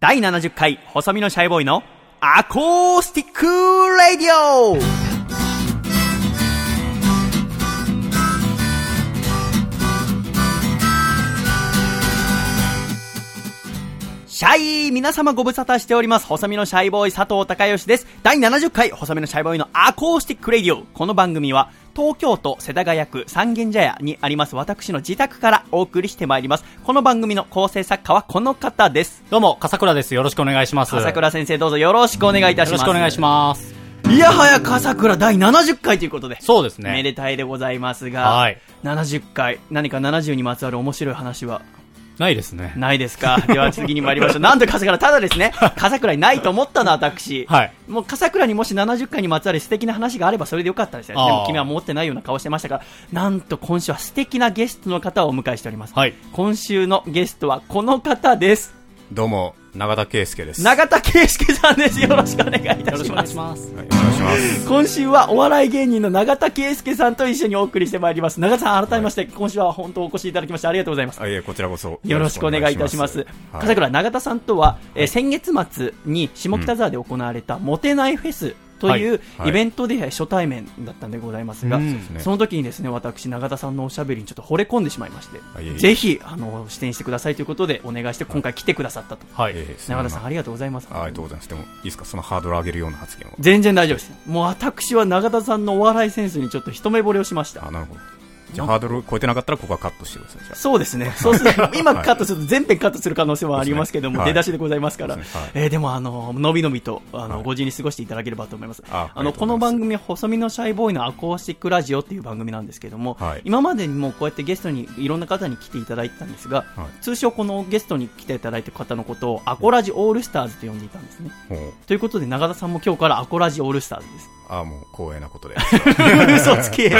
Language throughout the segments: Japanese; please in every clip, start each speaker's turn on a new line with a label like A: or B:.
A: 第70回細身のシャイボーイのアコースティックレディオシャイ皆様ご無沙汰しております。細身のシャイボーイ佐藤孝義です。第70回細身のシャイボーイのアコースティックレディオ。この番組は東京都世田谷区三軒茶屋にあります私の自宅からお送りしてまいります。この番組の構成作家はこの方です。
B: どうも、笠倉です。よろしくお願いします。
A: 笠倉先生どうぞよろしくお願いいたし
B: よろ
A: ます。
B: しくお願いします。
A: いやはや笠倉第70回ということで。
B: そうです
A: め
B: ね。
A: でたいでございますが、
B: はい
A: 70回、何か70にまつわる面白い話は
B: ないですね。
A: ないですか では次に参りましょう。なんと笠倉、ただです ね、笠倉にないと思ったの、私。
B: はい。
A: もう笠倉にもし70回にまつわる素敵な話があればそれでよかったですよ。で
B: あー
A: も君は持ってないような顔してましたから、なんと今週は素敵なゲストの方をお迎えしております。
B: はい。
A: 今週のゲストはこの方です。
C: どうも、永田圭介です。はい、
A: 永田圭介さんです。よろしくお願いいた
B: よろし
A: し
B: くお願
A: ま
B: い
A: す
B: し。ます。
C: お願いします。
A: 今週はお笑い芸人の永田圭介さんと一緒にお送りしてまいります永田さん改めまして今週は本当お越しいただきましてありがとうございます
C: あ、いえ、こちらこそ。
A: よろしくお願いいたします
C: はい
A: 笠倉永田さんとは、えー先月末に下北沢で行われたモテないフェスという
C: はい
A: イベントで初対面だったんでございますが、
B: うん
C: すね
A: その時にですね私、永田さんのおしゃべりにちょっと惚れ込んでしまいまして
C: あいえいえ
A: ぜひあの出演してくださいということでお願いして今回来てくださったと
B: はい。
C: えーそん
A: 永
C: な
A: 田さん、ありがとうございます。
C: あありがとうございます。でも、いいですか、そのハードル上げるような発言は。
A: 全然大丈夫です。もう私は永田さんのお笑いセンスにちょっと一目惚れをしました
C: あ、。なるほど。じゃあ、ハードル超えてなかったら、ここはカットしてください。じゃ
A: そうですね。そうすると、今
C: はい
A: カットすると全編カットする可能性はありますけども、
C: はい
A: 出だしでございますから、
C: そうですねはい
A: えーでも、あの、のびのびと、あの、
C: はい
A: ご自由に過ごしていただければと思います。
C: あ
A: の、
C: ありがと
A: こ
C: う
A: の
C: ございます
A: 番組、細身のシャイボーイのアコースティックラジオっていう番組なんですけども、
C: はい
A: 今までにもこうやってゲストにいろんな方に来ていただいてたんですが、
C: はい
A: 通称このゲストに来ていただいてる方のことを、アコラジオールスターズと呼んでいたんですね。
C: あ、もう、
A: ということで、永田さんも今日からアコラジオールスターズ です。
C: ああ、もう、光栄 なことで。
A: 嘘つけ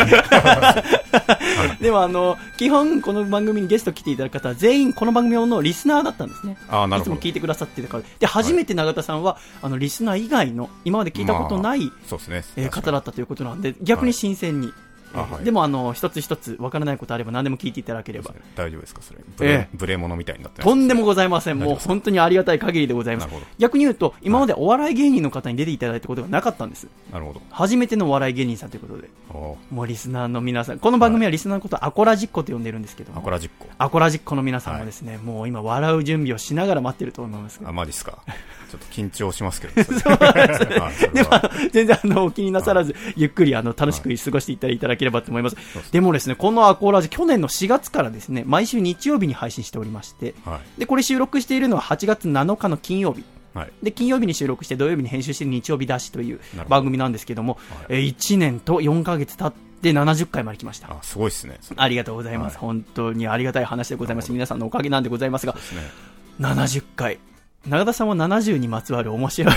A: でもあの基本この番組にゲスト来ていただく方は全員この番組のリスナーだったんですね
C: ああ、ないる
A: つ
C: ほ
A: も
C: ど
A: 聞。いてくださってたからで初めて永田さんは、あのリスナー以外の今まで聞いたことない、
C: そうですね。
A: えー
C: 確
A: 方
C: かに
A: だったということなんで逆に新鮮に、
C: あはい
A: でもあの一つ一つわからないことあれば何でも聞いていただければ
C: 大丈夫ですか、それ。ブレ、
A: え
C: ブレ物みたいになってない
A: とんでもございません、
C: 大丈
A: もう
C: 夫です
A: 本当にありがたい限りでございます
C: なるほど、
A: 逆に言うと、今までお笑い芸人の方に出ていただいたことがなかったんです、
C: なるほど。
A: 初めてのお笑い芸人さんということで、
C: お
A: もうリスナーの皆さん、この番組はリスナーのことをアコラジッコと呼んでるんですけど
C: あ、
A: も、
C: こら実行。
A: アコラジッコの皆さんもですね、もう今笑う準備をしながら待ってると思いますけど
C: あ、マジっ すか。ちょっと緊張しますけど。そうです
A: でも、あの全然あのお気になさらず、ゆっくりあの楽しく過ごしていただければと思います。でもですね、このアコラジ、去年の4月からですね、毎週日曜日に配信しておりまして、
C: は
A: で、これ収録しているのは8月7日の金曜日。
C: い。はい。
A: で、金曜日に収録して土曜日に編集して日曜日出しという
C: ほど
A: 番組なんですけども、えー1年と4ヶ月経って70回まで来ました。
C: あ、すごいっすね。それ
A: ありがとうございます、
C: は
A: 本当にありがたい話でございます。皆さんのおかげなんでございますが、
C: ですね。
A: 70回。永田さんは70にまつわる面 白い。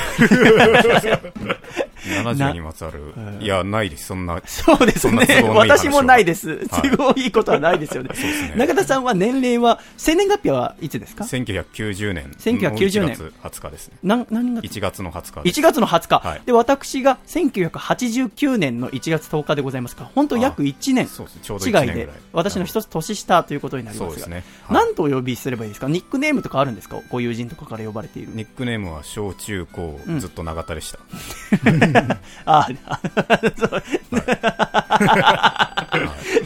A: な
C: 70にまつわる
A: ん。
C: いや、ないです、そんな。
A: そうです
C: そんな
A: ね
C: 都。合のいい話は
A: 私もないです。
C: はい
A: 都合いいことはないですよね。
C: すね
A: 永田さんは年齢は、生年月日はいつですか
C: 1990年。
A: 1990年
C: 1月20日ですね。
A: 何何月
C: 1月の20日です。
A: 1月の20日、
C: はい
A: で私が1989年の1月10日でございますから、本当約1年
C: そうですね。ちょうど
A: 違
C: 1年
A: い
C: ぐ
A: で
C: らい、。
A: 私の一つ年下ということになりま
C: そう
A: す
C: で
A: が、
C: すねは
A: な
C: い
A: んとお呼びすればいいですか、ニックネームとかあるんですか、ご友人とかから呼ばれている、
C: ニックネームは小中高、
A: ん
C: ずっと永田でした。
A: ああ、そう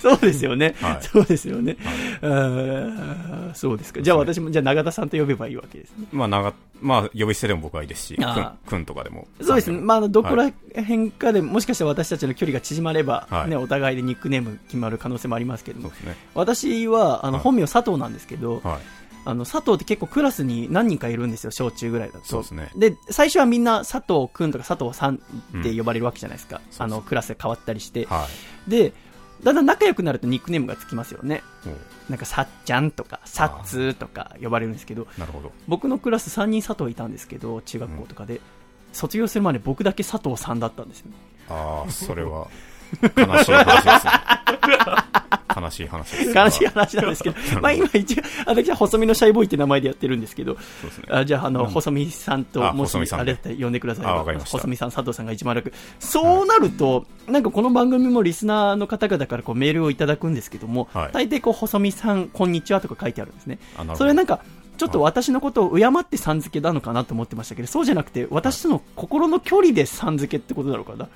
A: そうですよね、
C: はい
A: そうですよね、うーんそうですか、じゃあ私も、じゃあ永田さんと呼べばいいわけですね。
C: まあ、長、まあ、呼び捨てでも僕はいいですし、くん
A: あ、
C: くんとかでも。
A: そうですね、
C: なん
A: まああの、どこら辺かで、もしかしたら私たちの距離が縮まれば、
C: はい
A: ね、お互いでニックネーム決まる可能性もありますけど
C: でも
A: も
C: そう、ですね。
A: 私はあの
C: はい
A: 本名、佐藤なんですけど、
C: はい。
A: あの佐藤って結構クラスに何人かいるんですよ、小中ぐらいだと。
C: そうですね
A: で、最初はみんな佐藤くんとか佐藤さんって呼ばれるわけじゃないですか。
C: そ
A: あ
C: う
A: の、クラスで変わったりして。
C: は
A: で、だんだん仲良くなるとニックネームがつきますよね。
C: い。もう、
A: なんか、さっちゃんとか、さっつーとか呼ばれるんですけど、
C: なるほど。
A: 僕のクラス3人佐藤いたんですけど、中学校とかで。卒業するまで僕だけ佐藤さんだったんですよ。
C: あ あ、それは、悲しい話ですね。 悲しい話です。
A: 悲しい話なんですけど、まあ今一応、私は細身のシャイボーイって名前でやってるんですけど、
C: そうですね。
A: あじゃあ、あの、細見さんと、
C: あ
A: もし、
C: 細見さん
A: あ
C: ね
A: れだったら呼んでください。
C: あわかりました
A: 細見さん、佐藤さんが一番楽。そうなると、なんかこの番組もリスナーの方々からこうメールをいただくんですけども、
C: はい
A: 大抵こう、細見さん、こんにちはとか書いてあるんですね
C: あなるほ。ど
A: それなんか、ちょっと私のことを敬ってさん付けなのかなと思ってましたけど、そうじゃなくて、私との心の距離でさん付けってことなのかな。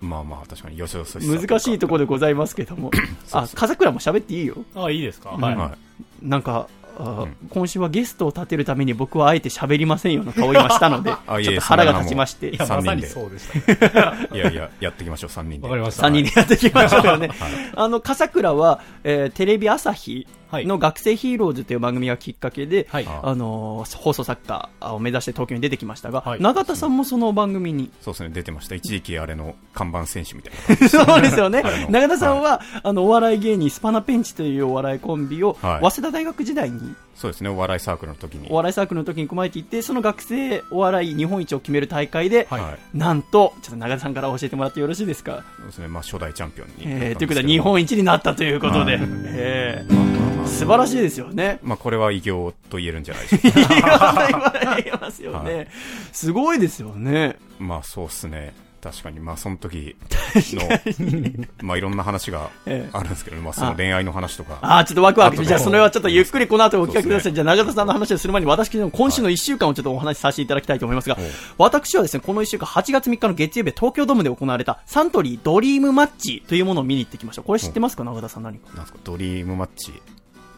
C: まあまあ、確かに、よそよそしさ
A: 難しいところでございますけど も。あ、風倉も喋っていいよ。
B: あ、いいですか、
A: ん
B: はい。
C: は
A: なんか、あ
C: うん
A: 今週はゲストを立てるために僕はあえて喋りませんよの顔を今したので
C: あ、い
A: ちょっ
C: えいえ
A: と腹が立ちまして、
B: い
A: 3
B: や、まさに
C: 三人で
B: そうでしたね。
C: い。いやいや、やっていきましょう、3人で。
B: わかりました。
A: 人でやっていきましょうよね。 あの、笠倉は、えーテレビ朝日
B: はい
A: の学生ヒーローズという番組がきっかけで、
B: はい。
C: あ
A: あのー放送作家を目指して東京に出てきましたが、
B: はい
A: 永田さんもその番組に。
C: そうですね、出てました。一時期、あれの看板選手みたい な。
A: そうですよね
C: はい。
A: 永田さんは、あの、お笑い芸人、スパナペンチというお笑いコンビを、
C: はい
A: 早稲田大学時代に
C: そうですね、お笑いサークルの時に。
A: お笑いサークルの時に組まれていて、その学生お笑い日本一を決める大会で、
B: はい
C: はい。
A: なんと、ちょっと長田さんから教えてもらってよろしいですか。
C: そうですね、まあ、初代チャンピオンに。
A: えーということは日本一になったということで、
C: はい
A: え
C: まあまあまあ
A: ー素晴らしいですよ ね。
C: まあ、これは偉業と言えるんじゃないでしょうか。
A: 言いますよ
C: は
A: ね。すごいですよね。
C: まあ、そうですね。確かに、まあ、その時の、まあ、いろんな話が
A: ええ
C: あるんですけど、まあ、その恋愛の話とか、
A: ああ、ちょっとワクワク
C: あと
A: じゃあ、それはちょっとゆっくりこの後お聞かせくだ
C: そ
A: さ
C: うです
A: い。
C: ね
A: じゃあ、永田さんの話をする前に、私の今週の1週間をちょっとお話しさせていただきたいと思いますが
C: はい、
A: 私はですね、この1週間、8月3日の月曜日、東京ドームで行われたサントリードリームマッチというものを見に行ってきました。これ知ってますか、永田さん何か。
C: なんですか、ドリームマッチ、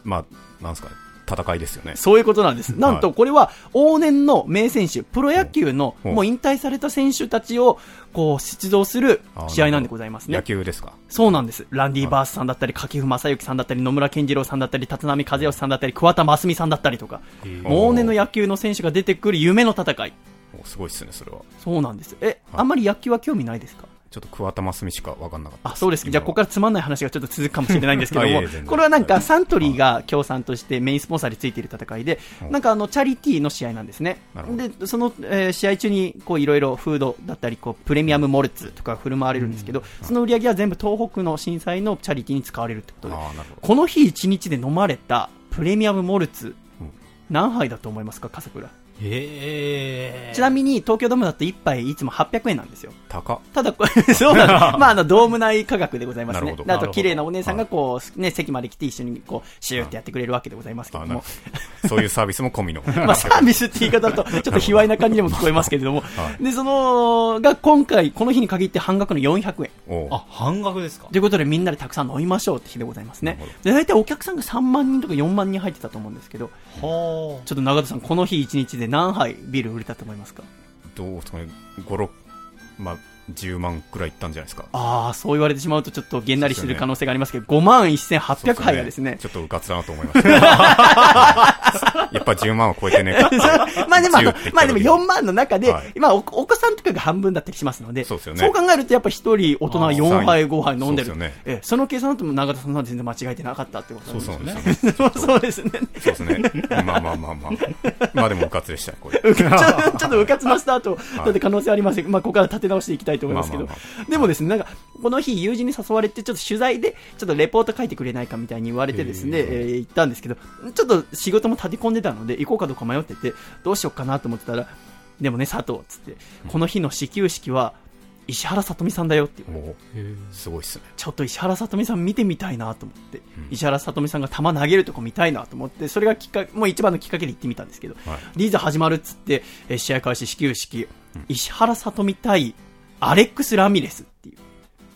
C: まあ、なんですか、戦いですよね。
A: そういうことなんです。なんと、これは、往年の名選手、プロ野球の、
C: うん
A: もう引退された選手たちを、こう、出場する
C: あー
A: 試合なんでございますね
C: 野。球ですか。
A: そうなんです。ランディ・バースさんだったり、掛布正幸さんだったり、野村健次郎さんだったり、立浪和義さんだったり、桑田真澄さんだったりとか、往年の野球の選手が出てくる夢の戦い。
C: おすごいっすね、それは。
A: そうなんです。え、あんまり野球は興味ないですか
C: ちょっと桑田真澄しか分かんなかった
A: あ、そうですか。じゃあ、ここ
C: か
A: からつまんない話がちょっと続くかもしれないんですけど
C: いや
A: も
C: いや全然、
A: これはなんか、サントリーが協賛としてメインスポンサーについている戦いで、
C: うん
A: なんか、あの、チャリティーの試合なんですね
C: なるほ。
A: で、その、えー試合中に、こう、いろいろフードだったり、こう、プレミアムモルツとか振る舞われるんですけど、その売り上げは全部東北の震災のチャリティーに使われるってことで
C: ああ、なるほど。
A: この日一日で飲まれたプレミアムモルツ、
C: うん
A: 何杯だと思いますか、笠倉。
B: えー。
A: ちな
B: に、
A: みに東京ドームだと1杯いつも800円なんですよ。
C: 高っ。
A: ただ、これ そうなん です。まあ、あの、ドーム内価格でございます
C: な
A: ね
C: るほ。ど
A: あと、綺麗なお姉さんがこう、ね、席まで来て一緒にこう、シューってやってくれるわけでございますけ
C: あ
A: ど
C: なる
A: も
C: ほ。どそういうサービスも込みの。
A: まあ、サービスって言い方だと、ちょっと卑猥な感じにも聞こえますけれども。
C: は
A: で、その、が今回、この日に限って半額の400円。
C: おう
B: あ、半額ですか
A: ということでみんなでたくさん飲みましょうって日でございますね
C: なるほ。
A: で、大体お客さんが3万人とか4万人入ってたと思うんですけど、
B: は
A: ちょっと長田さん、この日一日で何杯ビール売れたと思いますか
C: どうですかね、5、6、まあ、10万くらいいったんじゃないですか。
A: ああ、そう言われてしまうとちょっとげんなりしてる可能性がありますけど、5万1800杯がですね。
C: そうちょっとうかつだなと思いました。 やっぱ10万は超え てねえか。
A: まあでも、あの
C: 10って言った時に
A: まあでも4万の中で、
C: はい
A: まあおお子さんとかが半分だったりしますので、
C: そうですよね
A: 考えるとやっぱ一人大人は4杯、5杯飲んでる。
C: そうですよね
A: ええその計算だと長田さんのは全然間違えてなかったってことなん
C: そう
A: です
C: そう
A: ね。
C: ですよね。
A: そう そうですね。
C: そうですね。まあまあまあまあ。まあでもうかつでしたね、こ れ。
A: ちょちょっとうかつなスタートだって可能性ありません、まあ、ここから立て直していきたいと思いますけど、
C: まあま
A: でもですね、なんか、この日、友人に誘われて、ちょっと取材で、ちょっとレポート書いてくれないかみたいに言われてですね、え
B: へ
A: ー行ったんですけど、ちょっと仕事も立て込んでたので、行こうかどうか迷ってて、どうしようかなと思ってたら、でもね、佐藤っつって、この日の始球式は、石原さとみさんだよっていう。
C: も
B: ー。へ
C: う、すごいっすね。
A: ちょっと石原さとみさん見てみたいなと思って、
C: うん
A: 石原さとみさんが球投げるとこ見たいなと思って、それがきっかけ、もう一番のきっかけで行ってみたんですけど、
C: はい。
A: リーザ始まるっつって、えー試合開始始球式、石原さとみ対アレックス・ラミレスってい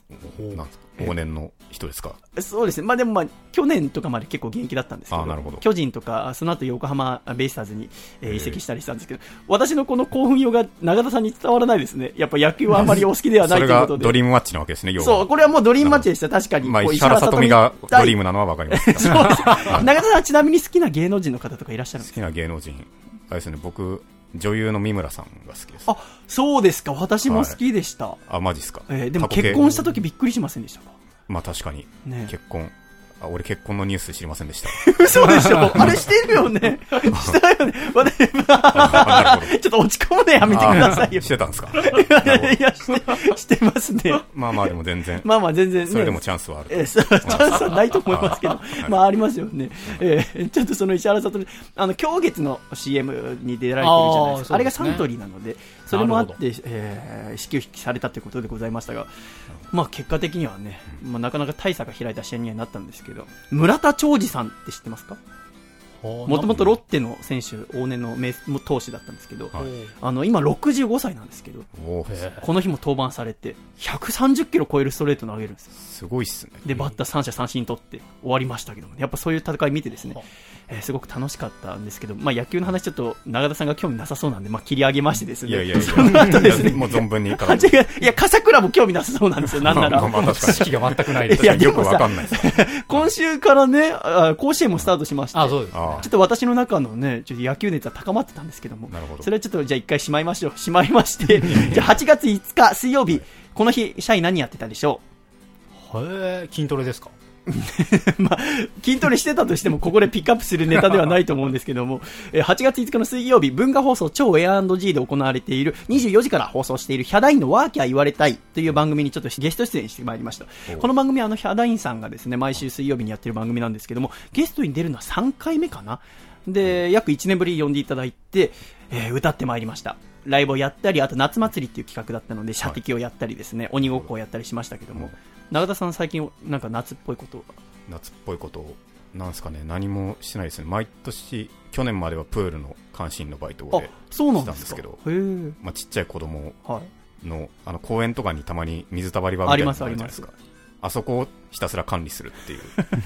A: う。
B: ー
C: なんですか往年の人ですか
A: そうですね。まあでもまあ、去年とかまで結構現役だったんですけど、
C: あなるほど
A: 巨人とか、その後横浜ベイスターズに、えー
C: へー
A: 移籍したりしたんですけど、私のこの興奮用が永田さんに伝わらないですね。やっぱ野球はあんまりお好きではな
C: そ
A: いと
C: れ
A: いうこ
C: が
A: とで。
C: ドリームマッチなわけですね、要
A: そう、
C: は。
A: これはもうドリームマッチでした。確かに。
C: まあ、
A: こう
C: 石原さとみがドリー
A: ム。
C: ムなのはわかります。好
A: そうです。永田さんはちなみに好きな芸能人の方とかいらっしゃるんですか
C: きな芸能人。あれですね、僕、女優の三村さんが好きです。
A: あ、そうですか。私も好きでした。
C: あ、マジっすか。
A: えーでも
C: 過去形
A: 結婚した時びっくりしませんでしたか
C: まあ確かに。
A: ね
C: 結婚。あ、俺結婚のニュース知りませ んでした。
A: 嘘でし ょあれしてるよ ねしたよね私、
C: あなるほど
A: ちょっと落ち込むのやめてくださいよ
C: あ。してたん ですか。
A: いやいや、して、してますね。
C: まあまあでも全然。
A: まあまあ全然ね。
C: それでもチャンスはある。
A: えーそうチャン スはないと思いますけど、まあありますよね。えーちょっとその石原さとみ、あの、今月の CM に出られてるじゃないですか。あ
B: あーそうですね
A: れがサントリーなので、それもあっ
B: な
A: て、えー始球式されたということでございましたが、まあ結果的にはね、まあなかなか大差が開いた試合にはなったんですけど、村田兆治さんって知ってますか
B: も
A: もともとロッテの選手、往年の名投手だったんですけど、
C: はい
A: あの、今65歳なんですけど、
C: おー
B: え
A: この日も登板されて、130キロ超えるストレートの上げるんですよ。
C: すごいっすね。
A: で、バッター3者三振取って終わりましたけども、やっぱそういう戦い見てですね
B: は、
A: えーすごく楽しかったんですけど、まあ野球の話ちょっと長田さんが興味なさそうなんで、まあ切り上げましてですね、
C: いやいやいや
A: その後ですね、
C: もう存分に。
A: あ違ういや、笠倉も興味なさそうなんですよ、なんなら。
C: まあまあ
B: 知
C: 確か
B: 識が全 くないで
A: い
B: す。
A: や
C: に。よくわかんな いです。
A: 今週からね、あ甲子園もスタートしまして、
B: あ、そうです。
C: あ
A: ちょっと私の中のね、ちょっと野球熱は高まってたんですけども、
C: なるほど
A: それはちょっとじゃあ一回しまいましょう。しまいまして、 じゃあ8月5日水曜日、この日、社員何やってたでしょ
B: へえ、筋トレですか
A: う まあ、筋トレしてたとしても、ここでピックアップするネタではないと思うんですけども、 えー8月5日の水曜日、文化放送超 A&G で行われている、24時から放送している、ヒャダインのワーキャー言われたいという番組にちょっとゲスト出演してまいりました。この番組はあの、ヒャダインさんがですね、毎週水曜日にやってる番組なんですけども、ゲストに出るのは3回目かなで、約1年ぶりに呼んでいただいて、えー歌ってまいりました。ライブをやったり、あと夏祭りっていう企画だったので、射的をやったりですね、鬼ごっこをやったりしましたけども、永田さん最近なんか夏っぽいこと
C: 夏っぽいことを、なんですかね、何もしてないですね。毎年、去年まではプールの関心のバイト
A: あ
C: で、、
A: そうなんです
C: した
A: か
C: んです
A: へー
C: まあ、ちっちゃい子供
A: はい。
C: の、あの、公園とかにたまに水たまり場み
A: あ
C: たい
A: りま
C: なの
A: す
C: が
A: あ
C: あ
A: り
C: るじゃ
A: ま
C: ないですすか。。あそこをひたすら管理するっ ていう。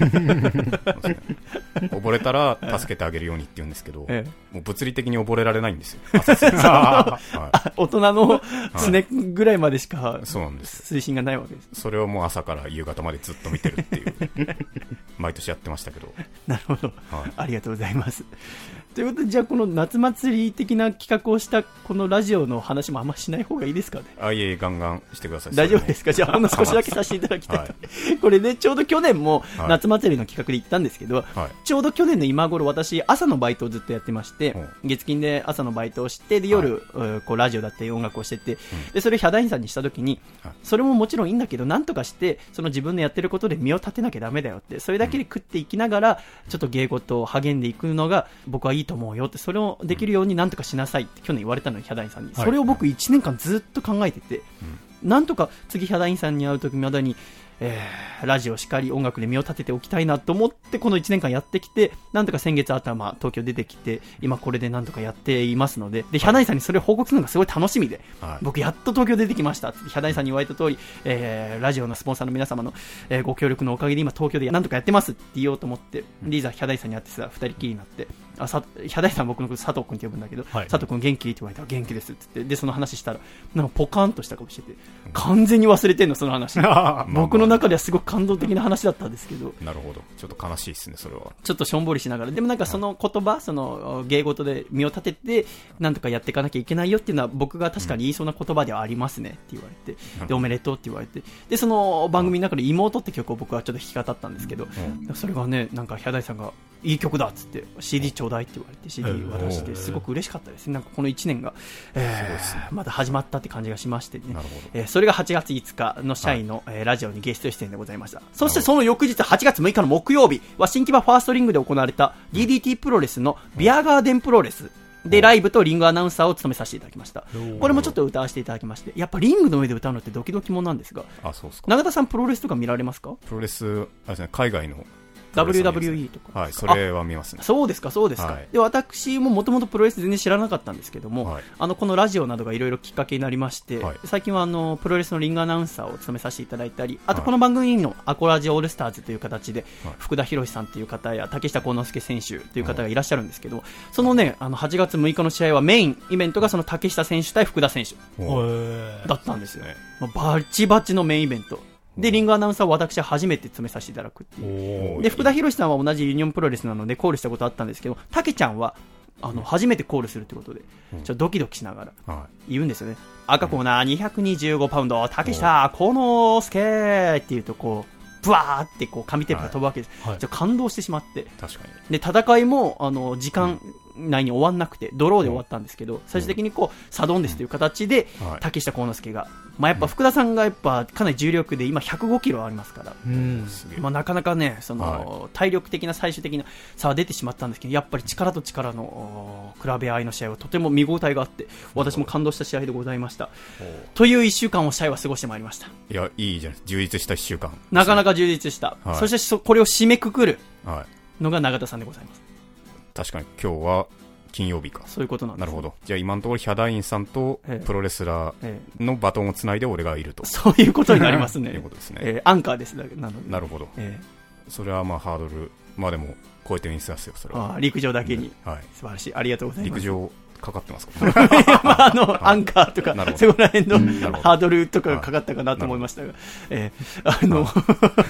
C: そうですね溺れたら助けてあげるようにって言うんですけど、
A: ええ
C: もう物理的に溺れられない んですよ。浅瀬は
A: 大人のすねぐらいまでしか
C: い、そうなんです。
A: 推進がないわけです。
C: それをもう朝から夕方までずっと見てるっていう毎年やってましたけど、
A: なるほど。
C: はい、
A: ありがとうございます。ということで、じゃあこの夏祭り的な企画をしたこのラジオの話もあんましない方がいいですかね。
C: あいえいえガンガンしてください
A: 大丈夫ですか
C: か
A: じゃあほんの少しだけさせていただきたい。
C: は
A: これね、ちょうど去年も
C: はい
A: 夏祭りの企画で行ったんですけど、
C: はい
A: ちょうど去年の今頃私、朝のバイトをずっとやってまして
C: うん、
A: 月金で朝のバイトをして、で、夜、えーこう、ラジオだったり音楽をしてて、で、それをヒャダインさんにした時に
C: はい、
A: それももちろんいいんだけど、なんとかして、その自分のやってることで身を立てなきゃダメだよって、それだけで食っていきながら、ちょっと芸事を励んでいくのが、僕はいいと思うよって、それをできるようになんとかしなさいって去年言われたのに、ヒャダインさんに。
B: はい
A: それを僕1年間ずっと考えてて、なんとか次ヒャダインさんに会う時まだに、えーラジオしかり音楽で身を立てておきたいなと思ってこの1年間やってきてなんとか先月頭東京出てきて今これでなんとかやっていますのででヒャダインさんにそれを報告するのがすごい楽しみで、
C: はい
A: 僕やっと東京出てきましたってヒャダインさんに言われた通り、えーラジオのスポンサーの皆様の、えーご協力のおかげで今東京でなんとかやってますって言おうと思ってリーザヒャダインさんに会ってさ二人きりになってあさヒャダインさん僕のこと佐藤君って呼ぶんだけど、
B: はい
A: 佐藤君元気って言われたら元気ですって言ってでその話したらなんかポカーンとした顔してて完全に忘れてんのその 話僕の中ではすごく感動的な話だったんですけど、
C: なるほどちょっと悲しいですねそれは
A: ちょっとしょんぼりしながら、でもなんかその言葉、その芸事で身を立てて、なんとかやっていかなきゃいけないよっていうのは、僕が確かに言いそうな言葉ではありますねって言われて、
C: うん
A: で、おめでとうって言われて、で、その番組の中で妹って曲を僕はちょっと弾き語ったんですけど、それがね、なんかヒャダイさんが、いい曲だっつって、CD ちょうだいって言われて、CD 渡し
B: へ
A: て、
B: ー
A: すごく嬉しかったですね。なんかこの1年が、えーまだ始まったって感じがしましてね
C: なるほど。
A: えーそれが8月5日の社員の、えーラジオにゲスト出演でございました。そしてその翌日8月6日の木曜日は新木場ファーストリングで行われた DDT プロレスのビアガーデンプロレスでライブとリングアナウンサーを務めさせていただきました
B: おー。
A: これもちょっと歌わせていただきまして、やっぱリングの上で歌うのってドキドキもんなんですが、
C: あそうですか
A: 永田さんプロレスとか見られますか
C: プロレスあれですね海外のプロレスを見ますね
A: ?WWE とか。
C: はいそれは見ますね
A: そうですか、そうですか。
C: はい
A: で、私ももともとプロレス全然知らなかったんですけども、
C: はい
A: あの、このラジオなどがいろいろきっかけになりまして、
C: はい
A: 最近はあの、プロレスのリングアナウンサーを務めさせていただいたり、あと
C: はい
A: この番組のアコラジオールスターズという形で、
C: はい
A: 福田博さんという方や竹下幸之助選手という方がいらっしゃるんですけど、そのね、あの、8月6日の試合はメインイベントがその竹下選手対福田選手
C: お
B: へ
C: ー
B: え。
A: だったんですよ。
C: ね
A: もうバチバチのメインイベント。で、リングアナウンサーを私は初めて務めさせていただくっていう。
B: お
C: お
A: で福田博さんは同じユニオンプロレスなのでコールしたことあったんですけど、たけちゃんはあの初めてコールするってことで、ちょっとドキドキしながら
C: は
A: 言うんですよね、赤コーナー225パウンド、竹下幸之助っていうと、こうブワーってこう紙テープが飛ぶわけです、
B: いはい
A: ちょっと感動してしまって、
C: い確かに
A: で戦いもあの時間内に終わんなくて、ドローで終わったんですけど、最終的にこうサドンデスという形で、
C: はい
A: 竹下幸之助が、まあ、やっぱ福田さんがやっぱかなり重力で、今105キロありますから。
B: うん。
C: すげえ
A: まあ、なかなかねその、体力的な最終的な差は出てしまったんですけどやっぱり力と力のお比べ合いの試合はとても見応えがあって私も感動した試合でございましたという1週間をシャイは過ごしてまいりました
C: いやいいじゃない充実した1週間
A: なかなか充実した、
C: はい
A: そしてそこれを締めくくる
C: はい
A: のが永田さんでございます
C: 確かに今日は金曜日か。
A: そういうことなんです
C: なるほど。じゃあ今のところヒャダインさんと
A: ええ
C: プロレスラー
A: ええ
C: のバトンをつないで俺がいると。
A: そういうことになり ますね。
C: いうことですね。
A: えーアンカーですだけなので。
C: なるほど。
A: え
C: それはまあハードル、まあでも超えてみせますよ、それ
A: ー
C: は。
A: あー陸上だけに。
C: はい。
A: 素晴らしい。ありがとうございま
C: 陸
A: す。
C: 上かかってますか
A: まあ、あの、アンカーとか
C: なる、ほど
A: そこら辺の
C: んなるほど
A: ハードルとかがかかったかなと思いましたが、えーあの、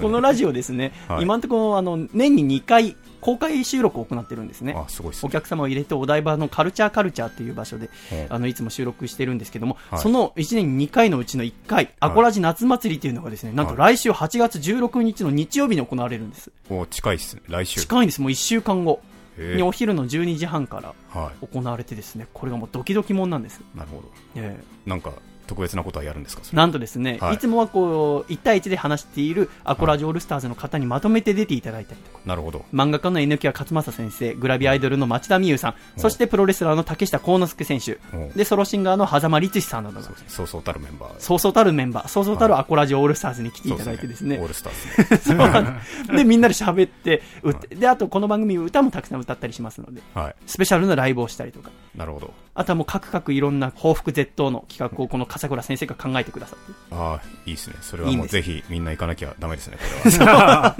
A: このラジオですね、
C: はい
A: 今のところ、あの、年に2回公開収録を行ってるんですね。
C: あ、すごいっす
A: お
C: ね。
A: 客様を入れてお台場のカルチャーカルチャーっていう場所で、
C: うん
A: あの、いつも収録してるんですけども、
C: はい
A: その1年に2回のうちの1回、アコラジ夏祭りっていうのがですね、なんと来週8月16日の日曜日に行われるんです。
C: お近いっすね。来週。
A: 近いんです、もう1週間後
C: え
A: にお昼の12時半から
C: は
A: 行われてですね、これがもうドキドキもんなんです。
C: い。なるほど。
A: ええ
C: なんか特別なことはやるんですかそれ
A: なんとですね、
C: はい
A: い、つもはこう、1対1で話しているアコラジオールスターズの方にまとめて出ていただいたりとか、
C: なるほど。
A: 漫画家の榎木勝正先生、グラビアアイドルの町田美優さん、
C: ん
A: そしてプロレスラーの竹下幸之助選手、
C: うん
A: で、ソロシンガーの狭間律史さんなどが
C: そう、ですねそうそうたるメンバー。
A: そうそうたるメンバー、そうそうたる
C: は
A: アコラジオールスターズに来てい
C: そう
A: ただいてです
C: オー
A: ね、
C: ルスターズね。
A: そうなん ですで、みんなで喋って、うで、あとこの番組歌もたくさん歌ったりしますので、
C: は
A: スペシャルなライブをしたりとか、
C: い。なるほど。
A: あとはもう各々いろんな報復絶倒の企画をこの笠倉先生が考えてくださって、
C: ああ、いいですね。それ
A: い
C: はい
A: ん
C: も
A: です
C: うぜひみんな行かなきゃダメですね、こ
A: あの
C: れ は。は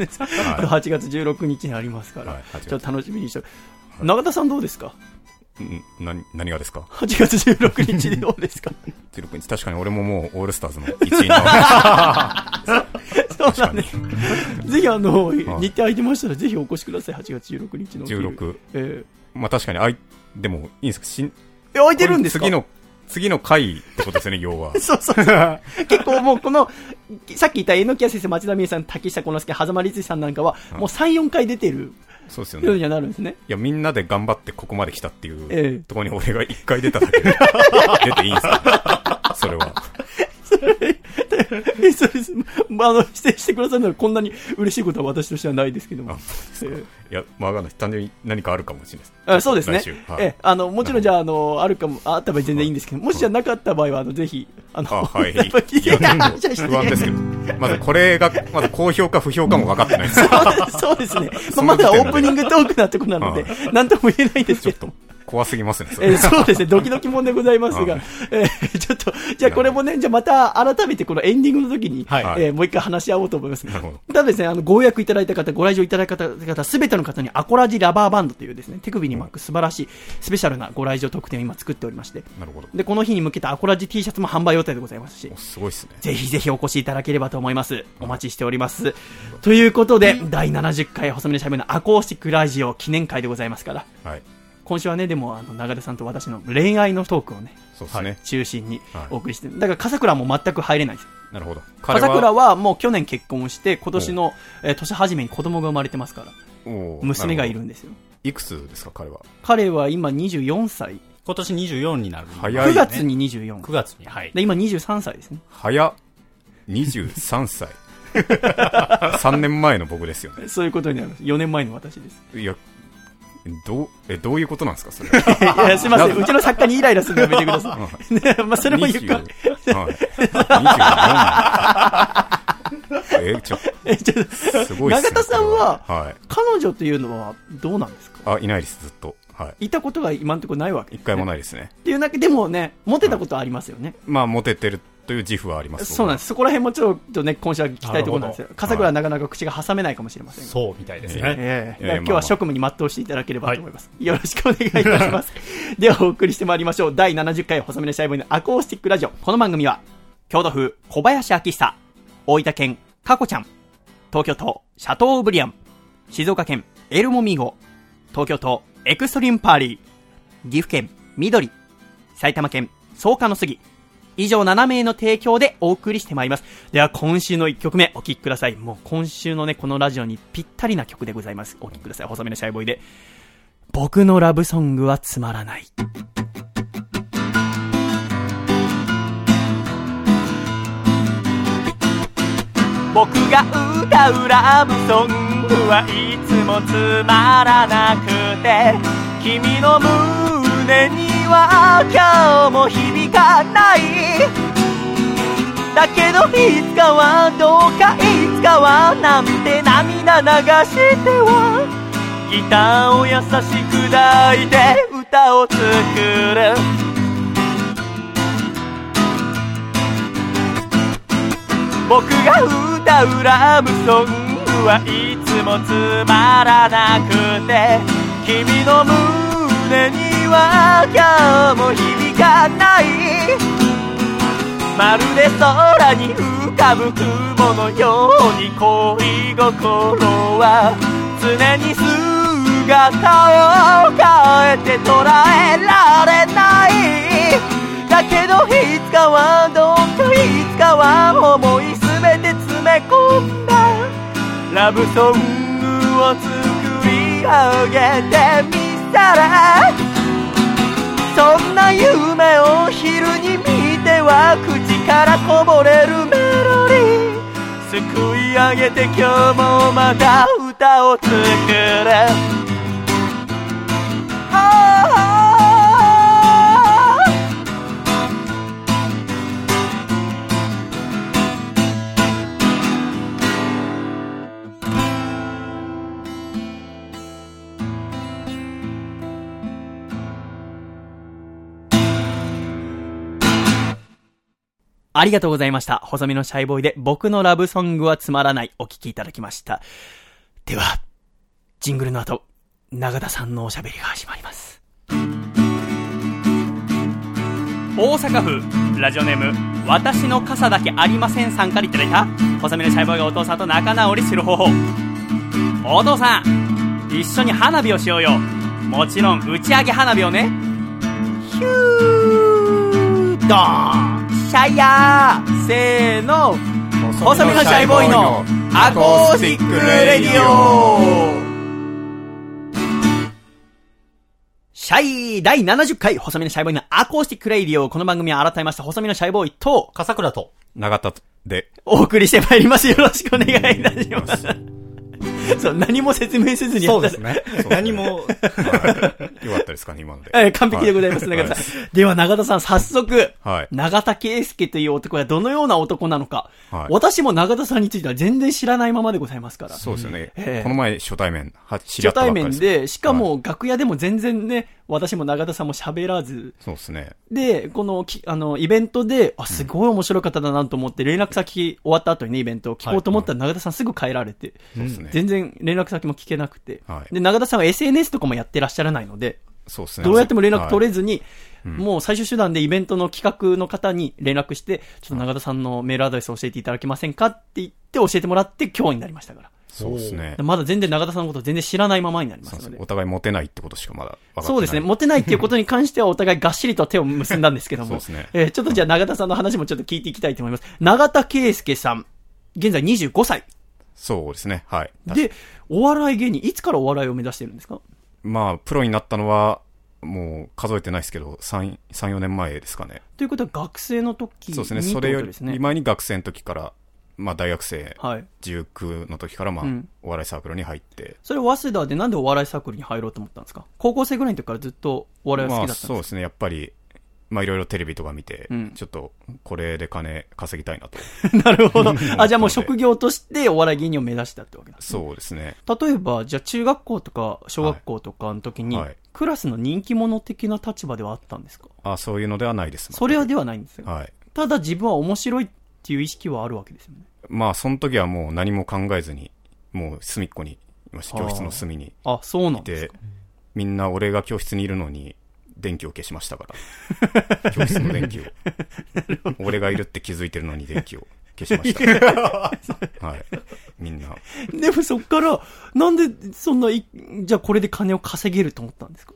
A: 8月16日にありますから、
C: はい8月
A: ちょっと楽しみにして、永田さんどうですか
C: い。ん何、何がですか
A: ?8 月16日でどう ですか
C: 16日確かに俺ももうオールスターズの一員なわ
A: そうなんです。 ぜひあの、日
C: い
A: 程空いてましたら、ぜひお越しください、8月16日の
C: け
A: お
C: で
A: 昼。
C: 16。
A: え
C: まあ確かに、あい、でもいいんですかしん
A: ーえ、空いてるんですか。
C: 次の、次の回ってことですよね、要は
A: そうそうそう。結構もうこの、さっき言った榎谷先生、町田美恵さん、竹下幸之助、狭間律さんなんかは、もう3、4回出てる
C: そうですよ
A: よう
C: ね。い
A: にはなるんですね。
C: や、みんなで頑張ってここまで来たってい
A: ええ
C: うところに俺が一回出ただ けで、出ていいんですかそれは。
A: え、 そうです。まあ、あの、指定してくださるのはこんなに嬉しいことは私としてはないですけど
C: あ
A: も。
C: そうですかいや、まあ、わかんない。単純に何かあるかもしれない
A: あそうですね
C: 来週。はい
A: ええ、あの、もちろんじゃあ、あの、あるかも、ああった場合全然いいんですけど、もしじゃなかった場合は、あの、ぜひ、あの、
C: あ、はい。い
A: や
C: や
A: っぱりいやじゃあ失礼
C: 不安ですけど。まずこれが、まだ好評か不評かも分かってないです。
A: そうです ね。ま
C: そ
A: あ、
C: の
A: まだオ
C: 時点で
A: ープニングトークなとこなので
C: は、
A: なんとも言えないんです
C: ちょ
A: け
C: っ
A: ど
C: と。、怖すぎますね、そ
A: え
C: れ
A: ー。そうですね、ドキドキもんでございますが
C: うん、
A: えーちょっと、じゃあこれもね、じゃあまた改めてこのエンディングの時に、
B: はい
A: えーもう一回話し合おうと思います。
C: なるほど
A: ただですね、あの、ご予約いただいた方、ご来場いただいた方、すべての方にアコラジラバーバンドというですね、手首に巻く素晴らしいスペシャルなご来場特典を今作っておりまして、
C: なるほど。
A: で、この日に向けたアコラジ T シャツも販売予定でございますし
C: お、すごいっすね。
A: ぜひぜひお越しいただければと思います。お待ちしております。ということで、第70回細身のしゃべりのアコースティックラジオ記念会でございますから、
C: はい。
A: 今週はね、でも、あの、長田さんと私の恋愛のトークをね、
C: そうですね。
A: 中心に
C: はい
A: お送りして、だから笠倉も全く入れないんですよ。
C: なるほど。彼
A: 笠倉
C: は、
A: はもう去年結婚して、今年の、えー年初めに子供が生まれてますから、
C: おー
A: 娘がい。
C: な
A: る
C: ほ
A: んですよ。
C: どいくつですか、彼は。
A: 彼は今24歳、
B: 今年24になる。
C: 早い
A: 9月に24。
B: 9月に、はい。
A: で、今23歳ですね。
C: 早っ、23歳。3年前の僕ですよね。
A: そういうことになります。4年前の私です。
C: いや、どう、え、どういうことなんです か、それは。
A: いや、すいません。うちの作家にイライラするのやめてください。ね、まあ、それも言うか。
C: 20はい24え、 ちょ、
A: え、ちょっと、
C: すごいっすね
A: 永田さんは
C: これはい。
A: 彼女というのはどうなんですか
C: あ、いないです、ずっと。はい
A: たことが今のところないわけで
C: い。一
A: すね、
C: 回もないですね。
A: っていうなでもね、モテたことはありますよね。
C: まあ、モテてるという自負はあります。
A: そうなんです。そこら辺もちょっとね、今週は聞きたいところなんですよ。笠倉は
C: は
A: なかなか口が挟めないかもしれませんが。
B: そうみたいですね。
A: ええ
C: ええ
A: だから今日
C: まあま
A: は
C: あ
A: 職務に全うしていただければと思います。よろしくお願いいたします。ではお送りしてまいりましょう。第70回細めのシャイボーイのアコースティックラジオ。この番組は、京都府小林明久、大分県かこちゃん、東京都シャトーブリアン、静岡県エルモミーゴ、東京都エクストリームパーリー、岐阜県緑、埼玉県草加の杉、以上7名の提供でお送りしてまいります。では今週の1曲目お聴きください。もう今週のね、このラジオにぴったりな曲でございます。お聴きください。細めのシャイボーイで。僕のラブソングはつまらない。僕が歌うラブソングはいつもつまらなくて君の胸には今日も響かないだけどいつかはどうかいつかはなんて涙流してはギターを優しく抱いて歌を作る僕が歌うラブソングはいつもつまらなくて君の胸には今日も響かないまるで空に浮かぶ雲のように恋心は常に姿を変えて捉えられないだけどいつかはどうかいつかは思い全て詰め込んだラブソングを作り上げてみたらそんな夢を昼に見ては口からこぼれるメロディーすくい上げて今日もまた歌を作る Ah ありがとうございました。細身のシャイボーイで僕のラブソングはつまらないお聞きいただきました。では、ジングルの後、長田さんのおしゃべりが始まります。大阪府、ラジオネーム、私の傘だけありませんさんからいただいた、細身のシャイボーイがお父さんと仲直りする方法。お父さん、一緒に花火をしようよ。もちろん打ち上げ花火をね。ヒュードーンシャイヤーせーの細身のシャイボーイのアコースティックレディオシャイ第70回細身のシャイボーイのアコースティックレディオこの番組は改めました細身のシャイボーイと
B: 笠倉と。
C: 長田 で。
A: お送りしてまいりますよろしくお願いいたしま
C: ます
A: すそう何も説明せずにやった
B: ね
C: う
B: 何も、
C: はいよかったですかね、今ので。
A: えー完璧でございます、
C: は
A: 永田さん。では、永田さん、早速、
C: はい
A: 永田圭介という男がどのような男なのか、
C: はい
A: 私も永田さんについては全然知らないままでございますから。
C: そうですよね
A: ええ。
C: この前、初対面、は知り合
A: 初
C: ったば
A: 対
C: っかり
A: 面
C: す
A: で、しかも楽屋でも全然ね、私も永田さんも喋らず、
C: そうですね。
A: で、このき、あの、イベントで、あ、すごい面白かっただなと思って、連絡先終わった後にね、イベントを聞こうと思ったら、永田さんすぐ帰られて、
C: そうですね。
A: 全然連絡先も聞けなくて、
C: はい
A: で、永田さんは SNS とかもやってらっしゃらないので、
C: そうですね。
A: どうやっても連絡取
C: れ
A: れずに、もう最終手段でイベントの企画の方に連絡して、ちょっと永田さんのメールアドレスを教えていただけませんかって言って教えてもらって今日になりましたから。
C: そうですね。
A: まだ全然永田さんのこと全然知らないままになりま
C: そう
A: す
C: です
A: の
C: ね
A: で
C: お。互いモテないってことしかまだ分かってない。
A: そうですね。モテないっていうことに関してはお互いがっしりと手を結んだんですけど
C: そう
A: も
C: ですね。
A: えーちょっとじゃあ永田さんの話もちょっと聞いていきたいと思います。永田圭介さん、現在25歳。
C: そうですね。はい。
A: で、お笑い芸人、いつからお笑いを目指してるんですか
C: まあ、プロになったのは、もう数えてないですけど、3、3 4年前ですかね。
A: ということは学生の時に
C: そうですね。それ
A: って
C: よ
A: ことですね
C: り前に学生の時から、まあ大学生、
A: はい。
C: 19の時から、まあ
A: うん、
C: お笑いサークルに入って。
A: それ、早稲田でなんでお笑いサークルに入ろうと思ったんですか高校生ぐらいの時からずっとお笑いが好
C: ま
A: きだ
C: あ
A: ったん
C: そ
A: です
C: う
A: か、
C: ですね。やっぱり、まあいろいろテレビとか見て
A: うん、
C: ちょっとこれで金稼ぎたいなと。
A: なるほど。あ、じゃあもう職業としてお笑い芸人を目指したってわけだ。
C: そうですね。
A: 例えば、じゃあ中学校とか小学校とかの時に、
C: はいはい
A: クラスの人気者的な立場ではあったんですか
C: あそういうのではないです。
A: それはではないんですが、
C: はい。
A: ただ自分は面白いっていう意識はあるわけですよね。
C: まあ、その時はもう何も考えずに、もう隅っこにいました。
A: あー
C: 教室の隅に
A: あ、そうなん
C: い
A: です
C: て
A: か。、
C: みんな俺が教室にいるのに、電気を消しました から。教室の電気を。俺がいるって気づいてるのに電気を 消しました。はい。みんな。
A: でもそっから、なんでそんない、じゃあこれで金を稼げると思ったんですか、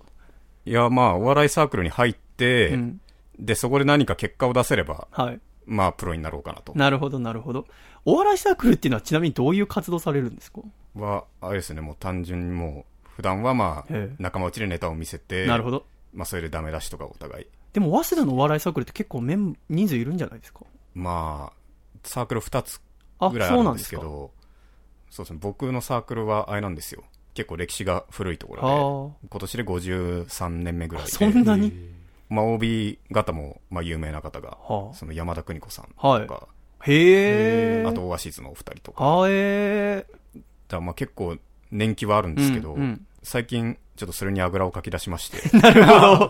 C: いや、まあ、お笑いサークルに入って、
A: うん。
C: で、そこで何か結果を出せれば、
A: はい。
C: まあ、プロになろうかなと。
A: なるほど、なるほど。お笑いサークルっていうのはちなみにどういう活動されるんですか
C: は、あれですね、もう単純にもう、普段はまあ
A: ええ、
C: 仲間内でネタを見せて、
A: なるほど。
C: まあ、それでダメ出しとかお互い
A: でも、早稲田のお笑いサークルって結構メン、人数いるんじゃないですか
C: まあ、サークル2つ
A: あ、
C: ぐらいあ
A: そう
C: る
A: なんん
C: で
A: ですす
C: け
A: か。
C: ど、そうですね、僕のサークルはあれなんですよ。結構歴史が古いとこ
A: あ
C: ろで、今年で53年目ぐらい
A: あ、
C: で、
A: そんなに、
C: まあ、OB 方も、まあ、有名な方が、
A: はあ
C: その山田邦子さんとか、
A: はいへえ。
C: あと、オアシズのお二人とか、
A: はえ
C: だからまあ結構年季はあるんですけど、
A: うんうん
C: 最近、ちょっとそれにあぐらをかき出しまして、
A: なるほ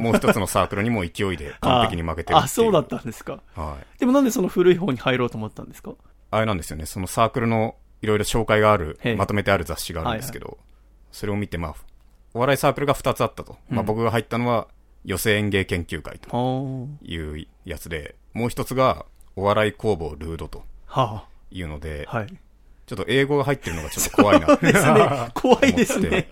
C: もう一つのサークルにも勢いで
A: ど。
C: 完璧に負けてる
A: あ
C: ってい
A: あ、そうだっ。たんですか。
C: はい。
A: でもなんでその古い方に入ろうと思ったんですか
C: あれなんですよね、そのサークルのいろいろ紹介がある
A: へい、
C: まとめてある雑誌があるんですけど、それを見て、まあ、お笑いサークルが2つあったと。まあ
A: うん
C: 僕が入ったのは、寄せ演芸研究会と
A: は
C: いうやつで、もう一つが、お笑い工房ルードと
A: あ。
C: いうので、
A: はい。
C: ちょっと英語が入ってるのがちょっと怖い な
A: そ
C: っ
A: うで
C: て
A: すね。怖いですね。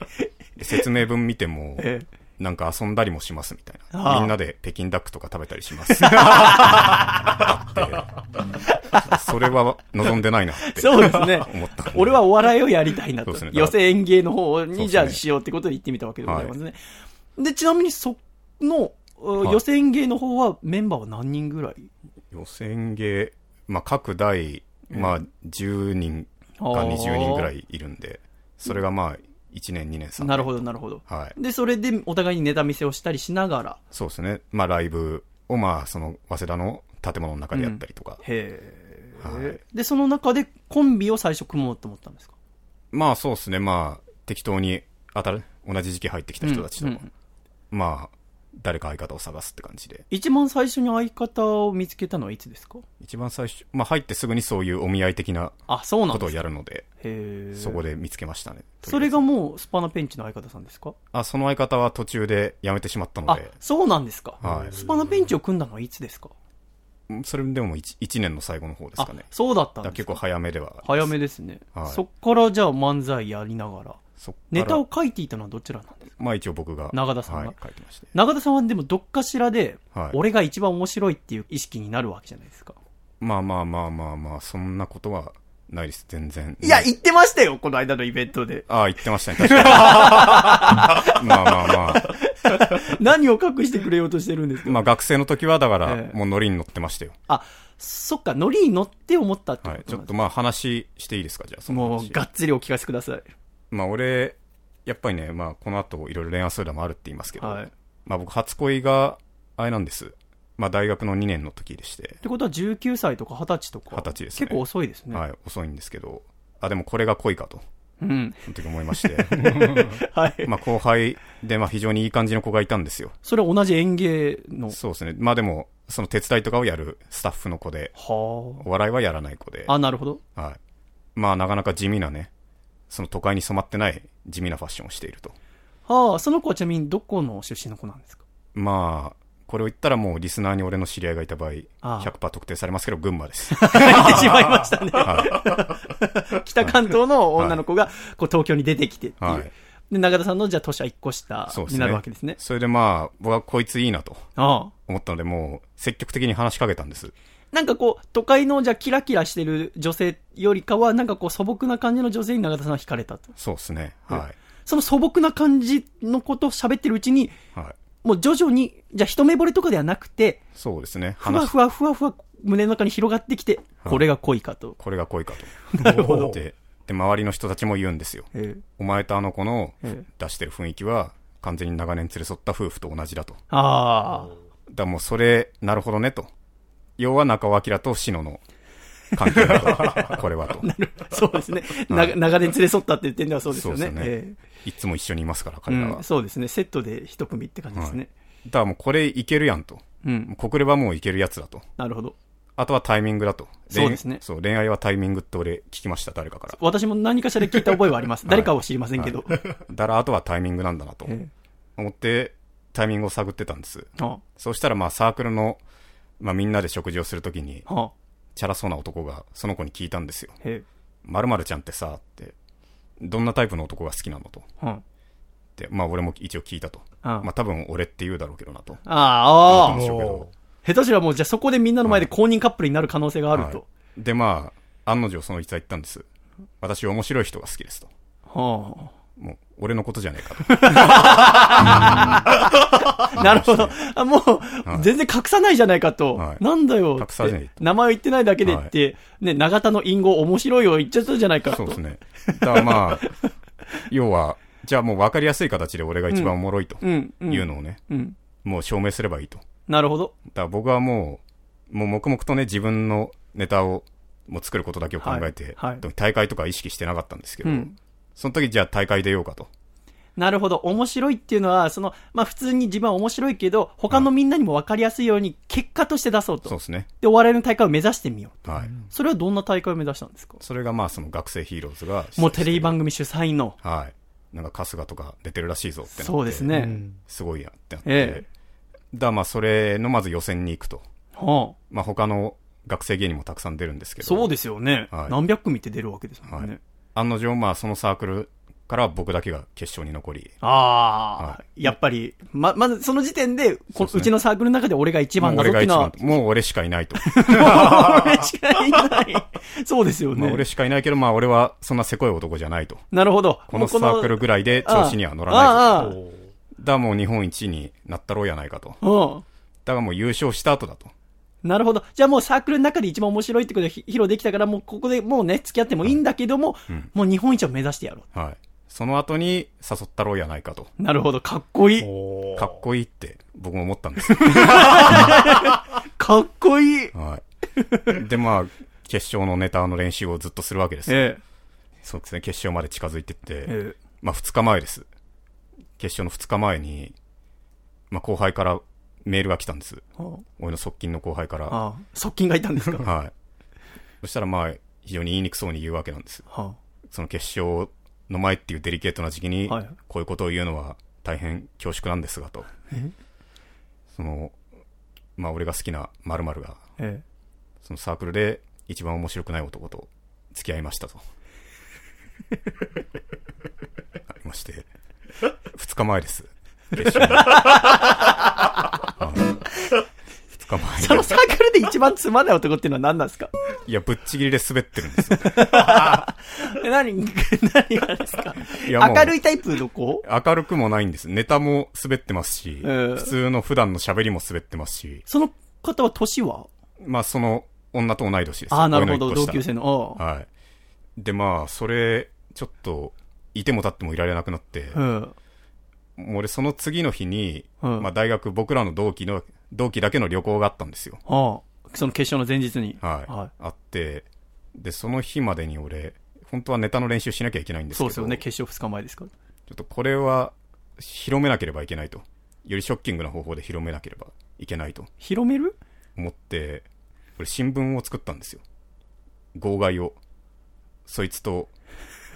C: 説明文見ても、
A: ええ
C: なんか遊んだりもしますみたい
A: ああ
C: な。みんなで北京ダックとか食べたりし ます。あってそれは望んでないなって。
A: そうですね
C: 思った。
A: 俺はお笑いをやりたいなと。
C: そうですね
A: 寄せ演芸の方
C: そう
A: に
C: ですね
A: じゃあしようってことで行ってみたわけでございますね。で、ちなみにその、う
C: はい
A: 寄せ演芸の方はメンバーは何人ぐらい
C: 予選芸、まあ各代、まあ10人か20人ぐらいいるんで、それがまあ1年、2年、3年。
A: なるほど、なるほど。
C: はい。
A: で、それでお互いにネタ見せをしたりしながら。
C: そうですね。まあライブをまあその早稲田の建物の中でやったりとか。
A: へえ、
C: はい
A: で、その中でコンビを最初組もうと思ったんですか
C: まあそうですね。まあ適当に当たる、同じ時期入ってきた人たちと、
A: うんうん
C: まあ誰か相方を探すって感じで。
A: 一番最初に相方を見つけたのはいつですか
C: 一番最初、まあ、入ってすぐにそういうお見合い的な
A: あ、そうな
C: こ
A: んで
C: とを
A: すか
C: やるので、
A: へえ。
C: そこで見つけましたね。
A: それがもうスパナペンチの相方さんですか
C: あ、その相方は途中で辞めてしまったの
A: あ
C: で、、
A: そうなんですか。
C: はい
A: スパナペンチを組んだのはいつですか
C: うんそれでも 1, 年の最後の方ですかね
A: あ、。そうだったん
C: だから
A: です
C: 結
A: か
C: 構早めでは。
A: 早めですね、
C: はい
A: そっからじゃあ漫才やりながら。
C: そっから
A: ネタを書いていたのはどちらなんですか
C: まあ一応僕が。
A: 長田さんが
C: はい、書いてまして。
A: 中田さんはでもどっかしらで、
C: はい
A: 俺が一番面白いっていう意識になるわけじゃないですか。
C: まあまあまあまあまあ、そんなことはないです、全然。
A: いや、言ってましたよ、この間のイベントで。
C: ああ、言ってましたね、確かに。まあまあまあ。
A: 何を隠してくれようとしてるんですか
C: まあ学生の時はだから
A: え、え
C: もうノリに乗ってましたよ。
A: あ、そっか、ノリに乗って思ったってこと
C: は
A: なん
C: い。
A: です
C: ち
A: ね
C: ょっとまあ話していいですか、じゃあ、その
A: もう、
C: 話
A: がっつりお聞かせください。
C: まあ俺、やっぱりね、まあこの後いろいろ恋愛相談もあるって言いますけど、
A: はい。っ
C: まあ僕初恋が、あれなんです。まあ大学の2年の時でして、
A: てことは19歳とか20歳とか。
C: 20歳ですね
A: 結構遅いですね。
C: はい、遅いんですけど、あ、でもこれが恋かと、
A: うん。
C: その時思いまして、
A: はい。
C: まあ後輩で、まあ非常にいい感じの子がいたんですよ。
A: それは同じ園芸の。
C: そうですね。まあでも、その手伝いとかをやるスタッフの子で、
A: は
C: お笑いはやらない子で、
A: あ。あ、なるほど。
C: はい。まあなかなか地味なね、その都会に染まってない地味なファッションをしていると。
A: はあ、その子はちなみにどこの出身の子なんですか
C: まあ、これを言ったらもうリスナーに俺の知り合いがいた場合、
A: ああ
C: 100%特定されますけど、群 馬です。
A: 入ってしまいましたね。
C: は
A: 北関東の女の子が、こう、東京に出てきてっていう。
C: はい
A: で、中田さんの、じゃあ、年は1個下
C: そうです
A: に
C: ね
A: なるわけですね。
C: それでまあ、僕はこいついいなと
A: ああ。
C: 思ったので、もう積極的に話しかけたんです。
A: なんかこう、都会の、じゃあ、キラキラしてる女性よりかは、なんかこう、素朴な感じの女性に中田さんは惹かれたと。
C: そうですね。は
A: その素朴な感じのことを喋ってるうちに、
C: い。はい。
A: もう徐々に、じゃあ一目惚れとかではなくて、
C: そうですね。
A: ふわ
C: 話、
A: ふわふわふわ胸の中に広がってきて、これが恋かと。
C: これが恋かと。
A: なるほど
C: で、で、周りの人たちも言うんですよ。
A: ええ
C: お前とあの子の
A: ええ
C: 出してる雰囲気は、完全に長年連れ添った夫婦と同じだと。
A: あ
C: だからもうそれ、なるほどねと。要は中尾明と篠の関係だ と。これはと。
A: あ、そうですね。な長年連れ添ったっていう点ではそうですよね。
C: そうですよね
A: え
C: いつも一緒にいますから、
A: え
C: 彼らは。
A: うんそうですね。セットで一組って感じですね。
C: だからもうこれいけるやんと。
A: うん。
C: 国れはもういけるやつだと。
A: なるほど。
C: あとはタイミングだと。
A: そうですね
C: 恋そう、恋愛はタイミングって俺聞きました、誰 かから。
A: 私も何かしら聞いた覚えはあります。
C: い
A: 誰かは知りませんけど。
C: だからあとはタイミングなんだなと
A: ええ
C: 思って、タイミングを探ってたんです。
A: は
C: そうしたらまあサークルの、まあみんなで食事をするときに、
A: あ、はあ、
C: チャラそうな男がその子に聞いたんですよ。
A: え
C: 〇〇ちゃんってさ、って、どんなタイプの男が好きなのと。
A: えは
C: で、まあ俺も一応聞いたと。
A: あ
C: まあ多分俺って言うだろうけどなと。
A: あ、ああ
C: 思ったんでしょうけど
B: おー
A: 下手すらもう、じゃあそこでみんなの前で公認カップルになる可能性があると。
C: はいでまあ案の定そのいつは言ったんです私面白い人が好きですと
A: はあ。
C: もう俺のことじゃねえ かと
A: なるほど。あもう、全然隠さないじゃないかと。
C: はい
A: なんだよって。
C: 隠さないと
A: 名前を言ってないだけでって、ね、長田の隠語面白いよ言っちゃったじゃないかと。
C: そうですねだからまあ要はじゃあもう分かりやすい形で俺が一番おもろいと
A: うん、うん。
C: いうのをね、
A: うん。
C: もう証明すればいいとだか
A: なるほど。
C: ら僕はもうもう黙々とね自分のネタをもう作ることだけを考えて、
A: はいはい
C: 特に大会とか意識してなかったんですけど、
A: うん
C: その時じゃあ大会出ようかと
A: なるほど。面白いっていうのは、その、まあ普通に自分は面白いけど、他のみんなにも分かりやすいように、結果として出そうと。
C: そうですね。
A: で、お笑いの大会を目指してみよう。
C: はい。
A: それはどんな大会を目指したんですか
C: それがまあその学生ヒーローズが。
A: もうテレビ番組主催の。
C: はい。なんか春日とか出てるらしいぞってなって。
A: そうですね。
C: すごいやってなって。
A: え
C: だからまあそれのまず予選に行くと。
A: はあ、
C: まあ他の学生芸人もたくさん出るんですけど。
A: そうですよね、
C: はい
A: 何百組って出るわけですもんね。
C: はい案の定まあそのサークルから僕だけが決勝に残り。
A: ああ、
C: は
A: やっぱり、ま、まずその時点でこ
C: そう
A: う
C: ですね
A: ちのサークルの中で俺が一
C: も
A: 番
C: う
A: だぞ
C: 俺
A: って
C: が
A: いうの
C: 一
A: は
C: 番、。もう俺しかい ないと。
A: もう俺し かいない。そうですよね。
C: まあ俺しかいないけど、まあ俺はそんなせこい男じゃないと。
A: なるほど。
C: このサークル
A: もう
C: ぐらいで
A: この
C: 調子には乗ら
A: あ
C: な
A: あ
C: い
A: ああ
C: ぞと。だからもう日本一になったろうやないかと。
A: うん。
C: だからもう優勝した後だと。
A: なるほど。じゃあもうサークルの中で一番面白いってことで披露できたから、もうここでもうね、付き合ってもいいんだけども、もう日本一を目指してやろ
C: はい。その後に誘ったろうやないかと。
A: う。なるほど。かっこいい。
B: おー
C: かっこいいって僕も思ったんですよ。
A: かっこいい。
C: はい。で、まあ、決勝のネタの練習をずっとするわけですよ。
A: ええ。
C: そうですね、決勝まで近づいてって、
A: ええ
C: まあ2日前です。決勝の2日前に、まあ後輩からメールが来たんです。
A: は
C: 俺の側近の後輩から。
A: あ、ああ側近がいたんですか は
C: はい。そしたらまあ、非常に言いにくそうに言うわけなんですよ。
A: あ
C: その決勝の前っていうデリケートな時期に、
A: はい
C: こういうことを言うのは大変恐縮なんですがと。その、まあ俺が好きな〇〇が、
A: ええ。
C: そのサークルで一番面白くない男と付き合いましたと。 ありまして、二日前です。決勝2日前
A: そのサークルで一番つまんない男っていうのは何なんですか
C: いや、ぶっちぎりで滑ってるんですよ。
A: え何、 何がですか
C: いやもう
A: 明るいタイプの子
C: 明るくもないんです。ネタも滑ってますし、
A: うん
C: 普通の普段の喋りも滑ってますし、
A: その方は年は
C: まあその女と同い年です。
A: ああ、なるほど。
C: 俺の一
A: 同
C: 個下
A: 級生の。ああ
C: はい。でまあ、それ、ちょっと、いても立ってもいられなくなって、
A: うん。
C: もう俺その次の日に、
A: うん
C: まあ大学、僕らの同期の、同期だけの旅行があったんですよ。
A: ああその決勝の前日に。
C: はい。
A: はい
C: あって、で、その日までに俺、本当はネタの練習しなきゃいけないんですけ
A: そう
C: ど、
A: ですよね。決勝2日前ですから。
C: ちょっとこれは広めなければいけないと。よりショッキングな方法で広めなければいけないと
A: 広める
C: 思って、これ新聞を作ったんですよ。号外を。そいつと、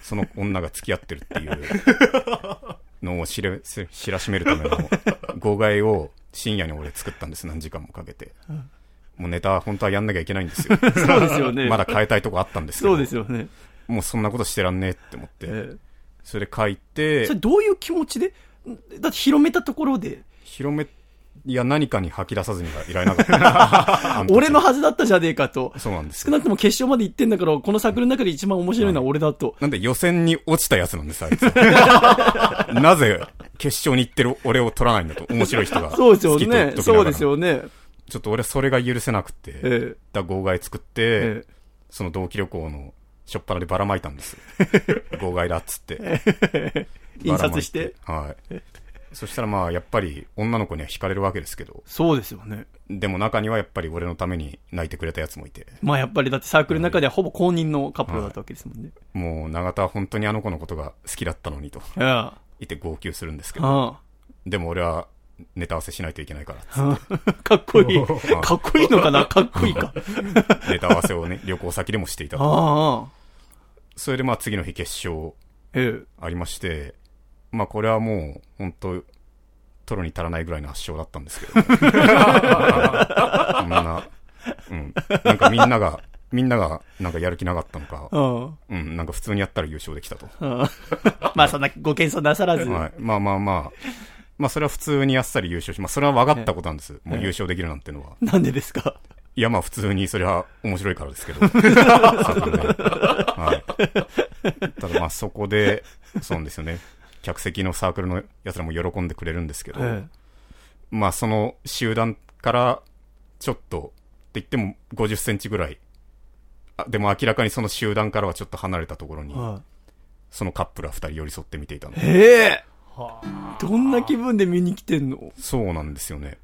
C: その女が付き合ってるっ ていうのを知れ、知知らしめるための号外を深夜に俺作ったんです。何時間もかけて。もうネタ本当はやんなきゃいけないんですよ。
A: そうですよね。
C: まだ変えたいとこあったんですけど。
A: そうですよね。
C: もうそんなことしてらんねえって思って。
A: え
C: それで書い
A: え
C: て
A: それ、どういう気持ちでんだって広めたところで、
C: 広め、いや、何かに吐き出さずにはいられな かった。あ時
A: 俺のはずだったじゃねえかと。
C: そうなんです
A: 少
C: よ。
A: なくとも決勝まで行ってんだから、この作の中で一番面白いのは俺だと。
C: なんで予選に落ちたやつなんです、あいつ。 なぜ決勝に行ってる俺を取らないんだと。面白い人が。
A: そうですよ
C: 好きと言っ
A: ね
C: と。きなが
A: そう
C: ら
A: です。よね。
C: ちょっと俺それが許せなくて、
A: え
C: だ号外作って、
A: ええ
C: その同期旅行のしょっぱなでばらまいたん です。号外だっつって。
A: え印刷して。
C: ばらまいて。はい。そしたらまあ、やっぱり女の子には惹かれるわけですけど、
A: そうですよね。
C: でも中にはやっぱり俺のために泣いてくれたやつもいて。
A: まあやっぱりだってサークルの中ではほぼ公認のカップルだったわけですもんね。
C: もう永田は本当にあの子のことが好きだったのにと
A: いや
C: 言って号泣するんですけど、
A: あ
C: でも俺はネタ合わせしないといけないからっ つ
A: あ かっこいい。かっこいいのかなかっこいい か。
C: って、ネタ合わせをね、旅行先でもしていたと。
A: ああ、
C: それでまあ次の日決勝
A: ええ。
C: ありまして、まあこれはもう本当、取るに足らないぐらいの圧勝だったんですけど、こんな、うん、なんかみんなが、みんながなんかやる気なかったのか、
A: あ
C: うん、なんか普通にやったら優勝できたと。
A: あ まあそんなご謙遜なさらず。
C: はい。まあまあまあ。まあそれは普通にあっさり優勝し、まあそれは分かったことなんです。もう優勝できるなんてのは。
A: なんでですか
C: いやまあ普通にそれは面白いからです けど。はい。ただまあそこで、そうなんですよね。客席のサークルの奴らも喜んでくれるんですけど、
A: ええ
C: まあその集団からちょっと、って言っても50センチぐらい。あでも明らかにその集団からはちょっと離れたところに、
A: はい
C: そのカップルは二人寄り添って見ていたの。
A: ええどんな気分で見に来てんの
C: そうなんですよね。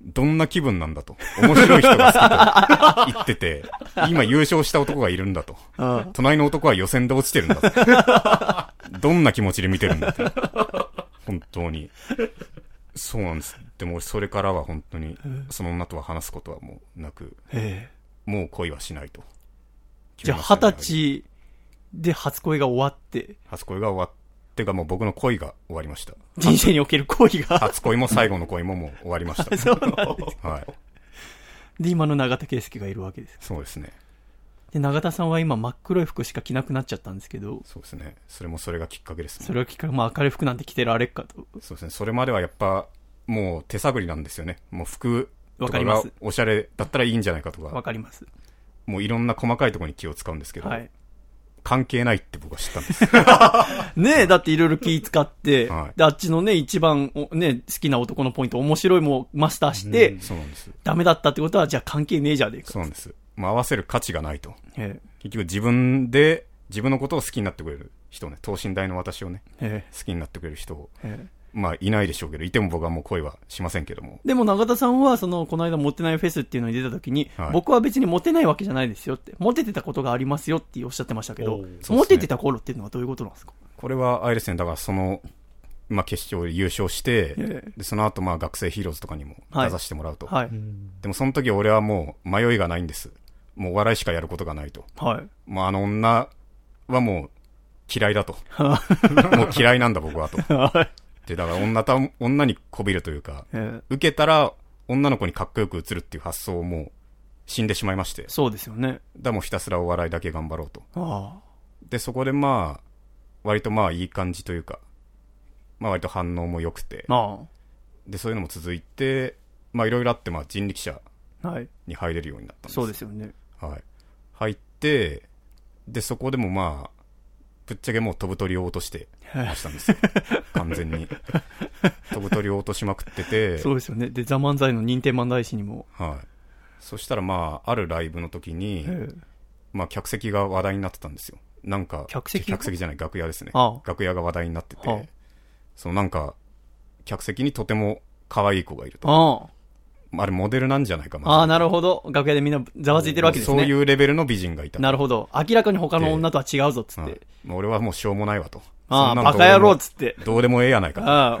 C: どんな気分なんだと。面白い人が好きと言ってて、今優勝した男がいるんだと。
A: あ
C: 隣の男は予選で落ちてるんだと。どんな気持ちで見てるんだと。本当に。そうなんです。でも、それからは本当に、その女とは話すことはもうなく、
A: ええ
C: もう恋はしないと。
A: じゃあ、二十。歳で初恋が終わって、
C: 初恋が終わってが、もう僕の恋が終わりました。
A: 人生における恋が、
C: 初恋も最後の恋ももう終わりまし た。
A: そうなんで
C: はい。
A: で、今の永田圭介がいるわけです。
C: そうですね。
A: で、永田さんは今真っ黒い服しか着なくなっちゃったんですけど、
C: そうですね。それもそれがきっかけですね
A: それを聞か、まあ明るい服なんて着てられっかと。
C: そうですね。それまではやっぱ、もう手探りなんですよね。もう服と
A: わか
C: か
A: りま
C: が
A: す
C: おしゃれだったらいいんじゃないかと
A: わ
C: か、
A: かります。
C: もういろんな細かいところに気を使うんですけど、
A: はい。
C: 関係ないって僕は知った んです。
A: ねえ、だっていろいろ気使って、
C: はい
A: で、あっちのね、一番お、ね、好きな男のポイント、面白いもマスターして、
C: そうなんです。
A: ダメだったってことは、じゃあ関係ねえじゃねえか。
C: そうなんです。もう合わせる価値がないと。
A: え
C: 結局自分で、自分のことを好きになってくれる人ね、等身大の私をね、
A: え、え
C: 好きになってくれる人を、
A: え、ええ。
C: まあいないでしょうけど、いても僕はもう恋はしませんけども。
A: でも永田さんは、その、この間モテないフェスっていうのに出た時に、
C: はい
A: 僕は別にモテないわけじゃないですよって、モテてたことがありますよっておっしゃってましたけど、
B: おー
C: そうっすね
A: モテてた頃っていうのはどういうことなんですか
C: これは、あれですね、だからその、まあ決勝で優勝して、
A: ええ
C: でその後まあ学生ヒーローズとかにも出させてもらうと。
A: はい。
C: でもその時俺はもう迷いがないんです。もうお笑いしかやることがないと。
A: はい。
C: まああの女はもう嫌い だと。もう嫌いなんだ僕はと。で、だから女た、女にこびるというか、
A: ええ、
C: 受けたら女の子にかっこよく映るっていう発想をもう死んでしまいまして。だか
A: そうですよね。
C: らもうひたすらお笑いだけ頑張ろうと。
A: ああ。
C: で、そこでまあ、割とまあいい感じというか、まあ割と反応も良くて、
A: ま
C: で、そういうのも続いて、まあいろいろあってまあ人力車
A: あ、はい。
C: に入れるようになったんです
A: そうですよね。
C: はい。入って、で、そこでもまあ、ぶっちゃけもう飛ぶ鳥を落としてました んですよ。完全に。飛ぶ鳥を落としまくってて、
A: そうですよね。で、ザ・漫才の認定漫才師にも、
C: はい。そしたらまあ、あるライブの時に、
A: ええ、
C: まあ、客席が話題になってたんですよ。なんか、
A: 客席
C: 客席じゃない、楽屋ですね。
A: ああ
C: 楽屋が話題になってて、
A: はあ
C: そのなんか、客席にとても可愛い子がいると。あ
A: あ
C: あれモデルなんじゃないか、
A: あ、ああ、な
C: る
A: るほど。楽屋でみんなざわついてるわけですね。
C: そういうレベルの美人がいた。
A: なるほど。明らかに他の女とは違うぞ、つっ
C: はい
A: て。
C: もう俺はもうしょうもないわと。
A: あ
C: そ
A: あ、
C: んなの
A: バ
C: どうで
A: カ
C: も
A: 野郎、つって。
C: どうでもええやないか
A: ああ、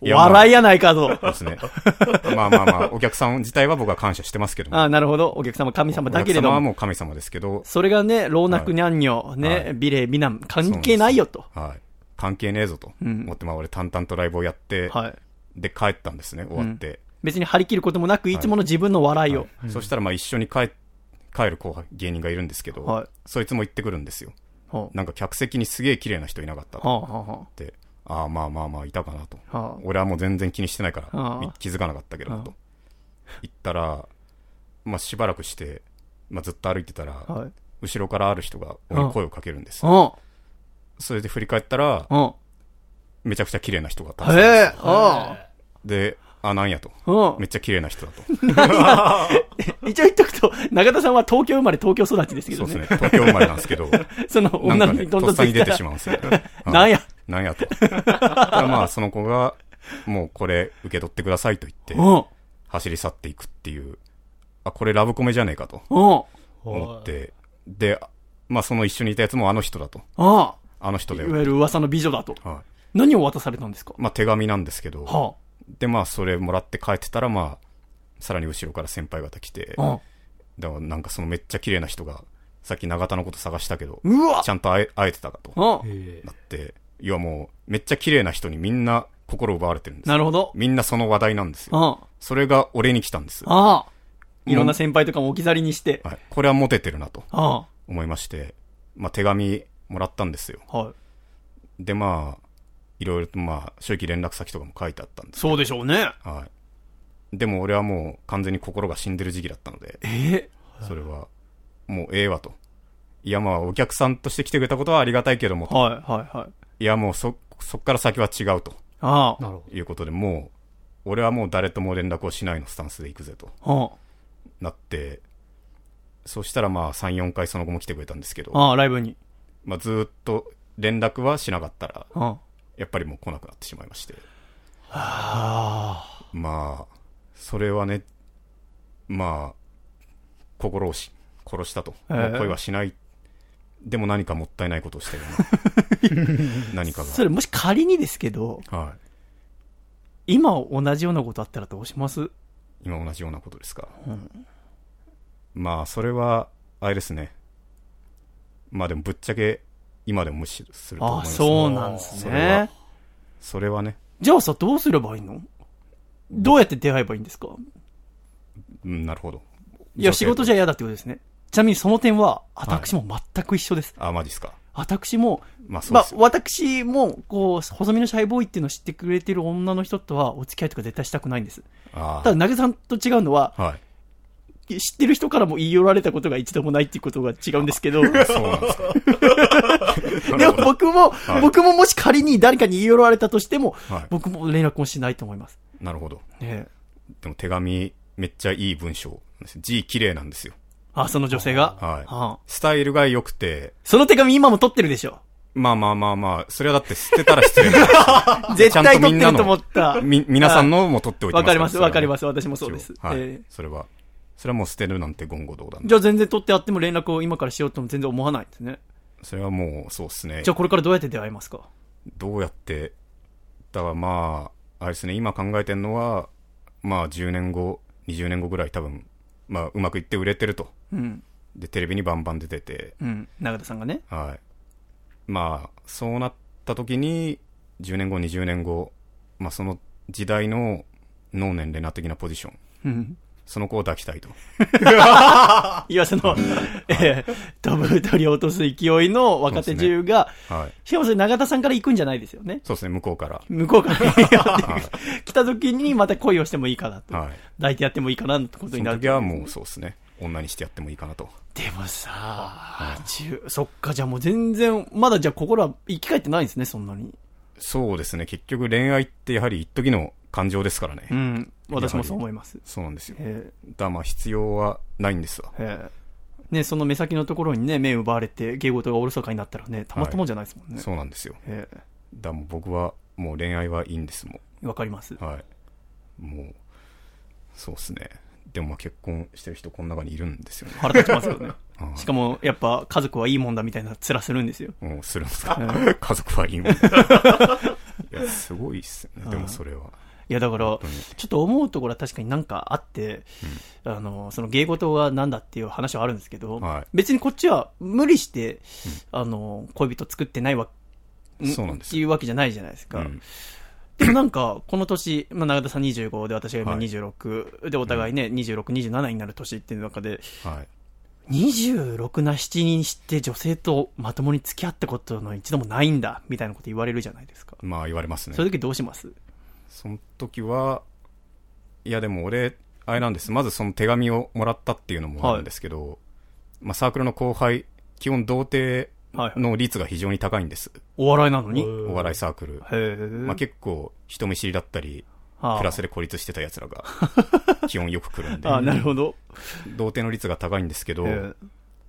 A: お
C: いや
A: 笑いやないか と。
C: と。ですね。 まあまあまあ、お客さん自体は僕は感謝してますけども。
A: ああ、なるほど。お客様、神様だけれど
C: お客様は
A: も。
C: もう神様ですけど、
A: それがね、老若男女、
C: は
A: ね、
C: い
A: 美麗美男、関係ないよと。
C: はい。関係ねえぞと。
A: うん
C: 思って、まあ俺淡々とライブをやって、
A: はい。
C: で帰ったんですね、終わって。
A: 別に張り切ることもなく、いつもの自分の笑いを。
C: はいそしたらまあ一緒に帰、帰る後輩、芸人がいるんですけど、
A: はい
C: そいつも行ってくるんですよ。
A: は
C: なんか客席にすげえ綺麗な人いなかった
A: あ、
C: と
A: はあ、は
C: って、ああまあまあまあいたかなと。
A: あ、は
C: 俺はもう全然気にしてないか
A: ああ
C: ら、気づかなかったけど、と。言ったら、まあしばらくして、まあずっと歩いてたら、
A: あ、はい。
C: 後ろからある人が俺に声をかけるんです。
A: あ
C: それで振り返ったら、
A: あ、
C: めちゃくちゃ綺麗な人が立っ
A: ああ、
C: てた
A: へえ、あ
C: で、あ、なんやと。
A: あ、うん
C: め。っちゃ綺麗な 人だと。
A: 一応言っとくと、中田さんは東京生まれ東京育ちですけ
C: そ
A: ど
C: うです
A: ね。
C: ね。東京生まれなんで すけど、
A: その
C: なん
A: 女の
C: か
A: 子
C: ね、
A: にどん
C: と
A: ど
C: っ
A: ん
C: さに
A: 出てきた
C: 出てしまうんですよ。
A: ら、なん
C: や
A: や、
C: なんやと。 だからまあ、その子が、もうこれ受け取ってくださいと言って
A: う、ん、
C: 走り去っていくっていう、あ、これラブコメじゃねえかと
A: うん、
C: 思って、で、まあその一緒にいたやつもあの人だと。
A: あ
C: あの人
A: あ、い
C: だ
A: わ
C: よ。
A: ゆる噂の美女だと。
C: は
A: 何を渡されたんですか
C: い。まあ手紙なんですけど、
A: は
C: でまあそれもらって帰ってたら、まあ、さらに後ろから先輩方来て、
A: あ、うん。
C: だからなんかそのめっちゃ綺麗な人が、さっき永田のこと探したけど、
A: うわ
C: ちゃんと会え会えてたかと。
A: うん。
B: え
C: なって、いやもう、めっちゃ綺麗な人にみんな心奪われてるんです
A: なるほど。
C: みんなその話題なんです
A: う
C: よ。
A: ん。あ
C: それが俺に来たんです。
A: あ。
C: は
A: いろんな先輩とかも置き去りにして。
C: い。これはモテてるなと
A: あ
C: 思いまして、まあ手紙もらったんですよ。
A: あ。はい。
C: でまあ、いろいろとまあ、正規連絡先とかも書いてあったんです。
A: そうでしょうね。
C: はい。でも俺はもう完全に心が死んでる時期だったので、
A: ええ。
C: それは、もうええわと。いやまあ、お客さんとして来てくれたことはありがたいけども、
A: はい、はい、はい。
C: いやもうそ、そっから先は違うと
A: あ
B: なるほ
C: いうことで、もう、俺はもう誰とも連絡をしないのスタンスで行くぜと
A: あ。うん。
C: なって、そしたらまあ3、4回その後も来てくれたんですけど、
A: ああ、ライブに。
C: まあずーっと連絡はしなかったら、
A: うん。あ
C: やっぱりもう来なくなってしまいまして。
A: あ。
C: まあ、それはね、まあ、心をし、殺したと。
A: ええ
C: もう恋はしない。でも 何かもったいないことをしてるな。何か
A: それもし仮にですけど、
C: が。は
A: 今同じようなことあったらどうします
C: 今同じようなことですか。まあ、それは、あれですね。まあでも、ぶっちゃけ、今でも無視すると思い
A: あ
C: ます、
A: そうなんです
C: それ
A: ね
C: は。それはね、
A: じゃあさ、どうすればいいのどうやって出会えばいいんですか
C: うん、なるほど。
A: いや、仕事じ
C: ゃ。
A: ゃ嫌だってことですね。ちなみにその点は、私も全く一緒です。
C: あ、マジっすか。
A: 私も、
C: まあ、そう
A: ま
C: で
A: あ
C: す、よ。
A: 私も、こう、細身のシャイボーイっていうのを知ってくれてる女の人とは、お付き合いとか絶対したくないんです。
C: あ
A: ただ、投げさんと違うのは、
C: あ。はい。
A: 知ってる人からも言い寄られたことが一度もないっていうことが違うんですけど、で
C: そうなんですか。
A: も僕も、
C: い
A: 僕ももし仮に誰かに言い寄られたとしても、
C: はい
A: 僕も連絡もしないと思います。
C: なるほど。
A: ねえ
C: でも手紙、めっちゃいい文章。字綺麗なんですよ。
A: あ、その女性が。
C: はい
A: あ
C: スタイルが良くて、
A: その手紙今も取ってるでしょ。
C: まあまあまあまあ、それはだって捨てたら失礼だ。
A: 絶対取ってると思った。
C: み、皆さんのも取っておいて。
A: わかります、わかりますす。私もそうです。
C: 一応はい、
A: ええ
C: それは。それはもう捨てるなんて言語道断。
A: じゃあ全然取ってあっても連絡を今からしようとも全然思わないんですね。
C: それはもう、そうですね
A: じゃ。あこれからどうやって出会いますか
C: どうやって、だからまあ、あれですね、今考えてるのは、まあ10年後、20年後ぐらい多分、まあうまくいって売れてると。
A: うん。
C: で、テレビにバンバン出てて、
A: うん。永田さんがね。
C: はい。まあ、そうなった時に、10年後、20年後、まあその時代の脳年齢な的なポジション、
A: うん。
C: その子を抱きたいと。
A: いや、その、ええ、飛ぶ鳥を落とす勢いの若手中が、
C: はい。
A: しかもそれ永田さんから行くんじゃないですよね。
C: そうですね、向こうから。
A: 向こうから 来た時にまた恋をしてもいいかなと。
C: はい。
A: 抱いてやってもいいかなってこと
C: そ
A: にな
C: の
A: る。
C: 時はもうそうですね、女にしてやってもいいかなと。
A: でもさ、中、そっか、じゃあもう全然、まだじゃあ心は生き返ってないんですね、そんなに。
C: そうですね、結局恋愛ってやはり一時の感情ですからね。
A: うん。私もそう思います。
C: そうなんですよ。だか
A: え
C: らまあ必要はないんですわ。
A: えええね、その目先のところにね、目を奪われて、芸事がおろそかになったらね、たまったもんじゃないですもんね。
C: そうなんですよ。
A: ええ
C: だからもう僕はもう恋愛はいいんですもん。
A: わかります。
C: はい。もう、そうっすね。でもまあ結婚してる人この中にいるんですよね。
A: 腹立ちます よね。
C: うん
A: しかも、やっぱ、家族はいいもんだみたいな面するんですよ。
C: もうするんですか 家族はいいもん。いや、すごいっすね。でもそれは。
A: いや、だから
C: 当に、
A: ちょっと思うところは確かになんかあって、あの、その芸事がなんだっていう話はあるんですけど、
C: はい
A: 別にこっちは無理して、あの、恋人作ってないわ、
C: そうなんです
A: っていうわけじゃないじゃないです
C: う
A: か。
C: ん。
A: でもなんか、この年、まあ、永田さん25で、私が今
C: はい
A: 26、で、お互いね、26、27になる年っていう中で、
C: はい。
A: 26な7人して女性とまともに付き合ったことの一度もないんだ、みたいなこと言われるじゃないですか。
C: まあ言われますね
A: そう。いう時どうします
C: その時は、いやでも俺、あれなんです。まずその手紙をもらったっていうのもあるんですけど、まあサークルの後輩、基本童貞の率が非常に高いんです。
A: お笑いなのに。へ
C: お笑いサークル。
A: ー
C: まあ結構人見知りだったり、
A: はあ
C: クラスで孤立してた 奴らが、基本よく来るんで、
A: ああ、なるほど。
C: 童貞の率が高いんですけど、
A: ええ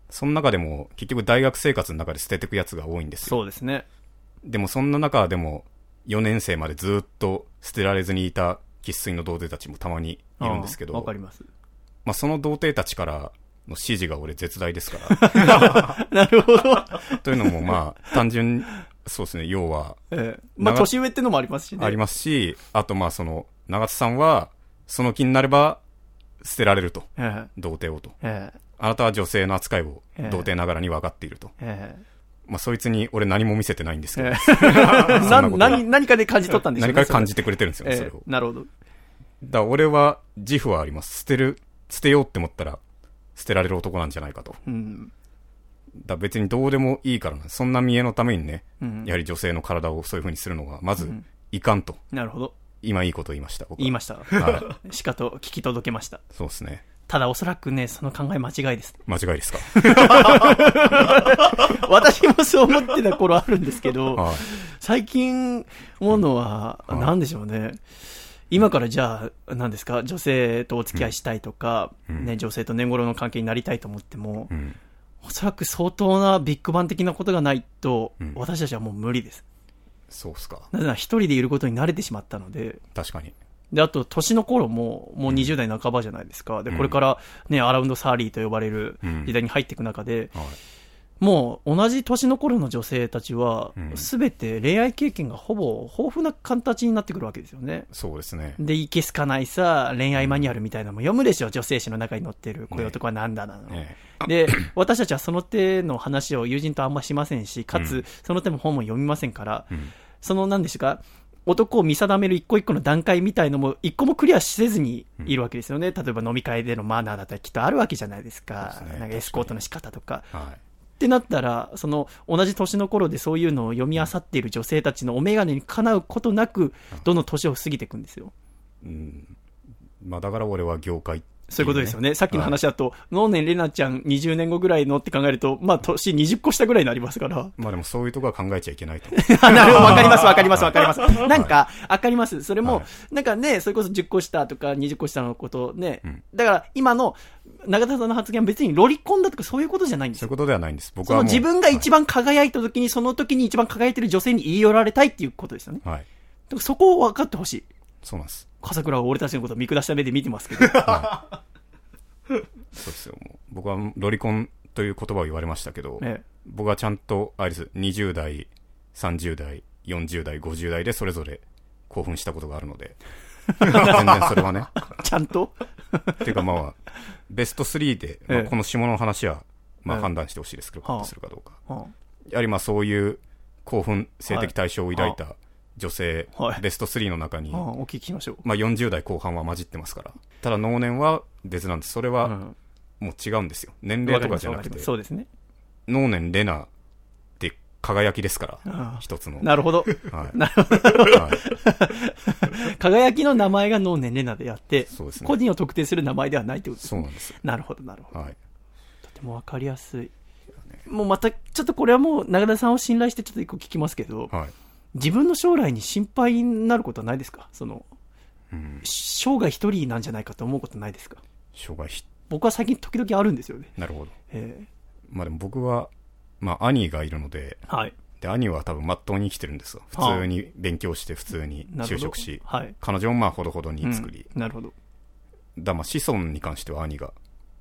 C: その中でも結局大学生活の中で捨ててく奴が多いんですよ。
A: そうですね。
C: でもそんな中でも、4年生までずっと捨てられずにいた喫水の童貞たちもたまにいるんですけど、
A: ああわかり ます。
C: まあその童貞たちからの指示が俺絶大ですから、
A: なるほど。
C: というのもまあ単純に、そうですね、要は
A: ええまあ、
C: 長
A: 年上ってのもありますしね。
C: ありますし、あとまあその、長津さんは、その気になれば捨てられると、
A: え
C: 童貞をと。
A: ええ
C: あなたは女性の扱いを
A: ええ
C: 童貞ながらに分かっていると。
A: えええ
C: まあ、そいつに俺何も見せてないんですけど、
A: な
C: こと
A: 何 何かで感じ取ったんでしょう
C: 何
A: ね。
C: か感じてくれてるんですよ
A: え
C: ね、
A: え
C: それを。
A: なるほど。
C: だから俺は自負はあります。捨てる、捨てようって思ったら、捨てられる男なんじゃないかと。
A: うん。
C: だから別にどうでもいいからな。そんな見栄のためにね、
A: うん
C: やはり女性の体をそういう風にするのは、まず、いかんと。
A: なるほど。
C: 今いいこと言いました、僕は
A: 言いました。
C: は
A: しかと聞き届けました。
C: そうですね。
A: ただおそらくね、その考え間違いです。
C: 間違いですか。
A: 私もそう思ってた頃あるんですけど、
C: はい。
A: 最近思うのは、
C: うん
A: なんでしょうね。今からじゃあ、何ですか、女性とお付き合いしたいとか、
C: うん
A: ね、女性と年頃の関係になりたいと思っても、
C: うん。
A: おそらく相当なビッグバン的なことがないと、
C: うん
A: 私たちはもう無理です。
C: そうっすか。
A: なぜなら一人でいることに慣れてしまったので、
C: 確かに。
A: で、あと、年の頃も、もう20代半ばじゃないですか。で、
C: うん
A: これから、ね、アラウンドサーリーと呼ばれる
C: うん
A: 時代に入っていく中で、
C: はい。
A: もう同じ年の頃の女性たちは
C: う、ん
A: すべて恋愛経験がほぼ豊富な形になってくるわけですよね。
C: そうですね。
A: で、いけすかないさ、恋愛マニュアルみたいなのも読むでしょ、女性誌の中に載ってる、こういう男はなんだなの。
C: え
A: で、私たちはその手の話を友人とあんましませんし、か
C: う
A: つ、その手も本も読みませんから、
C: えうん
A: その、なんでしょうか、男を見定める一個一個の段階みたいのも、一個もクリアせずにいるわけですよね。例えば飲み会でのマナーだったり、きっとあるわけじゃないですか
C: そうです。ね
A: なんかエスコートの仕方とか。
C: はい。
A: ってなったら、その、同じ年の頃でそういうのを読み漁っている女性たちのお眼鏡にかなうことなく、どんどん年を過ぎていくんですよ。
C: うん。まあ、だから俺は業界っていね、
A: そういうことですよね。さっきの話だと、能年玲奈ちゃん20年後ぐらいのって考えると、まあ、年20個下ぐらいになりますから。
C: まあでもそういうとこは考えちゃいけないと。
A: あなるほど、わかります、わかります、わかり ます。なんか、わかります。それも
C: は、
A: なんかね、それこそ10個下とか20個下のことね
C: うん。
A: だから、今の、中田さんの発言は別にロリコンだとかそういうことじゃないんです
C: そうい
A: よ
C: う。ことではないんです。僕
A: そ
C: は
A: の
C: もう
A: 自分が一番輝いた時に、その時に一番輝いてる女性に言い寄られたいっていうことですよね。
C: はい。はい。
A: だからそこを分かってほしい。
C: そうなんです。
A: 笠倉は俺たちのことを見下した目で見てますけど。
C: そうですよ。もう僕はロリコンという言葉を言われましたけど、
A: ええ
C: 僕はちゃんと、あれです、20代、30代、40代、50代でそれぞれ興奮したことがあるの で、全然それはね。
A: ちゃん と
C: っていうかまあ、ベスト3で、まあ
A: ええ
C: この下の話は、ま
A: え
C: あ
A: え
C: 判断してほしいですけど、
A: はあ
C: カットするかどうか。
A: うん
C: やはりまあそういう興奮、性的対象を抱いた女性、
A: はい
C: ベスト3の中に、
A: うんお聞きしましょう。
C: まあ40代後半は混じってますから。ただ能年は別なんです。それ
A: う
C: は
A: ん
C: もう違うんですよ。年齢とかじゃなくて、
A: そうですね。
C: 能年レナって輝きですか
A: あ
C: ら
A: あ、
C: 一つの。
A: なるほど。
C: は い。
A: なるほ
C: はい
A: ど。輝きの名前が能年レナであって、
C: そうですね
A: 個人を特定する名前ではないってことです。
C: そうなんです。
A: なるほど、なるほど。
C: はい。
A: とてもわかりやすい。もうまた、ちょっとこれはもう、長田さんを信頼してちょっと一個聞きますけど、
C: はい。
A: 自分の将来に心配になることはないですかその、
C: うん。
A: 生涯一人なんじゃないかと思うことないですか
C: 障害ひ、
A: 僕は最近時々あるんですよね。
C: なるほど。
A: え
C: まあでも僕は、まあ兄がいるので、
A: えはい。
C: で、兄は多分まっとうに生きてるんですよ。
A: はあ
C: 普通に勉強して、普通に
A: なるほど
C: 就職し、
A: はい。
C: 彼女もまあほどほどに作り、
A: うんなるほど。
C: だまあ子孫に関しては兄が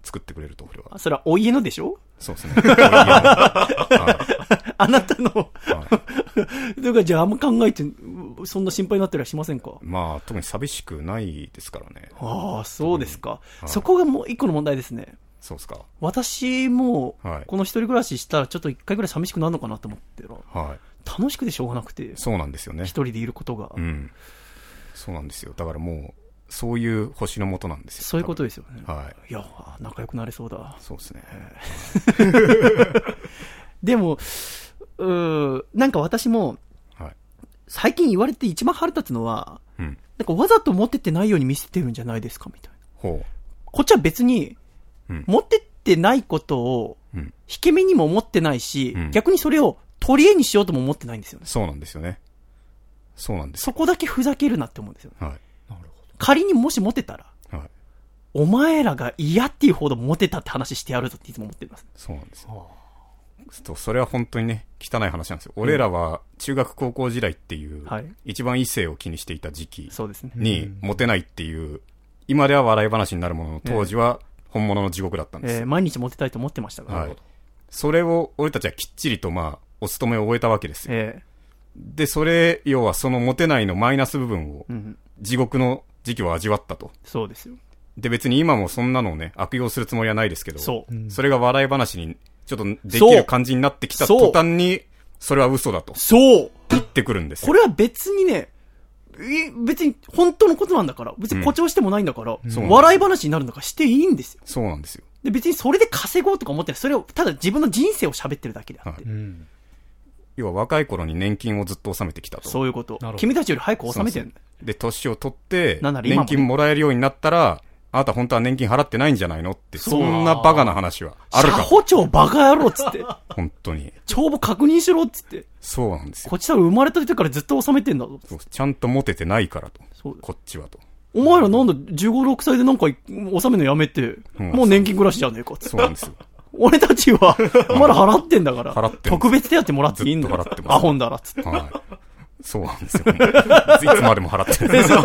C: 作ってくれると俺は
A: あ。それはお家のでしょ
C: そうですね。 はい
A: あなたの、
C: はい
A: だからじゃああんま考えて、うそんな心配になったりはしませんか
C: まあ特に寂しくないですからね。
A: ああ、そうですか。
C: はい
A: そこがもう一個の問題ですね。
C: そうっすか。
A: 私も
C: は、い
A: この一人暮らししたらちょっと一回ぐらい寂しくなるのかなと思ってたら、
C: は
A: 楽しくてしょうがなくて、
C: い。
A: 一
C: そうなんですよね。
A: 人でいることが
C: う。ん。そうなんですよ。だからもう、そういう星のもとなんですよ。
A: そういうこと
C: 多
A: ですよね。
C: 分はい。
A: いや、仲良くなれそうだ。
C: そうですね。
A: でも、うーなんか私も、
C: はい。
A: 最近言われて一番腹立つのは、
C: うん。
A: なんかわざと持ってってないように見せてるんじゃないですかみたいな。
C: ほ
A: こっちは別に、
C: う。うん。
A: 持ってってないことを、
C: うん。
A: 引け目にも思ってないし、
C: うん
A: 逆にそれを取り柄にしようとも思ってないんですよね。
C: そうなんですよね。そうなんです
A: そこだけふざけるなって思うんですよ。
C: よ。はい。なる
A: 仮にもし持ってたら、
C: ほど。はい。
A: お前らが嫌っていうほど持てたって話してやるぞっていつも思ってます。
C: そうなんですよ。とそれは本当にね、汚い話なんですよ。俺らは中学高校時代っていう、
A: はい
C: 一番異性を気にしていた時期
A: そうですね。
C: にモテないっていう、今では笑い話になるものの当時は本物の地獄だったんです
A: えー
C: よ。
A: 毎日持てたいと思ってましたから。
C: はい。それを俺たちはきっちりとまあ、お勤めを終えたわけですよ。
A: え
C: で、それ、要はそのモテないのマイナス部分を
A: ー、うん、
C: 地獄の時期を味わったと。
A: そうですよ。
C: で、別に今もそんなのをね、悪用するつもりはないですけど、
A: そう。
C: それが笑い話に、ちょっとできる感じになってきた途端に、それは嘘だと
A: そう
C: 言ってくるんです
A: こ
C: よ。
A: れは別にね、え別に本当のことなんだから、別に誇張してもないんだから、
C: そうなんです
A: 笑い話になるんだからしていいんですよ。
C: そうなんですよ。
A: で別にそれで稼ごうとか思ってない。それを、ただ自分の人生を喋ってるだけであって。
C: は
B: う
C: い
B: ん。
C: 要は若い頃に年金をずっと納めてきたと。
A: そういうこと
B: なるほ。ど
A: 君たちより早く収めて
C: そ
A: る
C: うそうで、年を取って、
A: なんなら今もね
C: 年金もらえるようになったら、あなた本当は年金払ってないんじゃないのって、
A: そう
C: そんなバカな話はある
A: 社
C: か。
A: 保庁バカ野郎っつって。
C: 本当に。
A: 帳簿確認しろっつって。
C: そうなんですよ。
A: こっちは生まれた時からずっと収めてんだぞ。
C: そうちゃんとモテてないからと。
A: そうだ
C: こっちはと。
A: お前らなんだ15、6歳でなんか収めるのやめて、
C: うん
A: もう年金暮らしじゃねえかっつっ
C: そ
A: て。
C: うなんですよ。
A: 俺たちは、まだ払ってんだから。
C: 払ってんの
A: 特別手当もらっていいんだ
C: ずっ
A: よ
C: と払って。ます
A: アホんだらっつって。
C: はい。そうなん ですよ。いつまでも払ってるん ですよ。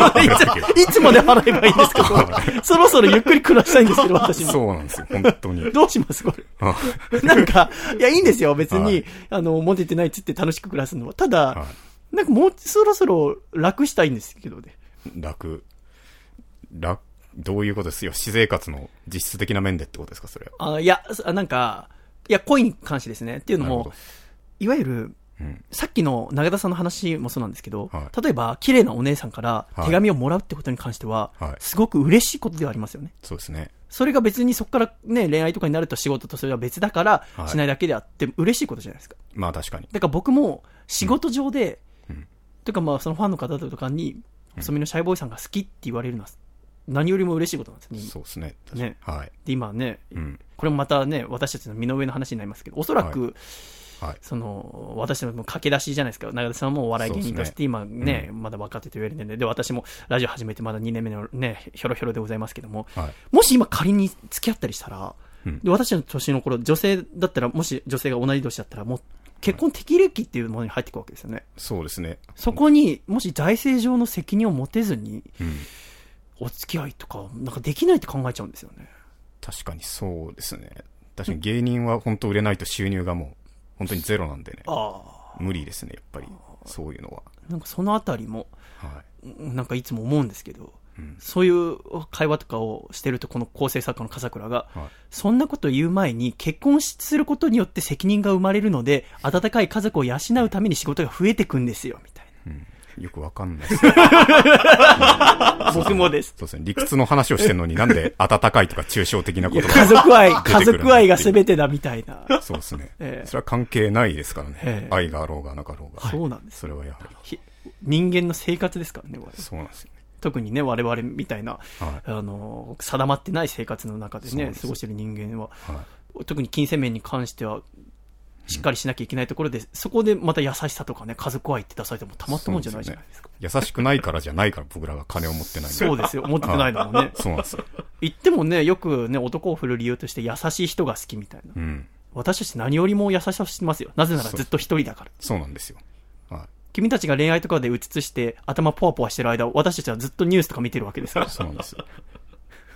A: いつまで払えばいいん ですかこれそろそろゆっくり暮らしたいんですけど、私も。
C: そうなんですよ、本当に。
A: どうしますこ
C: あ
A: れ。なんか、いや、いいんですよ。別に、
C: はい
A: あの、モテてないっつって楽しく暮らすのは。ただ、
C: は
A: なんかもうそろそろ楽したいんですけどね。
C: 楽。楽、どういうことですよ。私生活の実質的な面でってことですか、それは。
A: あいや、あなんか、いや、恋に関してですね。っていうの
C: なるほ
A: も
C: ど、
A: いわゆる、
C: うん。
A: さっきの永田さんの話もそうなんですけど、
C: は
A: 例えば、綺麗なお姉さんから
C: はい
A: 手紙をもらうってことに関しては、
C: はい
A: すごく嬉しいことではありますよね。
C: そうですね。
A: それが別にそこからね、恋愛とかになると仕事とそれは別だから、
C: はい
A: しないだけであって嬉しいことじゃないですか。
C: まあ確かに。
A: だから僕も仕事上で、
C: うん
A: とかまあそのファンの方とかに、細身のシャイボーイさんが好きって言われるのは何よりも嬉しいことなんですね。
C: そうですね。
A: ね
C: はい。
A: で、今ね、
C: うん。
A: これもまたね、私たちの身の上の話になりますけど、おそらく、
C: はい。
A: その、私たちの駆け出しじゃないですか。永田さんもお笑い芸人として今ね、まだ若手と言われてるんで、で、私もラジオ始めてまだ2年目のね、ひょろひょろでございますけども、
C: はい。
A: もし今仮に付き合ったりしたら、
C: うん
A: で私の年の頃、女性だったら、もし女性が同じ年だったら、もう結婚適齢期っていうものに入っていくわけですよね。
C: そうですね。
A: そこにもし財政上の責任を持てずに、
C: うん。
A: お付き合いとか、なんかできないって考えちゃうんですよね。
C: 確かにそうですね。確かに芸人は本当売れないと収入がもう、本当にゼロなんでね。
A: あ
C: 無理ですね、やっぱり。そういうのは。
A: あ。なんかそのあたりも、
C: はい。
A: うんなんかいつも思うんですけど、
C: うん
A: そういう会話とかをしてると、この構成作家の笠倉が、
C: はい
A: そんなこと言う前に、結婚することによって責任が生まれるので、温かい家族を養うために仕事が増えてくんですよ、みたいな。
C: うん。よくわかんないですね。
A: 僕もです。
C: そうですね。理屈の話をしてるのになんで温かいとか抽象的なこ
A: いや
C: と
A: 家
C: が。
A: 族愛、
C: てくる
A: 家族愛が全てだ、みたいな。
C: そうですね。
A: ええ
C: それは関係ないですからね。
A: ええ
C: 愛があろうがなかろうが。
A: そうなんです
C: それはやはり。
A: ひ人間の生活ですからね、我々
C: そうなんですよね。
A: 特にね、我々みたいな、
C: は
A: あの、定まってない生活の中で
C: そう
A: ね
C: で、す
A: 過ごしてる人間は、
C: い。はい。
A: 特に金銭面に関しては、しっかりしなきゃいけないところで、そこでまた優しさとかね、家族愛って出されてもたまったもんじゃないじゃないですか。
C: 優しくないからじゃないから僕らが金を持ってないんで
A: そうです よ。思ってないのもね。
C: そうなんですよ。
A: 言ってもね、よくね、男を振る理由として優しい人が好きみたいな。
C: うん。
A: 私たち何よりも優しさを知ってますよ。なぜなら
C: そう
A: ずっと一人だから。
C: そうなんですよ。はい。
A: 君たちが恋愛とかでうつつして頭ポワポワしてる間、私たちはずっとニュースとか見てるわけですから。
C: そうなんですよ。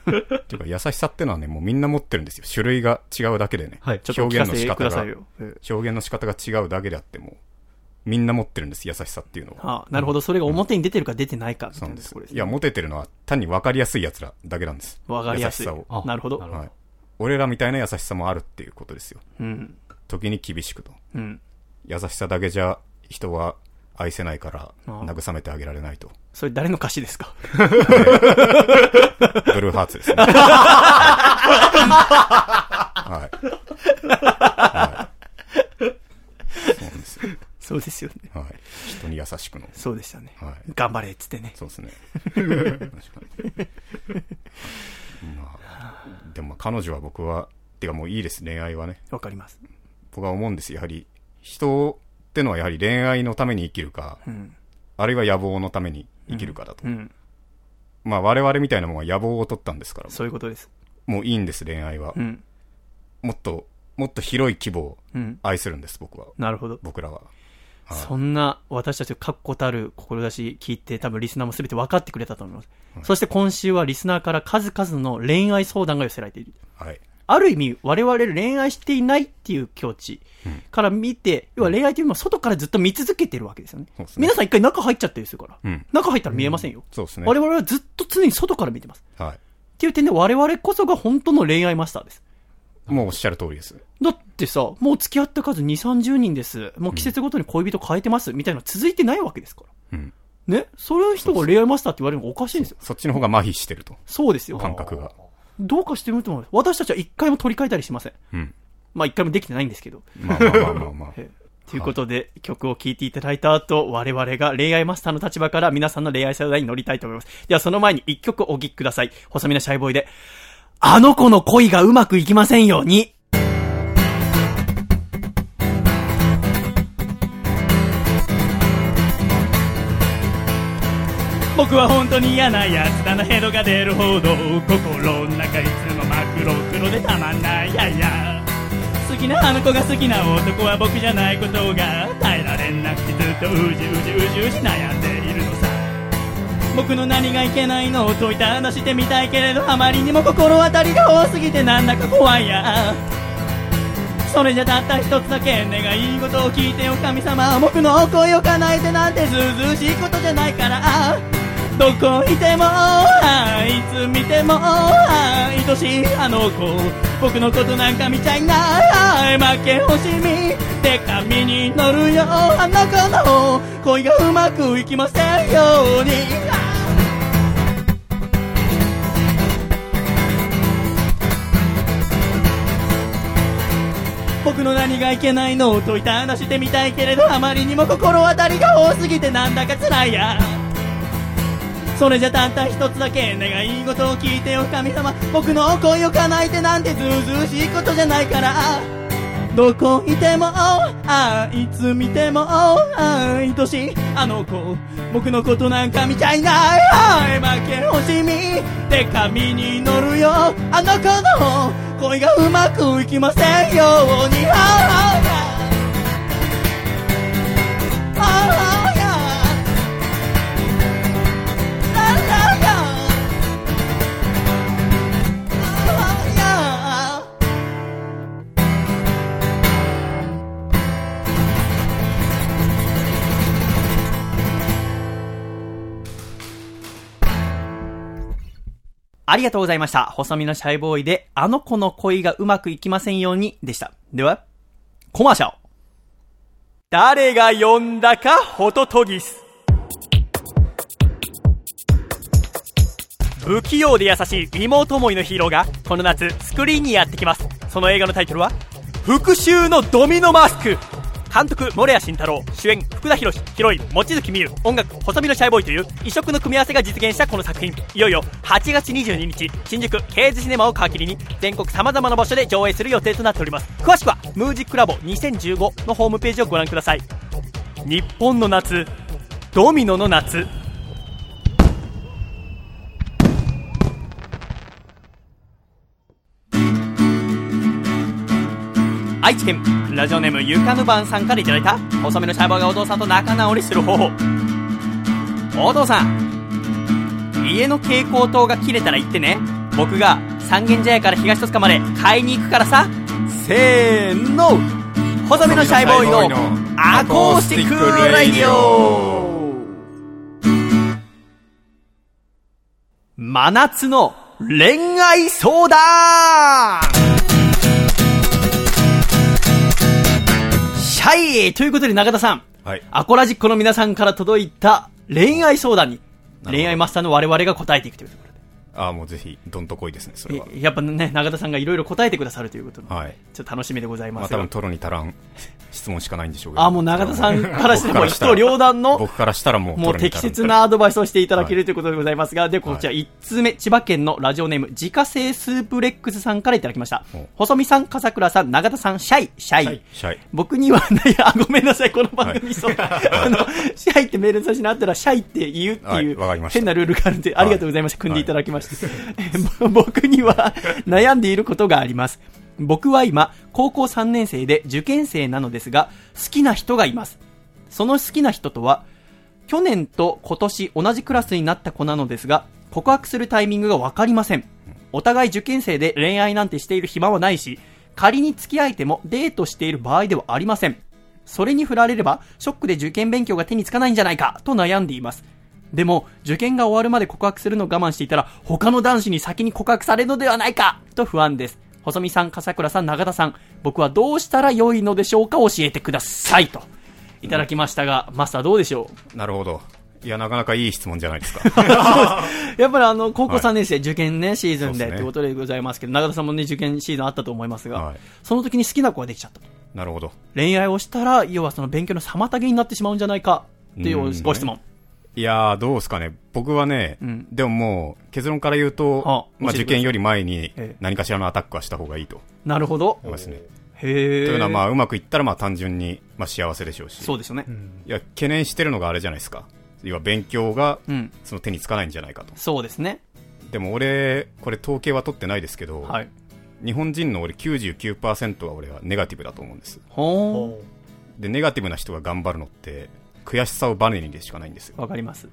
C: っていうか、優しさってのはね、もうみんな持ってるんですよ。種類が違うだけでね。
A: はい、ちょっと
C: 表
A: 聞か
C: 現
A: せ
C: の仕
A: てく
C: 方
A: ださ
C: が
A: い、よ。ええ
C: 表現の仕方が違うだけであっても、みんな持ってるんです、優しさっていうのは。
A: ああなるほど、それが表に出てるか出てないかみ
C: そ
A: た
C: う
A: い
C: なん
A: な
C: で
A: と
C: す
A: ころです、
C: い
A: ね。
C: や、持ててるのは単に分かりやすい奴らだけなんです。
A: わかりやすい
C: 優しさ
B: あ
C: を。
A: なるほど
B: なるほ
C: はい。俺らみたいな優しさもあるっていうことですよ。
A: うん。
C: 時に厳しくと。
A: うん。
C: 優しさだけじゃ人は愛せないから、
A: ああ
C: 慰めてあげられないと。
A: それ誰の歌詞ですか
C: ブルーハーツですね。はい。はい。そうなんですよ。
A: そうですよね。
C: はい。人に優しくの。
A: そうでしたね。
C: はい。
A: 頑張れっつってね。
C: そうですね。確かに。まあ、でもまあ彼女は僕は、てかもういいです、恋愛はね。
A: わかります。
C: 僕は思うんです。やはり、人ってのはやはり恋愛のために生きるか、
A: うん。
C: あるいは野望のために生きるかだと。
A: うん。
C: まあ我々みたいなもんは野望を取ったんですから、
A: そういうことです。
C: もういいんです、恋愛は
A: う。ん。
C: もっと、もっと広い規模を
A: うん。
C: 愛するんです、僕は。
A: なるほど。
C: 僕らは。はい
A: そんな私たちを確固たる志聞いて、多分リスナーも全て分かってくれたと思います。そして今週はリスナーから数々の恋愛相談が寄せられている。
C: はい。
A: ある意味、我々恋愛していないっていう境地から見て、要は恋愛というのは外からずっと見続けてるわけですよね。
C: そうですね
A: 皆さん一回中入っちゃってるですから。
C: うん。
A: 中入ったら見えませんよ。
C: そうですね。
A: 我々はずっと常に外から見てます。
C: は
A: っていう点で我々こそが本当の恋愛マスターです。
C: い。もうおっしゃる通りです。
A: だってさ、もう付き合った数2、30人です。もう季節ごとに恋人変えてます。みたいなの続いてないわけですか
C: うん。
A: ら。ねそういう人が恋愛マスターって言われるのがおかしいんですよ。
C: そっちの方が麻痺してると。
A: そうですよ。
C: 感覚が。
A: どうかしてると思います。私たちは一回も取り替えたりしません。
C: うん。
A: まあ一回もできてないんですけど。
C: まあまあまあまあまあ。
A: ええということで、曲を聴いていただいた後、我々が恋愛マスターの立場から皆さんの恋愛相談に乗りたいと思います。ではその前に一曲お聴きください。細身のシャイボーイで、あの子の恋がうまくいきませんように。
D: 僕は本当に嫌なやつだなヘドが出るほど心の中いつも真っ黒黒でたまんないやいや好好きなあの子が好きな男は僕じゃないことが耐えられなくてずっとうじうじうじうじ悩んでいるのさ僕の何がいけないのを解いた話してみたいけれどあまりにも心当たりが多すぎてなんだか怖いやそれじゃたった一つだけ願い事を聞いてよ神様僕の声を叶えてなんてずうずうしいことじゃないからどこいてもいつ見ても愛しいあの子僕のことなんか見ちゃいない負け惜しみ手紙に乗るよあの子の恋がうまくいきませんように僕の何がいけないのを解いた話してみたいけれどあまりにも心当たりが多すぎてなんだか辛いやそれじゃたった一つだけ願い事を聞いてよ神様僕の恋を叶えてなんてずうずうしいことじゃないからどこいてもあいつ見ても愛しいあの子僕のことなんか見ちゃいない負け惜しみ手紙に乗るよあの子の恋がうまくいきませんようにああああああ
A: ありがとうございました。細身のシャイボーイで、あの子の恋がうまくいきませんように、でした。では、コマーシャル。誰が呼んだか、ホトトギス。不器用で優しい妹思いのヒーローが、この夏、スクリーンにやってきます。その映画のタイトルは、復讐のドミノマスク。監督、森谷慎太郎、主演、福田博史、ヒロイン、望月美優、音楽、細身のシャイボーイという異色の組み合わせが実現したこの作品。いよいよ、8月22日、新宿、ケーズシネマを皮切りに、全国様々な場所で上映する予定となっております。詳しくは、ムージックラボ2015のホームページをご覧ください。日本の夏、ドミノの夏。愛知県ラジオネームゆかぬばんさんからいただいた細めのシャイボーイがお父さんと仲直りする方法お父さん家の蛍光灯が切れたら言ってね僕が三軒茶屋から東戸塚まで買いに行くからさせーの細めのシャイボーイのアコースティックラジオ真夏の恋愛相談シャイということで中田さん、
C: はい
A: アコラジックの皆さんから届いた恋愛相談に、
C: ほど
A: 恋愛マスターの我々が答えていくというとこ
C: ああ、もうぜひ、どんとこいですね、それ
A: ろ
C: は。
A: で。やっぱね、中田さんがいろいろ答えてくださるということで、
C: はい。
A: ちょっと楽しみでござい
C: ま
A: ま
C: あ
A: すが。
C: 多分、取るに足らん質問しかないんでしょうけど。
A: あ、もう中田さんからして
C: 僕
A: も
C: ら
A: 一
C: たら
A: 刀両断の、
C: 僕からしたらもう、
A: もう
C: 取るに
A: 適
C: 足らん
A: 切。なアドバイスをしていただけるということでございますが、で、こちら1通目、千葉県のラジオネーム、自家製スープレックスさんからいただきました
C: お。
A: 細見さん、笠倉さん、中田さん、シャイ、シャイ。
C: シャイ。
A: 僕にはない、あ、ごめんなさい、この番組、そう。あの、シャイってメールの最初にあったら、シャイって言うって
C: はい
A: いう
C: わかりま、した
A: 変なルールがあるんで、ありがとうございました。
C: はい
A: 組んでいただきまして。 え僕には悩んでいることがあります。僕は今、高校3年生で受験生なのですが、好きな人がいます。その好きな人とは、去年と今年同じクラスになった子なのですが、告白するタイミングがわかりません。お互い受験生で恋愛なんてしている暇はないし、仮に付き合えてもデートしている場合ではありません。それに振られれば、ショックで受験勉強が手につかないんじゃないか、と悩んでいます。でも、受験が終わるまで告白するのを我慢していたら、他の男子に先に告白されるのではないか、と不安です。細見さん、笠倉さん、永田さん、僕はどうしたら良いのでしょうか教えてください、と。いただきましたが、マスターどうでしょう
C: なるほど。いや、なかなかいい質問じゃないです か。
A: やっぱりあの、高校
C: はい
A: 3年生、受験ね、シーズン
C: そう
A: で
C: ですね
A: ということでございますけど、永田さんもね、受験シーズンあったと思いますが、
C: はい
A: その時に好きな子ができちゃったと。
C: なるほど。
A: 恋愛をしたら、要はその勉強の妨げになってしまうんじゃないか、っていう
C: うん
A: ご質問。
C: いやー、どうですかね。僕はね、
A: ん
C: でももう、結論から言う
A: は
C: と、
A: あ
C: まあ、
A: 教えてくださ
C: 受
A: い
C: 験より前に
A: ええ
C: 何かしらのアタックはした方がいいと
A: なるほど。
C: 思いますね。
A: へえ。
C: というのは、まあ、うまくいったら、まあ、単純に、まあ、幸せでしょうし。
A: そうですよね。
C: いや、懸念してるのがあれじゃないですか。要は、勉強が
A: うん。、
C: その手につかないんじゃないかと。
A: そうですね。
C: でも、俺、これ、統計は取ってないですけど、
A: はい。
C: 日本人の俺99%は俺はネガティブだと思うんです
A: ほ
E: ほ
C: でネガティブな人が頑張るのって悔しさをバネにでしかないんですよ
A: ーわかります。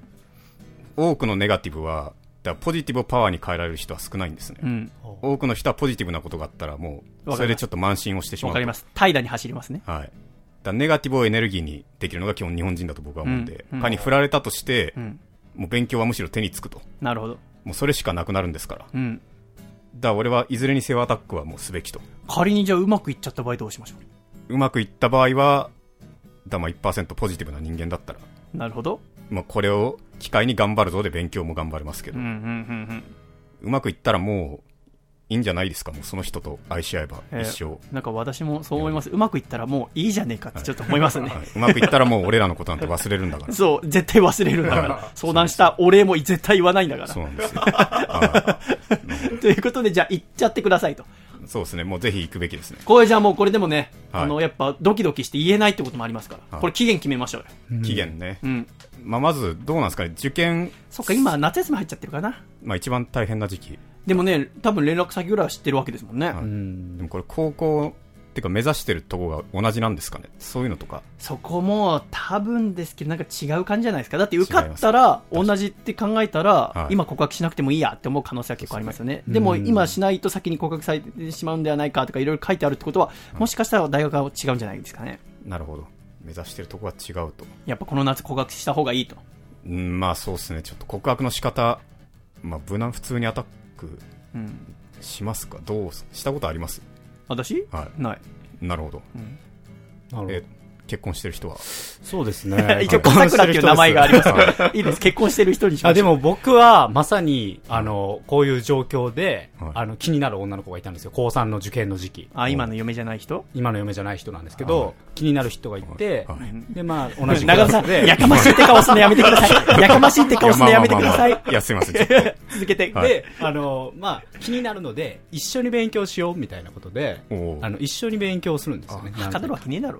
C: 多くのネガティブはだからポジティブをパワーに変えられる人は少ないんですね、
A: うん。
C: 多くの人はポジティブなことがあったらもう
A: わかりま
C: そ
A: す
C: れでちょっと慢心をしてしまう
A: わかります。平らに走りますね。
C: はい、だからネガティブをエネルギーにできるのが基本日本人だと僕は思うんで、
A: うんうん
C: 他に振られたとして、
A: うん。
C: もう勉強はむしろ手につくと
A: なるほど。
C: もうそれしかなくなるんですからだか
A: うん。
C: ら俺はいずれにせよアタックはもうすべきと
A: 仮にじゃあうまくいっちゃった場合どうしましょ
C: うまくいった場合はだからまあ1%ポジティブな人間だったら、
A: うなるほど。
C: まあ、これを機会に頑張るぞで勉強も頑張れますけ
A: う
C: ど、
A: ん、
C: う
A: うん、うん、
C: まくいったらもういいんじゃないですかもうその人と愛し合えば
A: えー
C: 一生、
A: うん。なんか私もそう思います。うまくいったらもういいじゃねえかってちょっと思いますね。
C: はいうまくいったらもう俺らのことなんて忘れるん だから
A: そう、絶対忘れるんだ から。相談したお礼も絶対言わないんだか
C: そうなんですよ、は
A: ら。ということで、じゃあ行っちゃってくださいと。
C: いそうですねもうぜひ行くべきですね
A: これじゃあもうこれでもね、
C: はい
A: あの、やっぱドキドキして言えないってこともありますから。
C: はい
A: これ期限決めましょうよ。
C: 期限ね、
A: うん。
C: まあ、まずどうなんですかね受験、
A: そっか、今夏休み入っちゃってるかな。
C: まあ、一番大変な時期、
A: でもね、多分連絡先ぐらいは知ってるわけですもんね。
C: はいでもこれ高校っていうか目指してるとこが同じなんですかねそういうのとか
A: そこも多分ですけど、なんか違う感じじゃないですか。だって受かったら、
C: 違います
A: 同じって考えたら、
C: はい
A: 今告白しなくてもいいやって思う可能性は結構ありますよね。で
B: ね
A: も
B: うん
A: 今しないと先に告白されてしまうんではないかとかいろいろ書いてあるってことは、もしかしたら大学は違うんじゃないですかね。
C: なるほど目指してるとこは違うと
A: やっぱこの夏告白した方がいいと。
C: うんまあそうですねちょっと告白の仕方まあ無難普通にアタック
A: うん。
C: しますかどうしたことあります
A: 私
C: は
A: ない。
C: いなるほど、
B: なるほど
C: え結婚してる人は
B: そうですね。
A: 一応、小桜っていう名前があります
C: は
A: から。いいです。結婚してる人にしましょう。
B: あでも僕はまさに、あの、こういう状況で、
C: はい
B: あの、気になる女の子がいたんですよ。高3の受験の時期。
A: あ、今の嫁じゃない人
B: 今の嫁じゃない人なんですけど、気になる人がいて、
C: はい
B: で、まあ、同じク
A: 長
B: ラ
A: 尾さ
B: ス
A: ん、
B: で、
A: やかましいって顔すんのやめてください。やかましいって顔すんのやめてくださ
C: いや
A: い
C: まあまあまあ。まあいやすいませんちょっ
A: 続けて。
C: はい
A: で、
B: あの、まあ、気になるので、一緒に勉強しようみたいなことで
C: お、ー
B: あの、一緒に勉強するんですよね。なん
A: は
B: で
A: か どるわけねえだろ。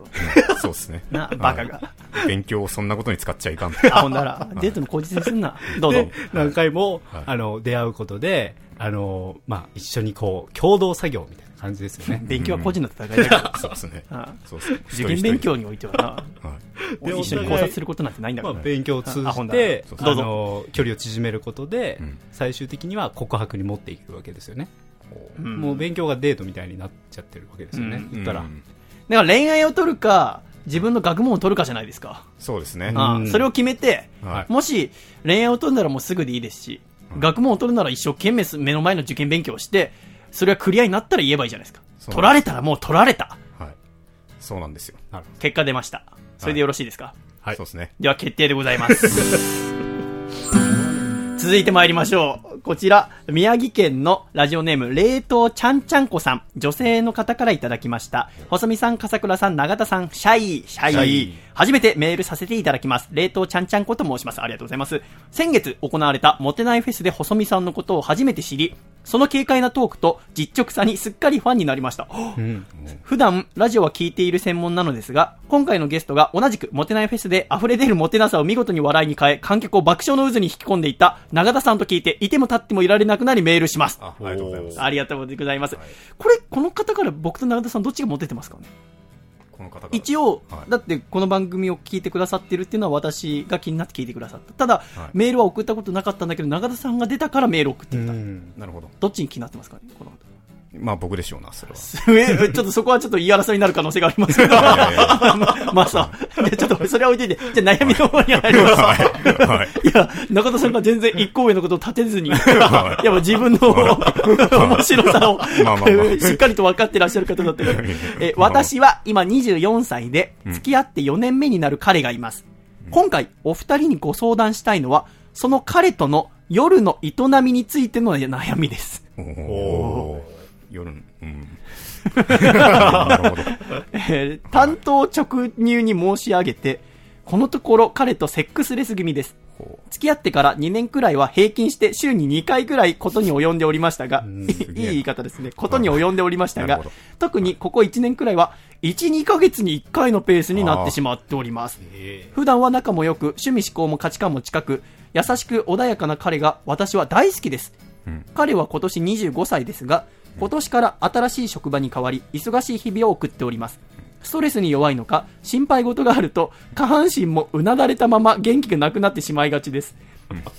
C: とそうですね
A: な、バカが。
C: はい勉強をそんなことに使っちゃいかん
A: あ、ほんなら、デートの口実にすんな。どうぞ
B: で。何回も、
C: はい
B: あの出会うことであの、まあ、一緒にこう共同作業みたいな感じですよ ね。
A: 勉強は個人の戦いだから。
C: そうですね
A: あ
C: そうっすね
A: 受験勉強においてはな、
C: 一人一人はい
B: で
A: 一緒に考察することなんてないんだ
B: ま
A: か
B: あ、
A: ら。
B: 勉強を通
A: あ
B: じ
A: 本当だ
B: て
C: そう
B: あ
A: そう
B: の距離を縮めることで、
C: うん
B: 最終的には告白に持っていくわけですよね、
A: うん
B: もう勉強がデートみたいになっちゃってるわけですよね、
A: うん
B: 言ったら、
C: うん
A: だから恋愛を取るか、自分の学問を取るかじゃないですか。
C: そうですね
A: あ
B: うん
A: それを決めて、
C: はい
A: もし恋愛を取るならもうすぐでいいですし、学問を取るなら一生懸命す目の前の受験勉強をして、それがクリアになったら言えばいいじゃないですか。
C: そう
A: 取られたらもう取られた。
C: はいそうなんですよ
B: なるほど
A: 結果出ました。それでよろしいですか、
C: はいそうですね
A: では決定でございます。 続いて参りましょう。こちら、宮城県のラジオネーム、冷凍ちゃんちゃんこさん。女性の方からいただきました。細見さん、笠倉さん、永田さん、シャイ、シャイ。
C: シャイ
A: 初めてメールさせていただきます。冷凍ちゃんちゃんこと申します。ありがとうございます。先月行われたモテないフェスで細見さんのことを初めて知り、その軽快なトークと実直さにすっかりファンになりました。普段、ラジオは聞いている専門なのですが、今回のゲストが同じくモテないフェスで溢れ出るモテなさを見事に笑いに変え、観客を爆笑の渦に引き込んでいた永田さんと聞いて、いても立ってもいられなくなりメールします。
C: あありがとうございます
A: ありがとうございます。これ、この方から僕と永田さんどっちがモテてますかね
C: この方が
A: 一応、
C: はい
A: だってこの番組を聞いてくださってるっていうのは私が気になって聞いてくださった。ただ、
C: はい
A: メールは送ったことなかったんだけど、永田さんが出たからメール送ってきた。
B: うん
C: なるほど
A: どっちに気になってますかねこの方。
C: まあ僕でしょうなそれは
A: えちょっとそこはちょっと言い争いになる可能性がありますけど。
C: いやいや
A: ま あさ、でちょっとそれは置いといて、じゃあ悩みの方に入ります。
C: はいはい
A: いや、中田さんが全然一個上のことを立て ずに、やっぱ自分の面白さを
C: まあまあまあ、
A: しっかりと分かってらっしゃる方だったから
C: いやいや
A: え私は今24歳で、
C: うん
A: 付き合って4年目になる彼がいます。今回、お二人にご相談したいのは、その彼との夜の営みについての悩みです。
C: お
E: お
C: お夜のうん なるほど
A: えー担当直入に申し上げて、このところ彼とセックスレス組です。
C: ほう
A: 付き合ってから2年くらいは平均して週に2回くらいことに及んでおりましたが、 いい
C: すげえ
A: 言い方ですね。ことに及んでおりました
C: な
A: が
C: るほど、
A: 特にここ1年くらいは1、2ヶ月に1回のペースになってしまっております。普段は仲も良く、趣味思考も価値観も近く、優しく穏やかな彼が私は大好きです。
C: うん
A: 彼は今年25歳ですが、今年から新しい職場に変わり、忙しい日々を送っております。ストレスに弱いのか、心配事があると、下半身もうなだれたまま元気がなくなってしまいがちです。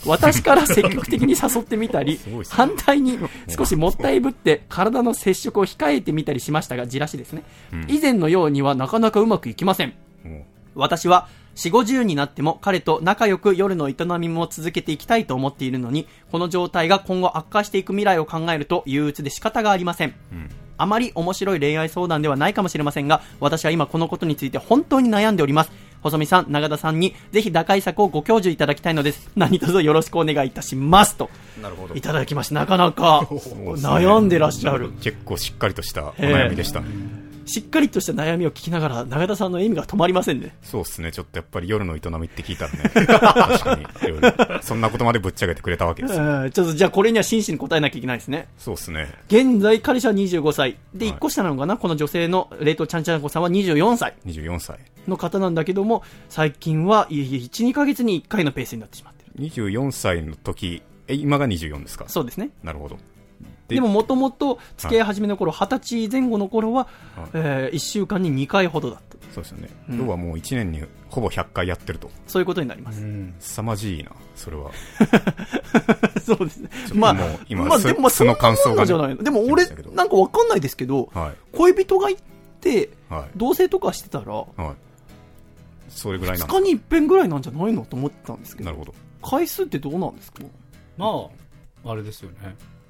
A: 私から積極的に誘ってみたり
C: すごいで、すね
A: 反対 に少しもったいぶって体の接触を控えてみたりしましたが、じらしですね。以前のようにはなかなかうまくいきません。
C: も
A: 私は4、50になっても彼と仲良く夜の営みも続けていきたいと思っているのに、この状態が今後悪化していく未来を考えると憂鬱で仕方がありません。あまり面白い恋愛相談ではないかもしれませんが、私は今このことについて本当に悩んでおります。細見さん、長田さんにぜひ打開策をご教授いただきたいのです。何卒よろしくお願いいたします。と、
C: うなるほど
A: いただきました。なかなか悩んでらっしゃる。
C: 結構しっかりとしたお悩みでした、
A: しっかりとした悩みを聞きながら、長田さんの笑みが止まりませんね。
C: そうっすねちょっとやっぱり夜の営みって聞いたらね確かに夜そんなことまでぶっちゃけてくれたわけですよ
A: うんちょっとじゃあこれには真摯に答えなきゃいけないですね。
C: そうっすね
A: 現在、彼氏は25歳。で、
C: はい
A: 1個下なのかな、この女性の冷凍ちゃんちゃんこさんは24歳
C: 24歳
A: の方なんだけども、最近は1、2ヶ月に1回のペースになってしまってる。
C: 24歳の時え今が24ですか
A: そうですね。
C: なるほどで
A: でも、もともと付き合い始めの頃、20歳前後の頃は、え1週間に2回ほどだった。
C: そうですよね、
A: うん
C: 要はもう1年にほぼ100回やってると
A: そういうことになります。
B: ん
C: 凄まじいなそれは
A: そうですね。
C: ちょっと
A: まあ
C: もう、今
A: まあ、
C: そ
A: でも、まあ
C: その感想がね
A: そんなものじゃないのでも、
C: そうで
A: 俺
C: したけど、
A: なんかわかんないですけど、
C: は
A: 恋人がいて、
C: いはい
A: 同棲とかしてたら、
C: はいそれぐらいな
A: 2
C: んだ
A: 日に一遍ぐらいなんじゃないのと思ってたんですけど
C: なるほど
A: 回数ってどうなんですか
B: まあ、あれですよね。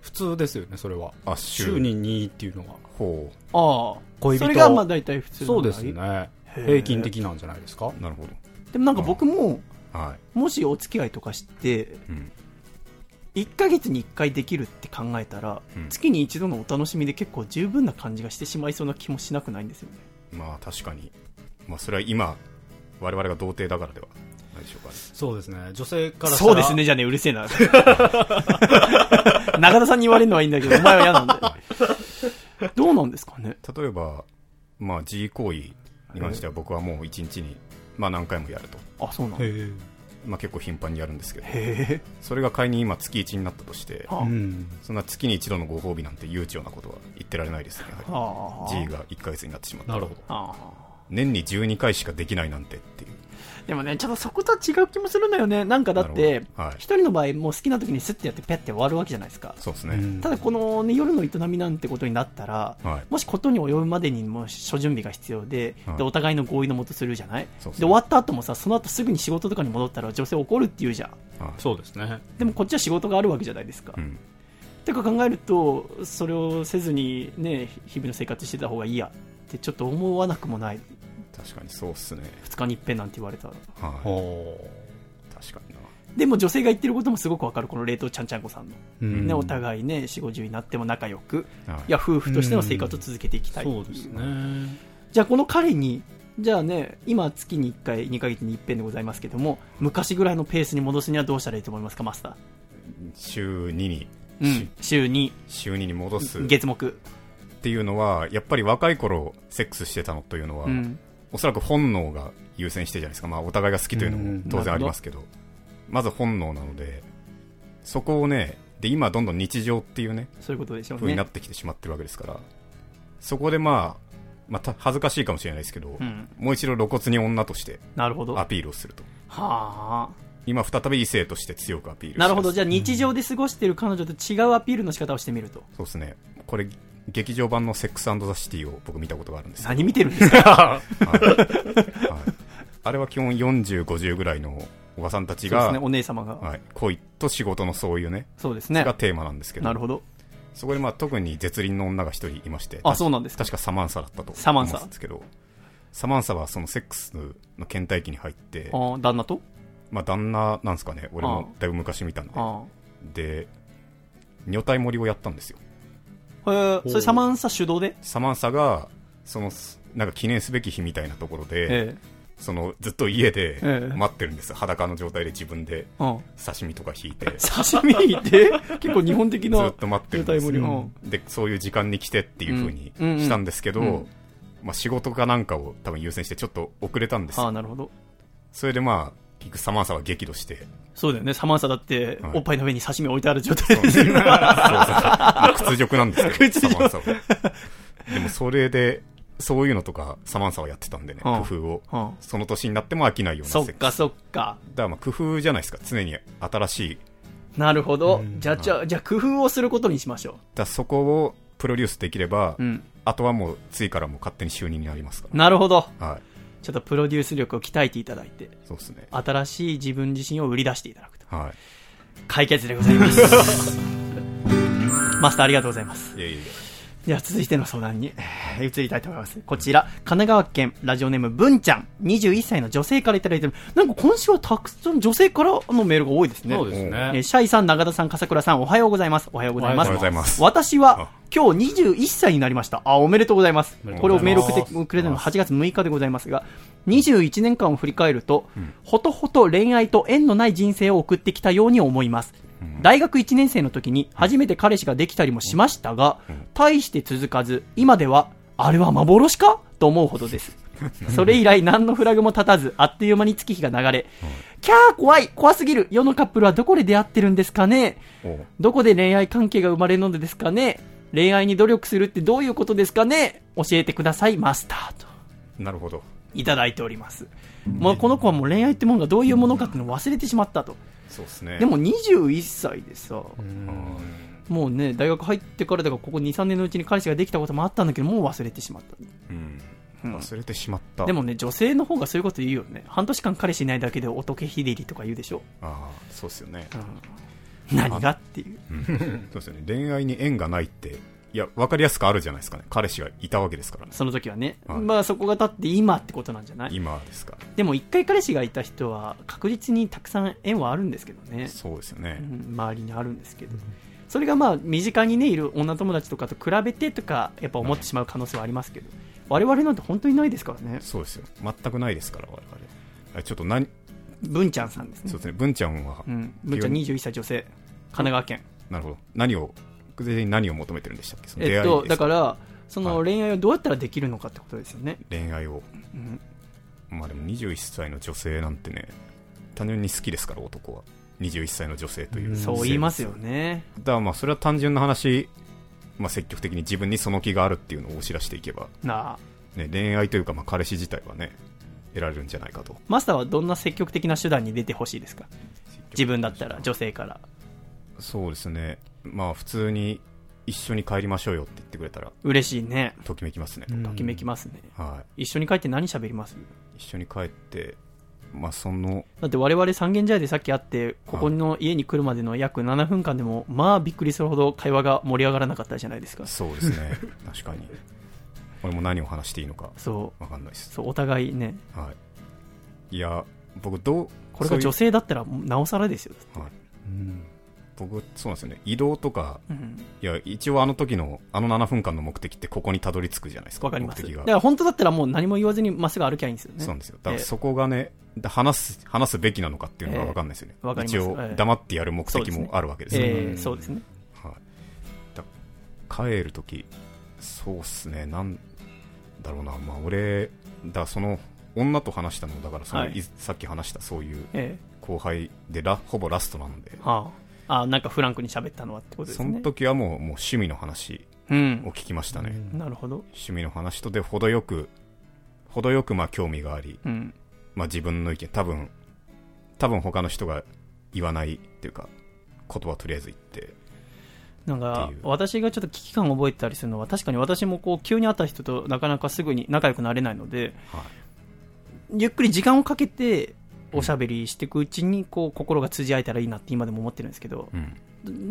B: 普通ですよね、それは。
C: あ
B: 週
C: 週
B: に2っていうのは。
C: ほ
A: ああ
B: 恋人
A: それがまあ大体普通の
B: そうです
A: 場
B: ね。
A: 合
B: 平均的なんじゃないですか。
C: うなるほ
A: でもなんか僕も
C: どはい
A: もしお付き合いとかして
C: うん
A: 1ヶ月に1回できるって考えたら、
C: うん
A: 月に一度のお楽しみで結構十分な感じがしてしまいそうな気もしなくないんですよね
C: まあ確かにまあそれは今我々が童貞だからではないでしょうかね
B: そうですね。女性からしたら
A: そうですね。じゃあねうるせえな中田さんに言われるのはいいんだけどお前は嫌なんだよどうなんですかね
C: 例えばまあ G 行為に関しては僕はもう1日にまあ何回もやると
A: あそうなんだへ
B: へ
C: まあ結構頻繁にやるんですけど
A: え
C: それが仮に今月1になったとして
B: え。
A: は
B: うん。
C: そんな月に一度のご褒美なんて悠長なことは言ってられないですねや
A: あ
C: は
A: はあ
C: り G が1ヶ月になってしまった
B: なるほど。
A: ああ
C: 年に12回しかできないなんてっていう
A: でもね、ちょっとそことは違う気もするのよね。なんかだっ
C: な
A: て
C: る、ほどはい
A: 一人の場合、もう好きな時にスッてやって、ペッて終わるわけじゃないですか。
C: そうですね、
B: うん
A: ただ、この、ね、夜の営みなんてことになったら、
C: はい
A: もしことに及ぶまでにも諸準備が必要で、
C: はい
A: でお互いの合意のもとするじゃない
C: そうそう
A: で、終わった後もさ、その後すぐに仕事とかに戻ったら女性怒るって言うじゃん。
C: はい
B: そうですね。
A: でもこっちは仕事があるわけじゃないですか。
C: う
A: っ
C: ん
A: てか考えると、それをせずにね、日々の生活してた方がいいやってちょっと思わなくもない。
C: 確かにそうっすね
A: 2日に一遍なんて言われたら。
C: は
B: ほ
C: い確かにな
A: でも女性が言ってることもすごくわかる、この冷凍ちゃんちゃんこさんの。
B: う。
A: ね、お
B: い。
A: 互いね、4、50になっても仲良く、
C: はい
A: いや、夫婦としての生活を続けていきたいってい
B: そううですね。
A: じゃあ、この彼に、じゃあね、今、月に1回、2ヶ月に1遍でございますけども、昔ぐらいのペースに戻すにはどうしたらいいと思いますか、マスタ
C: 週2に、
A: ー。うん、週2、
C: 週2に戻すっ
A: 月木。
C: ていうのはやっぱり若い頃セックスしてたのというのは、
A: うん。
C: おそらく本能が優先してじゃないですか、まあ、お互いが好きというのも当然ありますけどまず本能なのでそこをねで今どんどん日常っていうね
A: そういうことでしょう
C: 風に
A: ね
C: なっ。てきてしまってるわけですから、そこでまあ、まあた恥ずかしいかもしれないですけど、
A: うん。
C: もう一度露骨に女として
A: なるほど。
C: ア
A: は
C: ピールをすると
A: あ。
C: 今再び異性として強くアピールしま
A: な
C: す
A: るほど。じゃあ、日常で過ごしている彼女と違うアピールの仕方をしてみると。
C: そうですねこれ劇場版の「セックスザ・シティ」を僕見たことがあるんですけど
A: 何見てるんですか
C: はいはいあれは基本4050ぐらいのおばさんたち
A: そうで
C: が、
A: すね、お姉様が。
C: はい、恋と仕事のそういうね
A: そうですね
C: が。テーマなんですけど
A: なるほど。
C: そこでまあ特に絶倫の女が一人いまして
A: あ、そうなんですか。
C: 確かサマンサだったと
A: サマンサ
C: 思うんですけどサマンサはそのセックスの倦怠期に入って
A: あー旦那と
C: まあ旦那なんですかね俺もだいぶ昔見たんで
A: ああ。
C: で女体盛りをやったんですよ
A: へーそれサマンサ主導で
C: サマンサがそのなんか記念すべき日みたいなところで、
A: え
C: そのずっと家で
A: ええ
C: 待ってるんです、裸の状態で自分で
A: え。うん。
C: 刺身とか引いてず
A: 刺身 って結構日本的な。
C: っと待ってるんです
A: 状態
C: よ
A: も
C: でそういう時間に来てっていう風に
A: うんうんうん
C: したんですけど、
A: うん
C: まあ、仕事かなんかを多分優先してちょっと遅れたんです
A: ああ、
C: よ
A: なるほど。
C: それでまあ結局サマンサは激怒して
A: そうだよね。サマンサだって、
C: はい
A: おっぱいの上に刺身置いてある状態
C: そう
A: で
C: そ
A: す
C: うそう
A: よ。
C: まあ屈辱なんですけど、
A: 屈辱
C: サマンサは。でもそれで、そういうのとか、サマンサはやってたんでね、
A: うん
C: 工夫を。
A: うん
C: その年になっても飽きないような
A: そっか
C: だか
A: そっか。
C: らまあ工夫じゃないですか、常に新しい。
A: なるほど
B: う。ん
A: じゃあ、じゃあ、じゃあ工夫をすることにしましょ
C: だからそこをプロデュースできれ
A: う。
C: ば、
A: うん。
C: あとはもう、ついからもう勝手に就任になりますか
A: なるほど。
C: ら。はい。
A: ちょっとプロデュース力を鍛えていただいて、
C: そうですね。
A: 新しい自分自身を売り出していただくと。
C: は
A: 解決でござい ます。マスターありがとうございます。
C: い。いやいやいや。
A: では続いての相談にえー移りたいと思います。こちら、神奈川県ラジオネーム文ちゃん、21歳の女性からいただいてる。なんか今週はたくさん女性からのメールが多いですね。
B: そうですね
A: えーシャイさん、長田さん、笠倉さん、おはようございます。おはようございます。
C: おはようございます
A: 私は、今日21歳になりました。あ、おめでとうございます
B: おめ。で
A: ことれ
B: うご
A: を
B: ざ
A: メ
B: い
A: ール
B: ます
A: 送ってくれたのが8月6日でございますが、21年間を振り返ると、ほとほと恋愛と縁のない人生を送ってきたように思います。大学1年生の時に初めて彼氏ができたりもしましたが、大して続かず、今では、あれは幻かと思うほど です。それ以来何のフラグも立たず、あっという間に月日が流れ、キャー怖い怖すぎる世のカップルはどこで出会ってるんですかね
C: おう
A: どこで恋愛関係が生まれるのですかね恋愛に努力するってどういうことですかね教えてください、マスターと。
C: なるほど。
A: いただいております。もうこの子はもう恋愛ってものがどういうものかっていうのを忘れてしまったと。
C: そうですね。
A: で、も21歳でさ、
B: うん
A: もうね、大学入ってからだからここ2、3年のうちに彼氏ができたこともあったんだけど、もう忘れてしまった。
C: うん。
A: うん
C: 忘れてしまった。
A: でもね、女性の方がそういうこと言うよね。半年間彼氏いないだけで仏ひでりとか言うでしょ。
C: ああ、そうですよね。
A: 何がっていう。
C: そうですよね。恋愛に縁がないって、いや、わかりやすくあるじゃないですかね。彼氏がいたわけですからね。
A: その時はね。
C: はい
A: まあそこが立って今ってことなんじゃない
C: 今ですから。
A: でも一回彼氏がいた人は確実にたくさん縁はあるんですけどね、
C: そうですよ
A: う
C: ね。
A: ん、周りにあるんですけど、それがまあ身近にねいる女友達とかと比べてとかやっぱ思ってしまう可能性はありますけど、我々なんて本当にないですからね
C: そうですよ。全くないですから、我々。あちょっと何、
A: 文ちゃんさんですね
C: そうですね。文ちゃんは、
A: うん、文ちゃん21歳女性神奈川県
C: なるほど。何を、具体的に何を求めてるんでしたっけその
A: え
C: 出
A: っ
C: 会い
A: と
C: です
A: だからその
C: はい
A: 恋愛をどうやったらできるのかってことですよね、
C: 恋愛を。
A: うん、
C: まあでも21歳の女性なんてね、単純に好きですから、男は。21歳の女性という、
B: うん
A: そう言いますよ。ね
C: だからまあ、それは単純な話、まあ積極的に自分にその気があるっていうのをお知らしていけば、
A: なあ
C: ね、恋愛というか、まあ、彼氏自体はね、得られるんじゃないかと。
A: マスターはどんな積極的な手段に出てほしいですか自分だったら女性から
C: そうですね。まあ、普通に一緒に帰りましょうよって言ってくれたら、
A: 嬉しいね
C: ときめきますね。
B: うん
A: ときめきますね、
C: は
A: 一緒に帰って何喋ります
C: い。一緒に帰って、まあ、その、
A: だって我々三軒茶屋でさっき会ってここの家に来るまでの約7分間でもまあびっくりするほど会話が盛り上がらなかったじゃないですか
C: そうです ね。確かに。俺も何を話していいのか、
A: そう
C: わかんないです。
A: そうお互いね
C: はい。いや、僕、どう、
A: これが女
C: 性
A: 性だったらなおさらですよ、
B: うん
C: 僕、そうなんですよね。移動とか、
A: うん、
C: いや、一応あの時の、あの7分間の目的ってここにたどり着くじゃないですか。
A: わかります
C: 目的
A: だ
C: が
A: から本当だったらもう何も言わずにまっすぐ歩きゃいいんですよね
C: そうなんですよ。だか
A: え
C: ら
A: え
C: そこがね、だ話す、話すべきなのかっていうのが分かんないですよね。
A: ええわかります
C: 一
A: ええ
C: 応、黙ってやる目
A: そうで
C: 的
A: すね
C: もあるわけですよね。
A: ええそうですね
C: はいだ帰るとき、そうっすね、なんだろうな、まあ俺、だその、女と話したの、だからその、
A: はい
C: いさっき話したそういう
A: え
C: 後輩でら、ほぼラストなんで
A: え、はああなんかフランクに喋ったのはってことです
C: そ
A: ね
C: の時はもう、もう趣味の話
A: う
C: を
A: ん
C: 聞きましたね。
A: なるほど
C: 趣味の話とで、程よく、程よくまあ興味があり、
A: うん
C: まあ、自分の意見多分多分他の人が言わないっていうか言葉とりあえず言って
A: なん
C: っ
A: か
C: ていう
A: 私がちょっと危機感を覚えてたりするのは確かに私もこう急に会った人となかなかすぐに仲良くなれないので、
C: はい
A: ゆっくり時間をかけておしゃべりしていくうちにこう心が通じ合えたらいいなって今でも思ってるんですけど、
C: うん